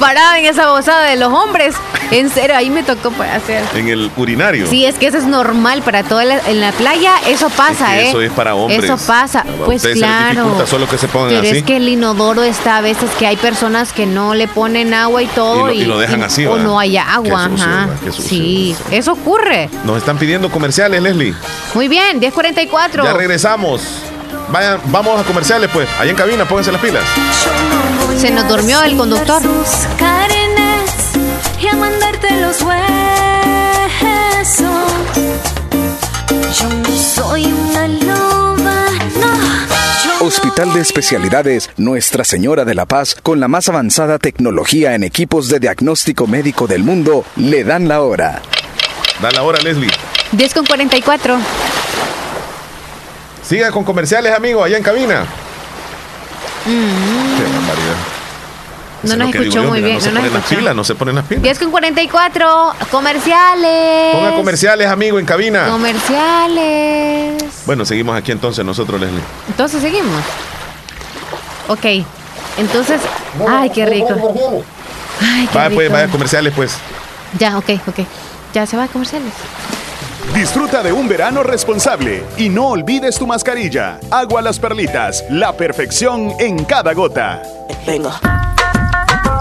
Speaker 1: Parada en esa bozada de los hombres. En serio, ahí me tocó pues, hacer.
Speaker 2: en el urinario.
Speaker 1: Sí, es que eso es normal para toda la- en la playa, eso pasa,
Speaker 2: que
Speaker 1: ¿eh?
Speaker 2: eso es para hombres.
Speaker 1: Eso pasa,
Speaker 2: A
Speaker 1: pues
Speaker 2: ustedes se les
Speaker 1: claro.
Speaker 2: dificulta solo que se pongan
Speaker 1: Pero
Speaker 2: así.
Speaker 1: es que el inodoro está a veces que hay personas que no le ponen agua y
Speaker 2: Y
Speaker 1: todo
Speaker 2: lo-
Speaker 1: y,
Speaker 2: y lo dejan así,
Speaker 1: o
Speaker 2: ¿verdad?
Speaker 1: no hay
Speaker 2: Qué
Speaker 1: agua,
Speaker 2: sucio,
Speaker 1: ajá.
Speaker 2: ¿verdad? Qué sucio,
Speaker 1: sí, eso ocurre.
Speaker 2: Nos están pidiendo comerciales, Leslie.
Speaker 1: Muy bien, 10:44.
Speaker 2: Ya regresamos. Vayan, vamos a comerciales, pues. Allá en cabina, pónganse las pilas.
Speaker 1: Se nos durmió el conductor.
Speaker 11: sus cadenas y a mandarte los huesos. Yo no soy una loba, no.
Speaker 21: Hospital de Especialidades Nuestra Señora de la Paz, con la más avanzada tecnología en equipos de diagnóstico médico del mundo, le dan la hora.
Speaker 2: Da la hora, Leslie.
Speaker 1: 10 con 44.
Speaker 2: Siga con comerciales, amigos, allá en cabina.
Speaker 1: Mm,
Speaker 2: Qué barbaridad. Eso
Speaker 1: no
Speaker 2: es
Speaker 1: nos
Speaker 2: lo que digo
Speaker 1: escuchó
Speaker 2: yo,
Speaker 1: muy
Speaker 2: mira,
Speaker 1: bien.
Speaker 2: No se
Speaker 1: no nos
Speaker 2: ponen las
Speaker 1: escuchó.
Speaker 2: pilas, no se ponen las pilas.
Speaker 1: 10 con 44. Comerciales.
Speaker 2: Ponga comerciales, amigo, en cabina.
Speaker 1: Comerciales.
Speaker 2: Bueno, seguimos aquí entonces nosotros, Leslie.
Speaker 1: Entonces seguimos. Ok. Entonces. Ay, qué rico. Ay, qué
Speaker 2: Vaya, pues,
Speaker 1: rico.
Speaker 2: vaya comerciales, pues.
Speaker 1: Ya, ok, ok. Ya se va a comerciales.
Speaker 24: Disfruta de un verano responsable y no olvides tu mascarilla. Agua las perlitas, la perfección en cada gota. Venga.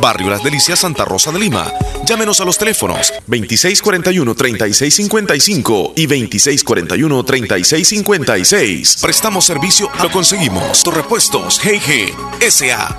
Speaker 19: Barrio Las Delicias, Santa Rosa de Lima. Llámenos a los teléfonos 2641-3655 y 2641-3656. Prestamos servicio, lo conseguimos. Tu repuestos GG, SA,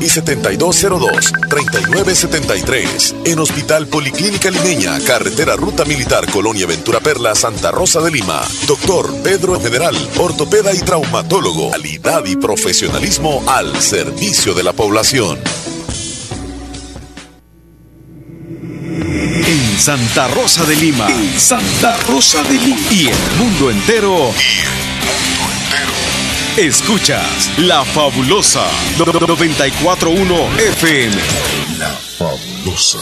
Speaker 25: y 7202-3973 en Hospital Policlínica Limeña, carretera Ruta Militar Colonia Ventura Perla, Santa Rosa de Lima. Doctor Pedro General, ortopeda y traumatólogo, calidad y profesionalismo al servicio de la población.
Speaker 19: En Santa Rosa de Lima. En Santa Rosa de Lima. Y el mundo entero. Escuchas La Fabulosa 941 FM. La Fabulosa.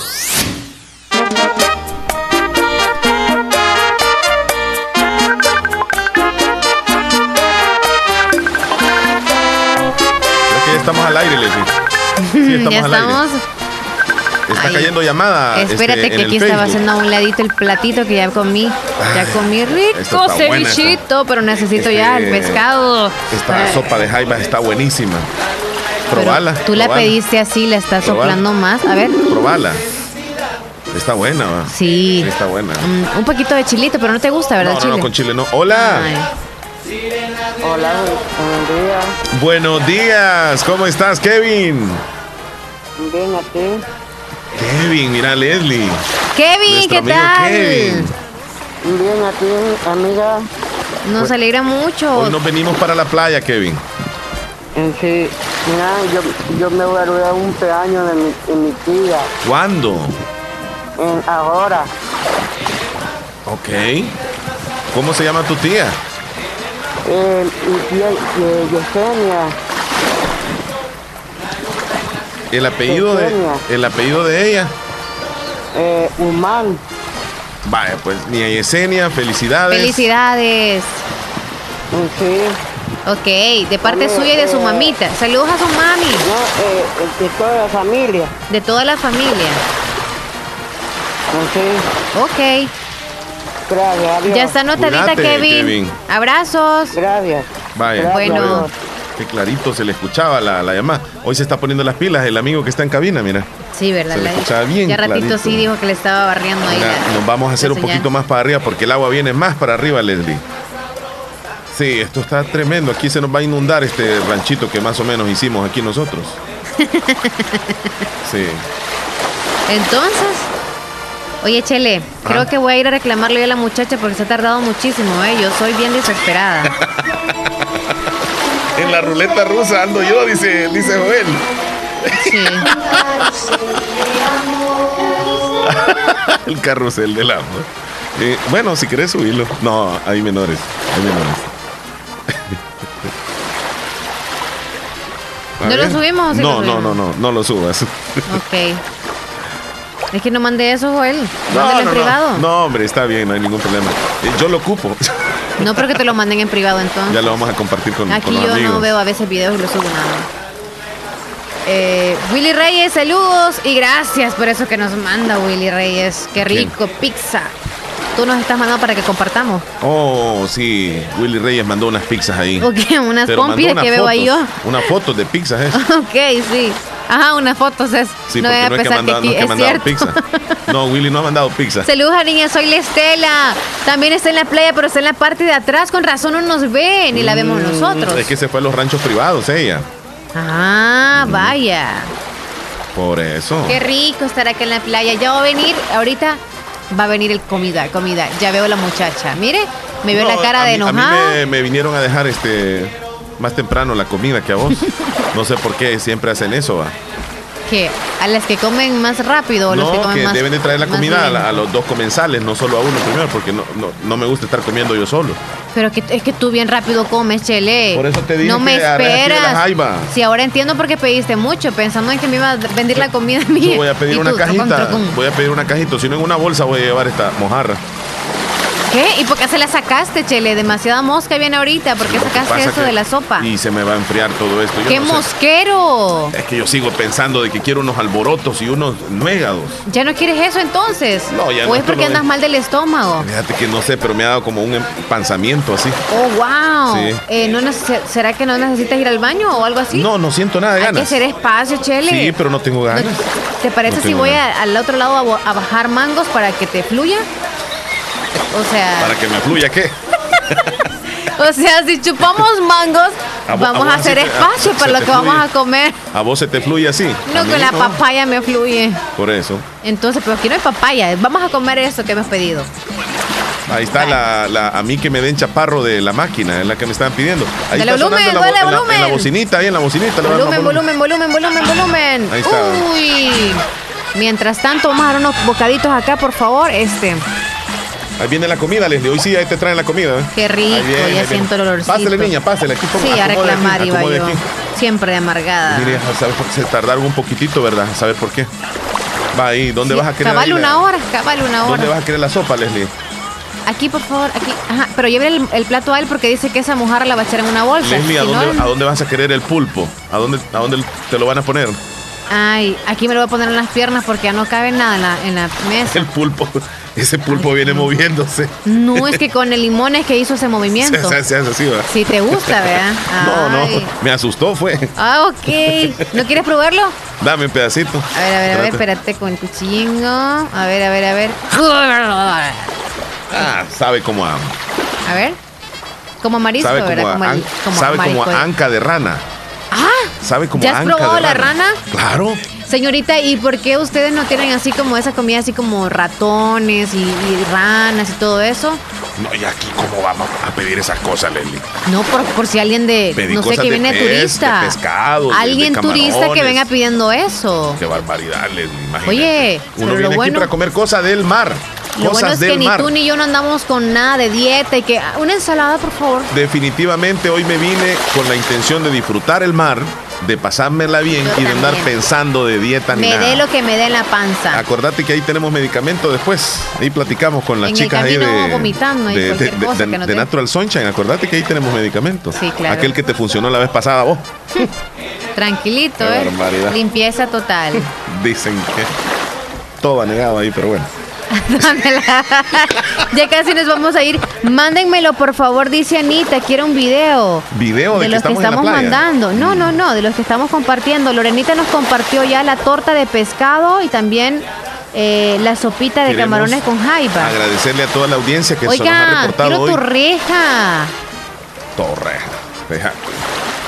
Speaker 2: Creo que ya estamos al aire, Leslie. Sí, estamos
Speaker 1: ya
Speaker 2: al
Speaker 1: *laughs*
Speaker 2: aire.
Speaker 1: estamos.
Speaker 2: está cayendo llamada.
Speaker 1: Espérate
Speaker 2: este,
Speaker 1: que
Speaker 2: en
Speaker 1: aquí
Speaker 2: el
Speaker 1: estaba
Speaker 2: Facebook.
Speaker 1: haciendo a un ladito el platito que ya comí. Ya comí
Speaker 2: esta
Speaker 1: rico
Speaker 2: está buena,
Speaker 1: cevichito, pero necesito ya el
Speaker 2: Este,
Speaker 1: pescado.
Speaker 2: Esta
Speaker 1: Ay,
Speaker 2: sopa de jaiba está buenísima. Probala.
Speaker 1: Tú la
Speaker 2: probala,
Speaker 1: pediste así, la estás
Speaker 2: Probala.
Speaker 1: soplando más. A ver,
Speaker 2: Probala. Está buena, va.
Speaker 1: Sí.
Speaker 2: Está buena.
Speaker 1: mm, un poquito de chilito, pero no te gusta, ¿verdad,
Speaker 2: no,
Speaker 1: chile?
Speaker 2: no, no, con chile no. Hola.
Speaker 15: Hola, buenos días.
Speaker 2: Buenos días. ¿Cómo estás, Kevin?
Speaker 15: Bien, a ti.
Speaker 2: Kevin, mira, Leslie.
Speaker 1: Kevin, ¿qué
Speaker 2: Nuestro amigo
Speaker 1: tal?
Speaker 2: Kevin.
Speaker 15: Bien, a ti, amiga.
Speaker 1: Nos alegra mucho.
Speaker 2: Hoy nos venimos para la playa, Kevin.
Speaker 15: En Eh, sí, mira, yo, yo me voy a dar un peaño de mi, de mi tía.
Speaker 2: ¿Cuándo?
Speaker 15: En- ahora,
Speaker 2: Ok. ¿Cómo se llama tu tía?
Speaker 15: eh, mi tía eh, Yesenia.
Speaker 2: El apellido de,
Speaker 15: Pequeña.
Speaker 2: el apellido de ella.
Speaker 15: Eh, Humán.
Speaker 2: Vaya, pues, mi Yesenia, felicidades.
Speaker 1: Felicidades.
Speaker 15: Sí.
Speaker 1: Ok, de parte
Speaker 15: Saludos,
Speaker 1: suya y de su
Speaker 15: eh,
Speaker 1: mamita. Saludos a su mami.
Speaker 15: No, eh, de toda la familia.
Speaker 1: De toda la familia. Ok.
Speaker 15: Gracias, adiós.
Speaker 1: Ya está anotadita,
Speaker 2: Cuídate,
Speaker 1: Kevin.
Speaker 2: Kevin.
Speaker 1: Abrazos.
Speaker 15: Gracias.
Speaker 2: Vaya.
Speaker 1: Bueno.
Speaker 2: Qué clarito se le escuchaba la, la llamada. Hoy se está poniendo las pilas el amigo que está en cabina, mira.
Speaker 1: Sí, ¿verdad?
Speaker 2: Se le
Speaker 1: La-
Speaker 2: escuchaba bien
Speaker 1: ya ratito
Speaker 2: clarito.
Speaker 1: sí dijo que le estaba barriendo ahí.
Speaker 2: Mira,
Speaker 1: la-
Speaker 2: nos vamos a hacer
Speaker 1: la
Speaker 2: un
Speaker 1: señal.
Speaker 2: poquito más para arriba porque el agua viene más para arriba, Leslie. Sí, esto está tremendo. Aquí se nos va a inundar este ranchito que más o menos hicimos aquí nosotros. Sí.
Speaker 1: *laughs* Entonces, oye, Chele,
Speaker 2: Ah.
Speaker 1: creo que voy a ir a reclamarle yo a la muchacha porque se ha tardado muchísimo, ¿eh? Yo soy bien desesperada.
Speaker 2: En la ruleta rusa ando yo, dice, dice Joel. *laughs*
Speaker 1: Sí.
Speaker 15: *laughs*
Speaker 3: *laughs*
Speaker 2: El carrusel del amor. Eh, bueno, si querés subirlo. No, hay menores. Hay menores. A
Speaker 1: ¿No lo
Speaker 2: ver.
Speaker 1: subimos o sí lo
Speaker 2: No, no,
Speaker 1: subimos?
Speaker 2: no, no, no lo subas.
Speaker 1: Ok. Es que no mandé eso, Joel. Mándalo
Speaker 2: *laughs* No,
Speaker 1: en
Speaker 2: no,
Speaker 1: privado.
Speaker 2: no. No, hombre, está bien, no hay ningún problema. Eh, yo lo ocupo. *laughs*
Speaker 1: No porque te lo manden en privado entonces.
Speaker 2: ya lo vamos a compartir con, con
Speaker 1: Aquí
Speaker 2: los
Speaker 1: yo
Speaker 2: amigos.
Speaker 1: no veo a veces videos y los subo nada. más. Eh, Willy Reyes, saludos y gracias por eso que nos manda Willy Reyes. Qué
Speaker 2: ¿Quién?
Speaker 1: rico, pizza. Tú nos estás mandando para que compartamos.
Speaker 2: Oh, sí, Willy Reyes mandó unas pizzas ahí.
Speaker 1: *laughs* Ok, unas
Speaker 2: Pero mandó
Speaker 1: pompis
Speaker 2: unas
Speaker 1: que veo ahí oh. yo.
Speaker 2: fotos, Unas fotos de pizzas, ¿eh?
Speaker 1: *laughs* Ok, sí. Ajá, unas fotos es.
Speaker 2: Sí,
Speaker 1: no voy
Speaker 2: porque
Speaker 1: a
Speaker 2: no es que ha
Speaker 1: pensar que
Speaker 2: mandado, no
Speaker 1: aquí
Speaker 2: es que ha
Speaker 1: es
Speaker 2: mandado
Speaker 1: cierto.
Speaker 2: pizza. No, Willy no ha mandado pizza.
Speaker 1: Saludos a niña, soy la Estela. También está en la playa, pero está en la parte de atrás. Con razón no nos ven ni la vemos
Speaker 2: Mm.
Speaker 1: nosotros.
Speaker 2: Es que se fue a los ranchos privados ella.
Speaker 1: Ah, vaya.
Speaker 2: Por eso.
Speaker 1: Qué rico estar acá en la playa. Ya va a venir, ahorita va a venir el comida, comida. Ya veo la muchacha. Mire, me veo
Speaker 2: No,
Speaker 1: la cara
Speaker 2: a
Speaker 1: de
Speaker 2: mí- a mí
Speaker 1: enojada.
Speaker 2: me, me vinieron a dejar este más temprano la comida que a vos. No sé por qué siempre hacen eso, va.
Speaker 1: ¿Qué? ¿A las que comen más rápido o los que
Speaker 2: No,
Speaker 1: comen
Speaker 2: que
Speaker 1: más
Speaker 2: deben de traer la
Speaker 1: más
Speaker 2: comida a,
Speaker 1: lento?
Speaker 2: la- a los dos comensales, no solo a uno primero, porque no, no, no me gusta estar comiendo
Speaker 1: *laughs*
Speaker 2: yo solo.
Speaker 1: Pero que, es que tú bien rápido comes, Chele.
Speaker 2: Por eso te dije
Speaker 1: No me
Speaker 2: que arregles aquí de la
Speaker 1: esperas.
Speaker 2: jaiba.
Speaker 1: Sí, ahora entiendo por qué pediste mucho, pensando en que me iba a vender la comida *laughs* mía.
Speaker 2: Yo voy a pedir
Speaker 1: Y
Speaker 2: una
Speaker 1: tú, trocón,
Speaker 2: cajita,
Speaker 1: trocón.
Speaker 2: voy a pedir una cajita, si no en una bolsa voy a llevar esta mojarra.
Speaker 1: ¿Qué? ¿Y por qué se la sacaste, Chele? Demasiada mosca viene ahorita. ¿Por qué sacaste
Speaker 2: Pasa
Speaker 1: eso
Speaker 2: que-
Speaker 1: de la sopa?
Speaker 2: Y se me va a enfriar todo esto. yo
Speaker 1: ¡Qué
Speaker 2: no sé.
Speaker 1: mosquero!
Speaker 2: Es que yo sigo pensando de que quiero unos alborotos y unos nuegados.
Speaker 1: ¿Ya no quieres eso entonces?
Speaker 2: No, ya
Speaker 1: ¿O
Speaker 2: no,
Speaker 1: es
Speaker 2: esto
Speaker 1: porque
Speaker 2: no
Speaker 1: andas
Speaker 2: es.
Speaker 1: mal del estómago?
Speaker 2: Fíjate que no sé, pero me ha dado como un empanzamiento así.
Speaker 1: Oh, wow.
Speaker 2: Sí.
Speaker 1: Eh, ¿no nece- ¿Será que no necesitas ir al baño o algo así?
Speaker 2: No, no siento nada de
Speaker 1: Hay que
Speaker 2: ganas.
Speaker 1: hacer espacio, Chele.
Speaker 2: Sí, pero no tengo ganas.
Speaker 1: ¿Te parece
Speaker 2: No
Speaker 1: si
Speaker 2: tengo
Speaker 1: voy a- al otro lado a, bo- a bajar mangos para que te fluya? O sea,
Speaker 2: Para que me fluya, ¿qué?
Speaker 1: o sea, si
Speaker 2: *laughs*
Speaker 1: chupamos mangos,
Speaker 2: A vo-
Speaker 1: vamos
Speaker 2: a
Speaker 1: a
Speaker 2: vos
Speaker 1: hacer
Speaker 2: Ah. así te- a-
Speaker 1: espacio
Speaker 2: se
Speaker 1: para lo
Speaker 2: te
Speaker 1: que vamos
Speaker 2: fluye.
Speaker 1: a comer.
Speaker 2: A vos se te fluye así. A
Speaker 1: No,
Speaker 2: mí
Speaker 1: que la papaya me fluye.
Speaker 2: Por eso.
Speaker 1: Entonces, pero aquí no hay papaya. Vamos a comer eso que hemos pedido.
Speaker 2: Ahí está la, la- a mí que me den chaparro de la máquina, es la que me estaban pidiendo. Ahí
Speaker 1: Dale
Speaker 2: está sonando
Speaker 1: volumen,
Speaker 2: en la,
Speaker 1: dale
Speaker 2: en la-
Speaker 1: volumen.
Speaker 2: en la bocinita, ahí en la bocinita. le voy a dar más
Speaker 1: Volumen, volumen, volumen, volumen, volumen.
Speaker 2: Ahí está.
Speaker 1: Uy. Mientras tanto, vamos a dar unos bocaditos acá, por favor. Este,
Speaker 2: Ahí viene la comida, Leslie. Hoy sí, ahí te traen la comida. ¿eh?
Speaker 1: qué rico.
Speaker 2: Ahí viene, ahí
Speaker 1: ya
Speaker 2: viene.
Speaker 1: siento el olorcito.
Speaker 2: Pásale, niña, pásale. Aquí pongo-
Speaker 1: Sí, a
Speaker 2: acomode aquí,
Speaker 1: reclamar iba
Speaker 2: acomode
Speaker 1: yo.
Speaker 2: aquí.
Speaker 1: Siempre de amargada.
Speaker 2: Mire, ¿sabes por qué *laughs* se tardaron un poquitito, verdad? ¿Sabes por qué? Va ahí, ¿dónde vas a querer ahí
Speaker 1: Cabal
Speaker 2: la-
Speaker 1: una hora, cabal una hora.
Speaker 2: ¿Dónde vas a querer la sopa, Leslie?
Speaker 1: Aquí, por favor, aquí. Ajá, pero lleve el, el plato a él porque dice que esa mojarra la va a echar en una bolsa.
Speaker 2: Leslie, ¿a
Speaker 1: Si no,
Speaker 2: dónde, ¿a dónde vas a querer el pulpo? ¿A dónde, ¿A dónde te lo van a poner?
Speaker 1: Ay, aquí me lo voy a poner en las piernas porque ya no cabe nada en la, en la mesa.
Speaker 2: El pulpo, *laughs* ese pulpo viene moviéndose. *laughs*
Speaker 1: No, es que con el limón es que hizo ese movimiento.
Speaker 2: Se, se- se hace así, ¿verdad?
Speaker 1: Si te gusta, ¿verdad?
Speaker 2: *laughs* No, no,
Speaker 1: Ay.
Speaker 2: me asustó fue.
Speaker 1: Ah, ok. ¿No quieres probarlo?
Speaker 2: Dame un pedacito.
Speaker 1: A ver, a ver, a ver,
Speaker 2: Trata-
Speaker 1: espérate con el cuchillo. A ver, a ver, a ver.
Speaker 2: Ah, sabe como a,
Speaker 1: A ver. Como marisco,
Speaker 2: sabe
Speaker 1: ¿verdad?
Speaker 2: como a an-
Speaker 1: el- como
Speaker 2: sabe como
Speaker 1: marisco.
Speaker 2: a anca de rana.
Speaker 1: Ah,
Speaker 2: Sabe como
Speaker 1: ¿Ya
Speaker 2: a
Speaker 1: has
Speaker 2: anca
Speaker 1: probado
Speaker 2: de
Speaker 1: la
Speaker 2: rana.
Speaker 1: rana?
Speaker 2: Claro.
Speaker 1: Señorita, ¿y por qué ustedes no tienen así como esa comida así como ratones y, y ranas y todo eso?
Speaker 2: No, y aquí cómo vamos a pedir esas cosas, Leslie.
Speaker 1: No, por, por si alguien de,
Speaker 2: Pedí
Speaker 1: no sé,
Speaker 2: cosas
Speaker 1: que
Speaker 2: de
Speaker 1: viene
Speaker 2: pez,
Speaker 1: turista.
Speaker 2: de pescado, de- de
Speaker 1: alguien turista que
Speaker 2: camarones.
Speaker 1: venga pidiendo eso.
Speaker 2: Qué barbaridad, Leslie. Imagínate.
Speaker 1: Oye,
Speaker 2: uno
Speaker 1: pero
Speaker 2: viene
Speaker 1: lo
Speaker 2: aquí
Speaker 1: bueno,
Speaker 2: para comer cosas del mar.
Speaker 1: lo
Speaker 2: Cosas
Speaker 1: bueno es
Speaker 2: del
Speaker 1: que ni
Speaker 2: mar.
Speaker 1: tú ni yo no andamos con nada de dieta y que... ah, Una ensalada, por favor.
Speaker 2: Definitivamente hoy me vine con la intención de disfrutar el mar, de pasármela bien
Speaker 1: Yo
Speaker 2: y de andar
Speaker 1: también.
Speaker 2: pensando de dieta ni
Speaker 1: Me
Speaker 2: nada.
Speaker 1: dé lo que me dé en la panza.
Speaker 2: Acordate que ahí tenemos medicamento después. Ahí platicamos con las
Speaker 1: En el
Speaker 2: chicas ahí
Speaker 1: camino
Speaker 2: de,
Speaker 1: vomitando, ahí
Speaker 2: de, de,
Speaker 1: cualquier cosa
Speaker 2: de-
Speaker 1: que no
Speaker 2: de
Speaker 1: te-
Speaker 2: Natural Sunshine. Acordate que ahí tenemos medicamento.
Speaker 1: Sí, claro.
Speaker 2: Aquel que te funcionó la vez pasada, vos.
Speaker 1: *laughs* Tranquilito,
Speaker 2: Qué
Speaker 1: ¿eh?
Speaker 2: barbaridad.
Speaker 1: Limpieza total. *laughs*
Speaker 2: Dicen que todo negado ahí, pero bueno.
Speaker 1: Dámela. *laughs* ya casi nos vamos a ir. Mándenmelo, por favor, dice Anita. Quiero un video.
Speaker 2: Video de,
Speaker 1: de
Speaker 2: que
Speaker 1: los que
Speaker 2: estamos, en la
Speaker 1: estamos
Speaker 2: playa.
Speaker 1: mandando. No, no, no, de los que estamos compartiendo. Lorenita nos compartió ya la torta de pescado y también eh, la sopita de
Speaker 2: Queremos
Speaker 1: camarones con jaiba.
Speaker 2: Agradecerle a toda la audiencia que se nos ha
Speaker 1: Oiga,
Speaker 2: reportado
Speaker 1: quiero
Speaker 2: hoy.
Speaker 1: torreja.
Speaker 2: Torreja. Deja.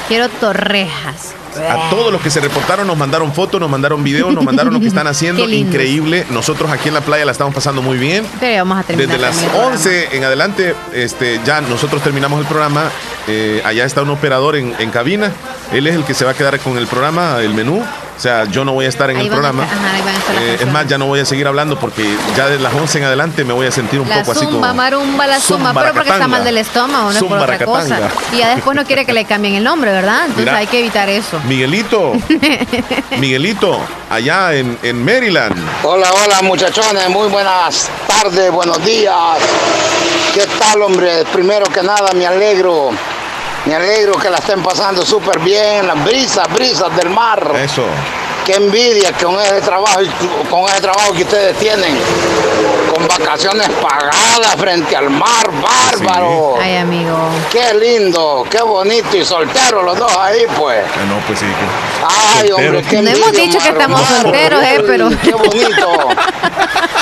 Speaker 1: Quiero torrejas.
Speaker 2: A todos los que se reportaron nos mandaron fotos, nos mandaron videos, nos mandaron lo
Speaker 1: *laughs*
Speaker 2: que están haciendo.
Speaker 1: Qué lindos.
Speaker 2: Increíble. Nosotros aquí en la playa la estamos pasando muy bien.
Speaker 1: Pero ya vamos a terminar.
Speaker 2: Desde las
Speaker 1: también el programa.
Speaker 2: 11 en adelante, este, ya nosotros terminamos el programa. Eh, allá está un operador en, en cabina. Él es el que se va a quedar con el programa, el menú. O sea, yo no voy a estar en
Speaker 1: Ahí
Speaker 2: el
Speaker 1: van a
Speaker 2: programa.
Speaker 1: estar- ajá, ahí van a estar las
Speaker 2: Eh, es
Speaker 1: canciones.
Speaker 2: más, ya no voy a seguir hablando porque ya de las 11 en adelante me voy a sentir un
Speaker 1: La
Speaker 2: poco así
Speaker 1: zumba,
Speaker 2: como.
Speaker 1: marumba, la zumba, pero porque está
Speaker 2: zumbaracatanga.
Speaker 1: mal del estómago, no es por otra cosa.
Speaker 2: Zumbaracatanga.
Speaker 1: Y ya después no quiere que le cambien el nombre, ¿verdad? Entonces
Speaker 2: Mira.
Speaker 1: hay que evitar eso. *laughs*
Speaker 2: Miguelito, Miguelito, allá en, en Maryland.
Speaker 17: Hola, hola muchachones, muy buenas tardes, buenos días. ¿Qué tal, hombre? Primero que nada, me alegro. Me alegro que la estén pasando súper bien, las brisas, brisas del mar.
Speaker 2: Eso.
Speaker 17: Qué envidia con ese trabajo, y- con ese trabajo que ustedes tienen. Con vacaciones pagadas frente al mar, bárbaro.
Speaker 1: Ay, amigo.
Speaker 17: Qué lindo, qué bonito y solteros los dos ahí, pues.
Speaker 2: Ah, No, pues sí. que-
Speaker 17: Ay, hombre,
Speaker 2: solteros.
Speaker 17: qué
Speaker 1: No hemos
Speaker 17: envidia,
Speaker 1: dicho que estamos
Speaker 17: Marmar.
Speaker 1: solteros, eh, pero-
Speaker 17: Qué bonito.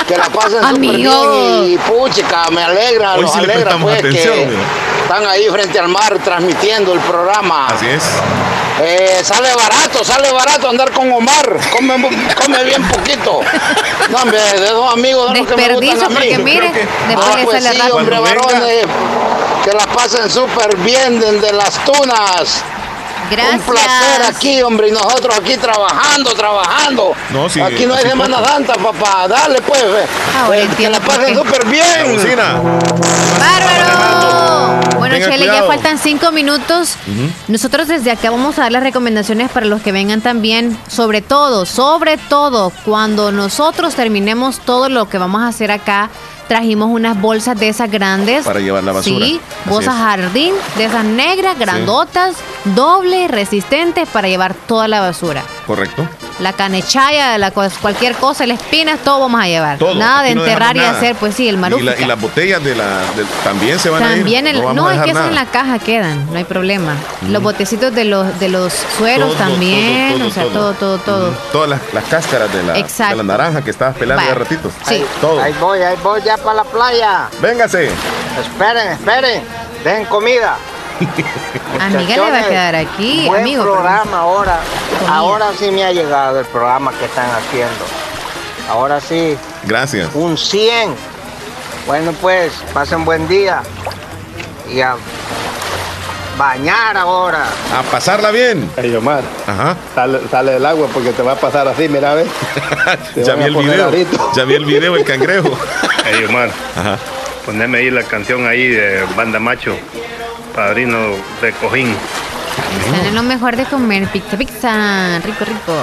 Speaker 17: Que la pasen súper
Speaker 1: Amigo.
Speaker 17: bien y puchica, me alegra,
Speaker 2: Hoy
Speaker 17: los
Speaker 2: sí le
Speaker 17: alegra
Speaker 2: prestamos
Speaker 17: pues
Speaker 2: atención,
Speaker 17: que
Speaker 2: mira.
Speaker 17: están ahí frente al mar transmitiendo el programa.
Speaker 2: Así es.
Speaker 17: Eh, sale barato, sale barato andar con Omar, come, come bien poquito. No, hombre, de dos amigos de los que me gustan
Speaker 1: Desperdicio,
Speaker 17: a mí.
Speaker 1: porque mire, después
Speaker 17: Ah,
Speaker 1: le
Speaker 17: pues
Speaker 1: sale
Speaker 17: sí,
Speaker 1: rápido.
Speaker 17: hombre,
Speaker 1: Cuando venga.
Speaker 17: varones, que la pasen súper bien desde las tunas. Un placer
Speaker 1: Gracias.
Speaker 17: aquí, hombre, y nosotros aquí trabajando, trabajando.
Speaker 2: No, sí,
Speaker 17: aquí no hay
Speaker 2: así
Speaker 17: Semana
Speaker 2: toca.
Speaker 17: Santa, papá. Dale, pues. ve.
Speaker 1: Ahora
Speaker 17: Eh, que
Speaker 1: Ah, entiendo
Speaker 17: la
Speaker 1: por
Speaker 17: pasen
Speaker 1: qué.
Speaker 17: súper
Speaker 2: La
Speaker 17: bien.
Speaker 2: bocina.
Speaker 1: ¡Bárbaro! Bueno,
Speaker 2: Tenga
Speaker 1: Chele, ya
Speaker 2: cuidado.
Speaker 1: faltan cinco minutos.
Speaker 2: Ujú.
Speaker 1: Nosotros desde acá vamos a dar las recomendaciones para los que vengan también. Sobre todo, sobre todo, cuando nosotros terminemos todo lo que vamos a hacer acá, trajimos unas bolsas de esas grandes.
Speaker 2: Para llevar la basura.
Speaker 1: Sí,
Speaker 2: Así
Speaker 1: bolsas
Speaker 2: es.
Speaker 1: jardín, de esas negras, grandotas, dobles, resistentes para llevar toda la basura.
Speaker 2: Correcto.
Speaker 1: La canechaya, la, cos- cualquier cosa, la espina, todo vamos a llevar.
Speaker 2: Todo.
Speaker 1: Nada de
Speaker 2: Aquí no dejamos
Speaker 1: enterrar y
Speaker 2: nada.
Speaker 1: hacer, pues sí, el
Speaker 2: Y, la-
Speaker 1: marujo.
Speaker 2: y las botellas de la, de- también se van
Speaker 1: También
Speaker 2: a ir.
Speaker 1: el, no,
Speaker 2: vamos a
Speaker 1: es que
Speaker 2: dejar
Speaker 1: esas en
Speaker 2: nada. Mm.
Speaker 1: la caja quedan, no hay problema. Los botecitos de los de los sueros
Speaker 2: Todo,
Speaker 1: también,
Speaker 2: todo,
Speaker 1: o sea,
Speaker 2: todo.
Speaker 1: todo, todo, todo.
Speaker 2: Todas las, las cáscaras de la,
Speaker 1: Exacto.
Speaker 2: de la naranja que estabas pelando
Speaker 1: Vaya.
Speaker 2: hace ratitos.
Speaker 1: Sí.
Speaker 2: Todo.
Speaker 14: Ahí voy, ahí voy ya para la playa.
Speaker 17: *laughs*
Speaker 2: Véngase.
Speaker 14: Esperen, esperen. Dejen comida.
Speaker 1: Amiga le va a
Speaker 14: Muchachones,
Speaker 1: quedar aquí,
Speaker 14: Buen
Speaker 1: amigo.
Speaker 14: programa ahora.
Speaker 1: Comida.
Speaker 14: Ahora sí me ha llegado el programa que están haciendo. Ahora sí,
Speaker 2: Gracias.
Speaker 14: un 100. Bueno, pues, pasen buen día. Y a bañar ahora.
Speaker 2: A pasarla bien.
Speaker 8: Ey, Omar,
Speaker 2: Ajá.
Speaker 8: sale, sale del agua porque te va a pasar así, mira,
Speaker 2: *laughs*
Speaker 8: ve. Te
Speaker 2: ya
Speaker 8: van
Speaker 2: vi
Speaker 8: a
Speaker 2: el
Speaker 8: poner
Speaker 2: video.
Speaker 8: arito.
Speaker 2: Ya vi el video,
Speaker 8: *laughs*
Speaker 2: el cangrejo.
Speaker 12: Ey, Omar,
Speaker 2: Ajá.
Speaker 12: poneme ahí la canción ahí de Banda Macho, Padrino de Cojín.
Speaker 1: Tienen lo mejor de comer pizza, pizza, rico, rico.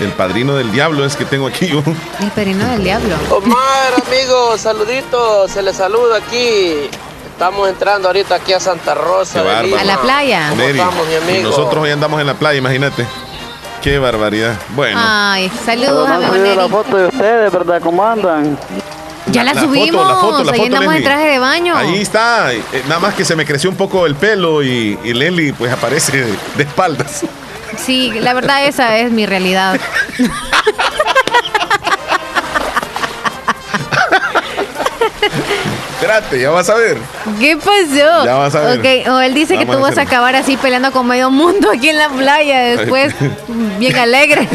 Speaker 2: El padrino del diablo es que tengo aquí yo.
Speaker 1: El perino del diablo.
Speaker 20: Omar, amigos, saluditos, se les saluda aquí. Estamos entrando ahorita aquí a Santa Rosa.
Speaker 2: Qué
Speaker 20: de
Speaker 2: bárbaro.
Speaker 20: Lima.
Speaker 1: A la playa.
Speaker 20: ¿Cómo
Speaker 2: Neri,
Speaker 20: estamos, mi
Speaker 2: y
Speaker 20: amigo?
Speaker 2: nosotros hoy andamos en la playa, imagínate. Qué barbaridad. Bueno.
Speaker 1: Ay, saludos a mi
Speaker 6: subido la
Speaker 1: Boneri.
Speaker 6: foto de ustedes, ¿verdad? ¿Cómo andan?
Speaker 1: Ya la,
Speaker 2: foto,
Speaker 1: subimos,
Speaker 2: la foto, la
Speaker 1: ahí
Speaker 2: foto,
Speaker 1: andamos en
Speaker 2: Leslie.
Speaker 1: traje de baño.
Speaker 2: Ahí está, eh, nada más que se me creció un poco el pelo y, y Leli pues aparece de, de espaldas.
Speaker 1: Sí, la verdad esa es mi
Speaker 2: *laughs*
Speaker 1: realidad.
Speaker 2: Espérate, ya vas a ver.
Speaker 1: ¿Qué pasó?
Speaker 2: Ya vas a ver.
Speaker 1: Ok, o él dice
Speaker 2: Vamos
Speaker 1: que tú
Speaker 2: a
Speaker 1: vas a
Speaker 2: hacer-
Speaker 1: acabar así peleando con medio mundo aquí en la playa
Speaker 2: *laughs*
Speaker 1: después, bien alegre.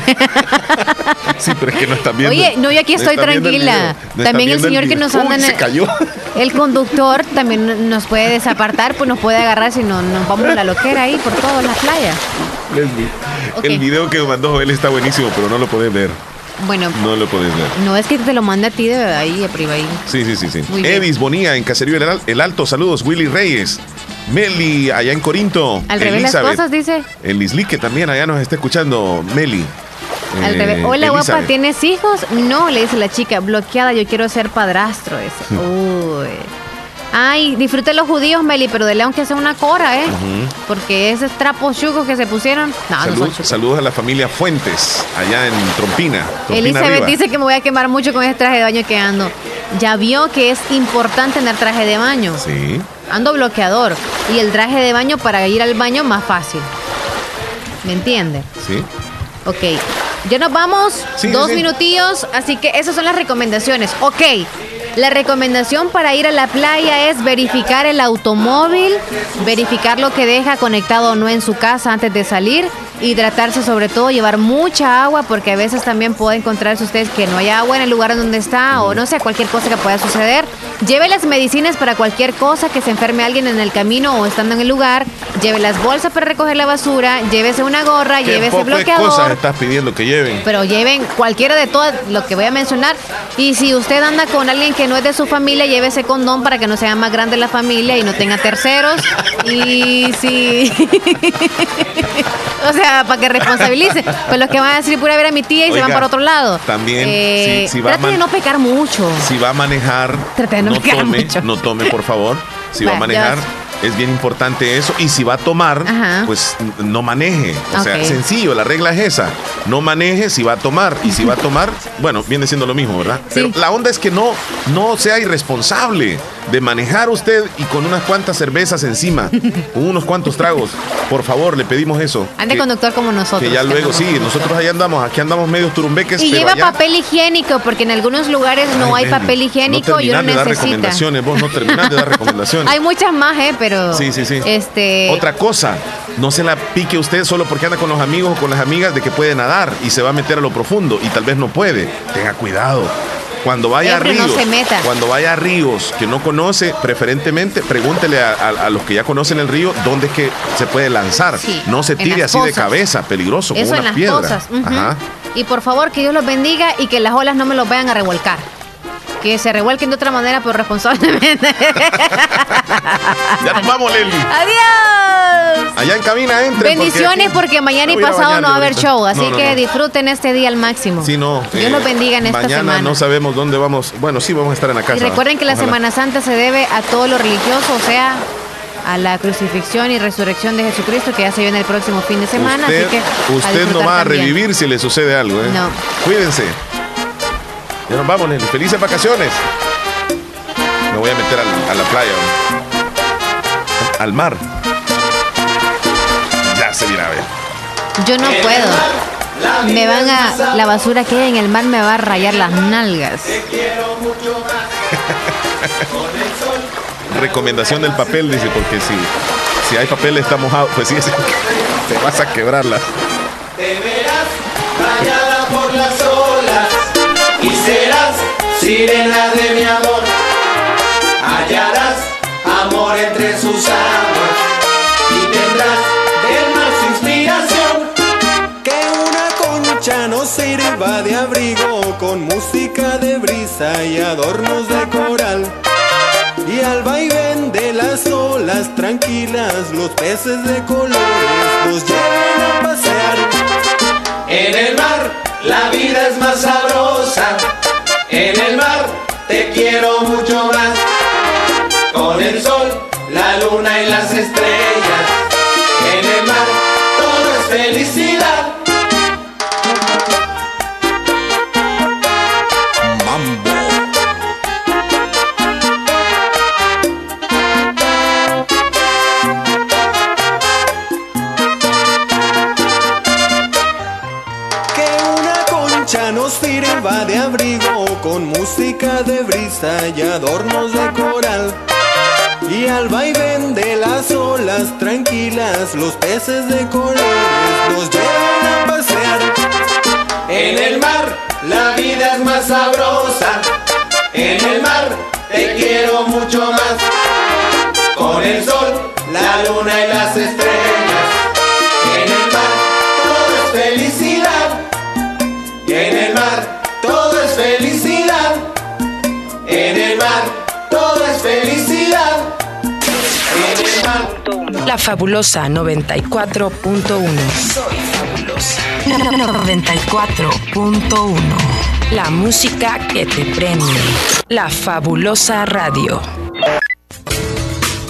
Speaker 2: Sí, pero es que no están viendo.
Speaker 1: Oye, no, yo aquí
Speaker 2: No
Speaker 1: estoy
Speaker 2: están viendo
Speaker 1: tranquila.
Speaker 2: video, no están
Speaker 1: También el
Speaker 2: viendo
Speaker 1: señor que
Speaker 2: video.
Speaker 1: nos anda
Speaker 2: Uy,
Speaker 1: en
Speaker 2: se
Speaker 1: el-
Speaker 2: cayó.
Speaker 1: *laughs* El conductor también nos puede desapartar, pues nos puede agarrar si no nos vamos a la loquera ahí por todas las playas.
Speaker 2: Leslie.
Speaker 1: Ok.
Speaker 2: El video que mandó él está buenísimo, pero no lo podés ver.
Speaker 1: Bueno,
Speaker 2: No lo podés ver.
Speaker 1: no es que te lo manda a ti de ahí, de privadito.
Speaker 2: Sí, sí, sí, sí.
Speaker 1: Muy bien.
Speaker 2: Evis Bonía en Caserío El Al- El Alto, saludos, Willy Reyes. Meli allá en Corinto.
Speaker 1: Al revés las
Speaker 2: Elizabeth.
Speaker 1: cosas, dice.
Speaker 2: El Lisli que también allá nos está escuchando, Meli.
Speaker 1: Al
Speaker 2: Eh,
Speaker 1: revés. Hola, guapa,
Speaker 2: Elizabeth.
Speaker 1: ¿tienes hijos? No, le dice la chica, bloqueada, yo quiero ser padrastro. Dice. Uy. Ay, disfruten los judíos, Meli, pero dele aunque sea una cora, ¿eh?
Speaker 2: Ujú.
Speaker 1: Porque esos trapos chucos que se pusieron. Ah, No, no
Speaker 2: Salud-
Speaker 1: son chucos.
Speaker 2: saludos a la familia Fuentes, allá en Trompina. Trompina
Speaker 1: Elizabeth
Speaker 2: arriba.
Speaker 1: dice que me voy a quemar mucho con ese traje de baño que ando. Ya vio que es importante tener traje de baño.
Speaker 2: Sí.
Speaker 1: Ando bloqueador. Y el traje de baño para ir al baño más fácil. ¿Me entiende?
Speaker 2: Sí.
Speaker 1: Ok. Ya nos vamos.
Speaker 2: Sí,
Speaker 1: Dos
Speaker 2: sí.
Speaker 1: minutillos. Así que esas son las recomendaciones. Ok. La recomendación para ir a la playa es verificar el automóvil, verificar lo que deja conectado o no en su casa antes de salir, hidratarse sobre todo, llevar mucha agua porque a veces también puede encontrarse ustedes que no hay agua en el lugar en donde está o no sé, cualquier cosa que pueda suceder. Lleve las medicinas para cualquier cosa que se enferme alguien en el camino o estando en el lugar, lleve las bolsas para recoger la basura, llévese una gorra,
Speaker 2: ¿Qué
Speaker 1: llévese
Speaker 2: poco de
Speaker 1: bloqueador
Speaker 2: cosas estás pidiendo que lleven?
Speaker 1: pero lleven cualquiera de todas lo que voy a mencionar. Y si usted anda con alguien que no es de su familia, llévese condón para que no sea más grande la familia y no tenga terceros. Y si. *laughs* o sea, para que responsabilice. Pues los que van a decir, pura ver a mi tía y se
Speaker 2: Oiga,
Speaker 1: van para otro lado.
Speaker 2: también,
Speaker 1: Eh,
Speaker 2: si- si va
Speaker 1: trate de
Speaker 2: man-
Speaker 1: no pecar mucho.
Speaker 2: Si va a manejar,
Speaker 1: Trata de no pegar
Speaker 2: tome,
Speaker 1: mucho.
Speaker 2: no tome, por favor. Si va a
Speaker 1: Bueno, ya
Speaker 2: manejar, es bien importante eso. Y si va a tomar,
Speaker 1: Ajá.
Speaker 2: pues n- no maneje. O
Speaker 1: Ok.
Speaker 2: sea, sencillo, la regla es esa. No maneje si va a tomar.
Speaker 1: *laughs*
Speaker 2: Y si va a tomar, bueno, viene siendo lo mismo, ¿verdad? Pero la onda es que no, no sea irresponsable de manejar usted y con unas cuantas cervezas encima, con unos cuantos tragos. Por favor, le pedimos eso.
Speaker 1: Ande
Speaker 2: Que-
Speaker 1: conductor como nosotros.
Speaker 2: que ya luego,
Speaker 1: no-
Speaker 2: sí, nosotros ahí andamos, aquí andamos medios turumbeques,
Speaker 1: Y
Speaker 2: pero
Speaker 1: lleva
Speaker 2: allá-
Speaker 1: papel higiénico, porque en algunos lugares no
Speaker 2: Ay,
Speaker 1: hay
Speaker 2: Nelly,
Speaker 1: papel higiénico
Speaker 2: no
Speaker 1: y uno
Speaker 2: terminás de dar
Speaker 1: necesita.
Speaker 2: recomendaciones, vos no terminás
Speaker 1: *laughs*
Speaker 2: de dar recomendaciones.
Speaker 1: Hay muchas más, ¿eh? Pero.
Speaker 2: Sí, sí, sí.
Speaker 1: Este.
Speaker 2: Otra cosa, no se la pique usted solo porque anda con los amigos o con las amigas de que puede nadar y se va a meter a lo profundo y tal vez no puede. Tenga cuidado. Cuando vaya
Speaker 1: Siempre
Speaker 2: a
Speaker 1: no
Speaker 2: ríos,
Speaker 1: se meta.
Speaker 2: cuando vaya a ríos que no conoce, preferentemente pregúntele a, a- a los que ya conocen el río dónde es que se puede lanzar.
Speaker 1: Sí,
Speaker 2: no se
Speaker 1: en
Speaker 2: tire
Speaker 1: las
Speaker 2: así de
Speaker 1: pozas.
Speaker 2: cabeza, peligroso,
Speaker 1: Eso
Speaker 2: con
Speaker 1: en
Speaker 2: una
Speaker 1: las
Speaker 2: piedra.
Speaker 1: pozas, ujú. *laughs*
Speaker 2: Ajá.
Speaker 1: Y por favor, que Dios los bendiga y que las olas no me los vayan a revolcar. Que se revuelquen de otra manera, pero responsablemente. *laughs*
Speaker 2: Ya nos vamos, Leli.
Speaker 1: ¡Adiós!
Speaker 2: Allá en cabina, entre.
Speaker 1: Bendiciones porque, mañana y
Speaker 2: Me voy a ir a
Speaker 1: pasado no va a
Speaker 2: bañar
Speaker 1: haber
Speaker 2: ahorita.
Speaker 1: show, así
Speaker 2: No, no,
Speaker 1: que
Speaker 2: no.
Speaker 1: disfruten este día al máximo.
Speaker 2: Sí, no.
Speaker 1: Dios los bendiga en esta
Speaker 2: mañana
Speaker 1: semana.
Speaker 2: no sabemos dónde vamos. Bueno, sí, vamos a estar en la casa.
Speaker 1: y recuerden que la
Speaker 2: Ojalá.
Speaker 1: Semana Santa se debe a todo lo religioso, o sea, a la crucifixión y resurrección de Jesucristo que ya se viene el próximo fin de semana.
Speaker 2: Usted,
Speaker 1: así que a
Speaker 2: usted no
Speaker 1: disfrutar
Speaker 2: va a
Speaker 1: también.
Speaker 2: revivir si le sucede algo, ¿eh?
Speaker 1: No.
Speaker 2: Cuídense. Ya nos vamos, Nelly. Felices vacaciones. Me voy a meter al- a la playa. ¿no? Al mar. Ya se mira, a ver.
Speaker 1: Yo no puedo. Me van a. La basura que hay en el mar me va a rayar las nalgas.
Speaker 2: *laughs* Recomendación del papel, dice, porque si, si hay papel está mojado, pues sí, te vas a quebrarla.
Speaker 3: Te verás rayada por las olas y serás sirena de mi amor. Hallarás amor entre sus aguas y tendrás del mar su inspiración. Que una concha nos sirva de abrigo con música de brisa y adornos de coral. Y al vaivén de las olas tranquilas, los peces de colores nos lleven a pasear. En el mar la vida es más sabrosa, en el mar te quiero mucho más. Con el sol, la luna y las estrellas, en el mar todo es felicidad.
Speaker 13: va de abrigo con música de brisa y adornos de coral. Y al vaivén de las olas tranquilas, los peces de colores nos llevan a pasear. En el mar la vida es más sabrosa, en el mar te quiero mucho más. Con el sol, la luna y las estrellas, en el mar todo es felicidad. Y en el mar todo es felicidad. En el mar todo es felicidad. En el mar.
Speaker 16: La fabulosa 94.1.
Speaker 13: Soy fabulosa.
Speaker 16: 94.1. La música que te premie. La fabulosa radio.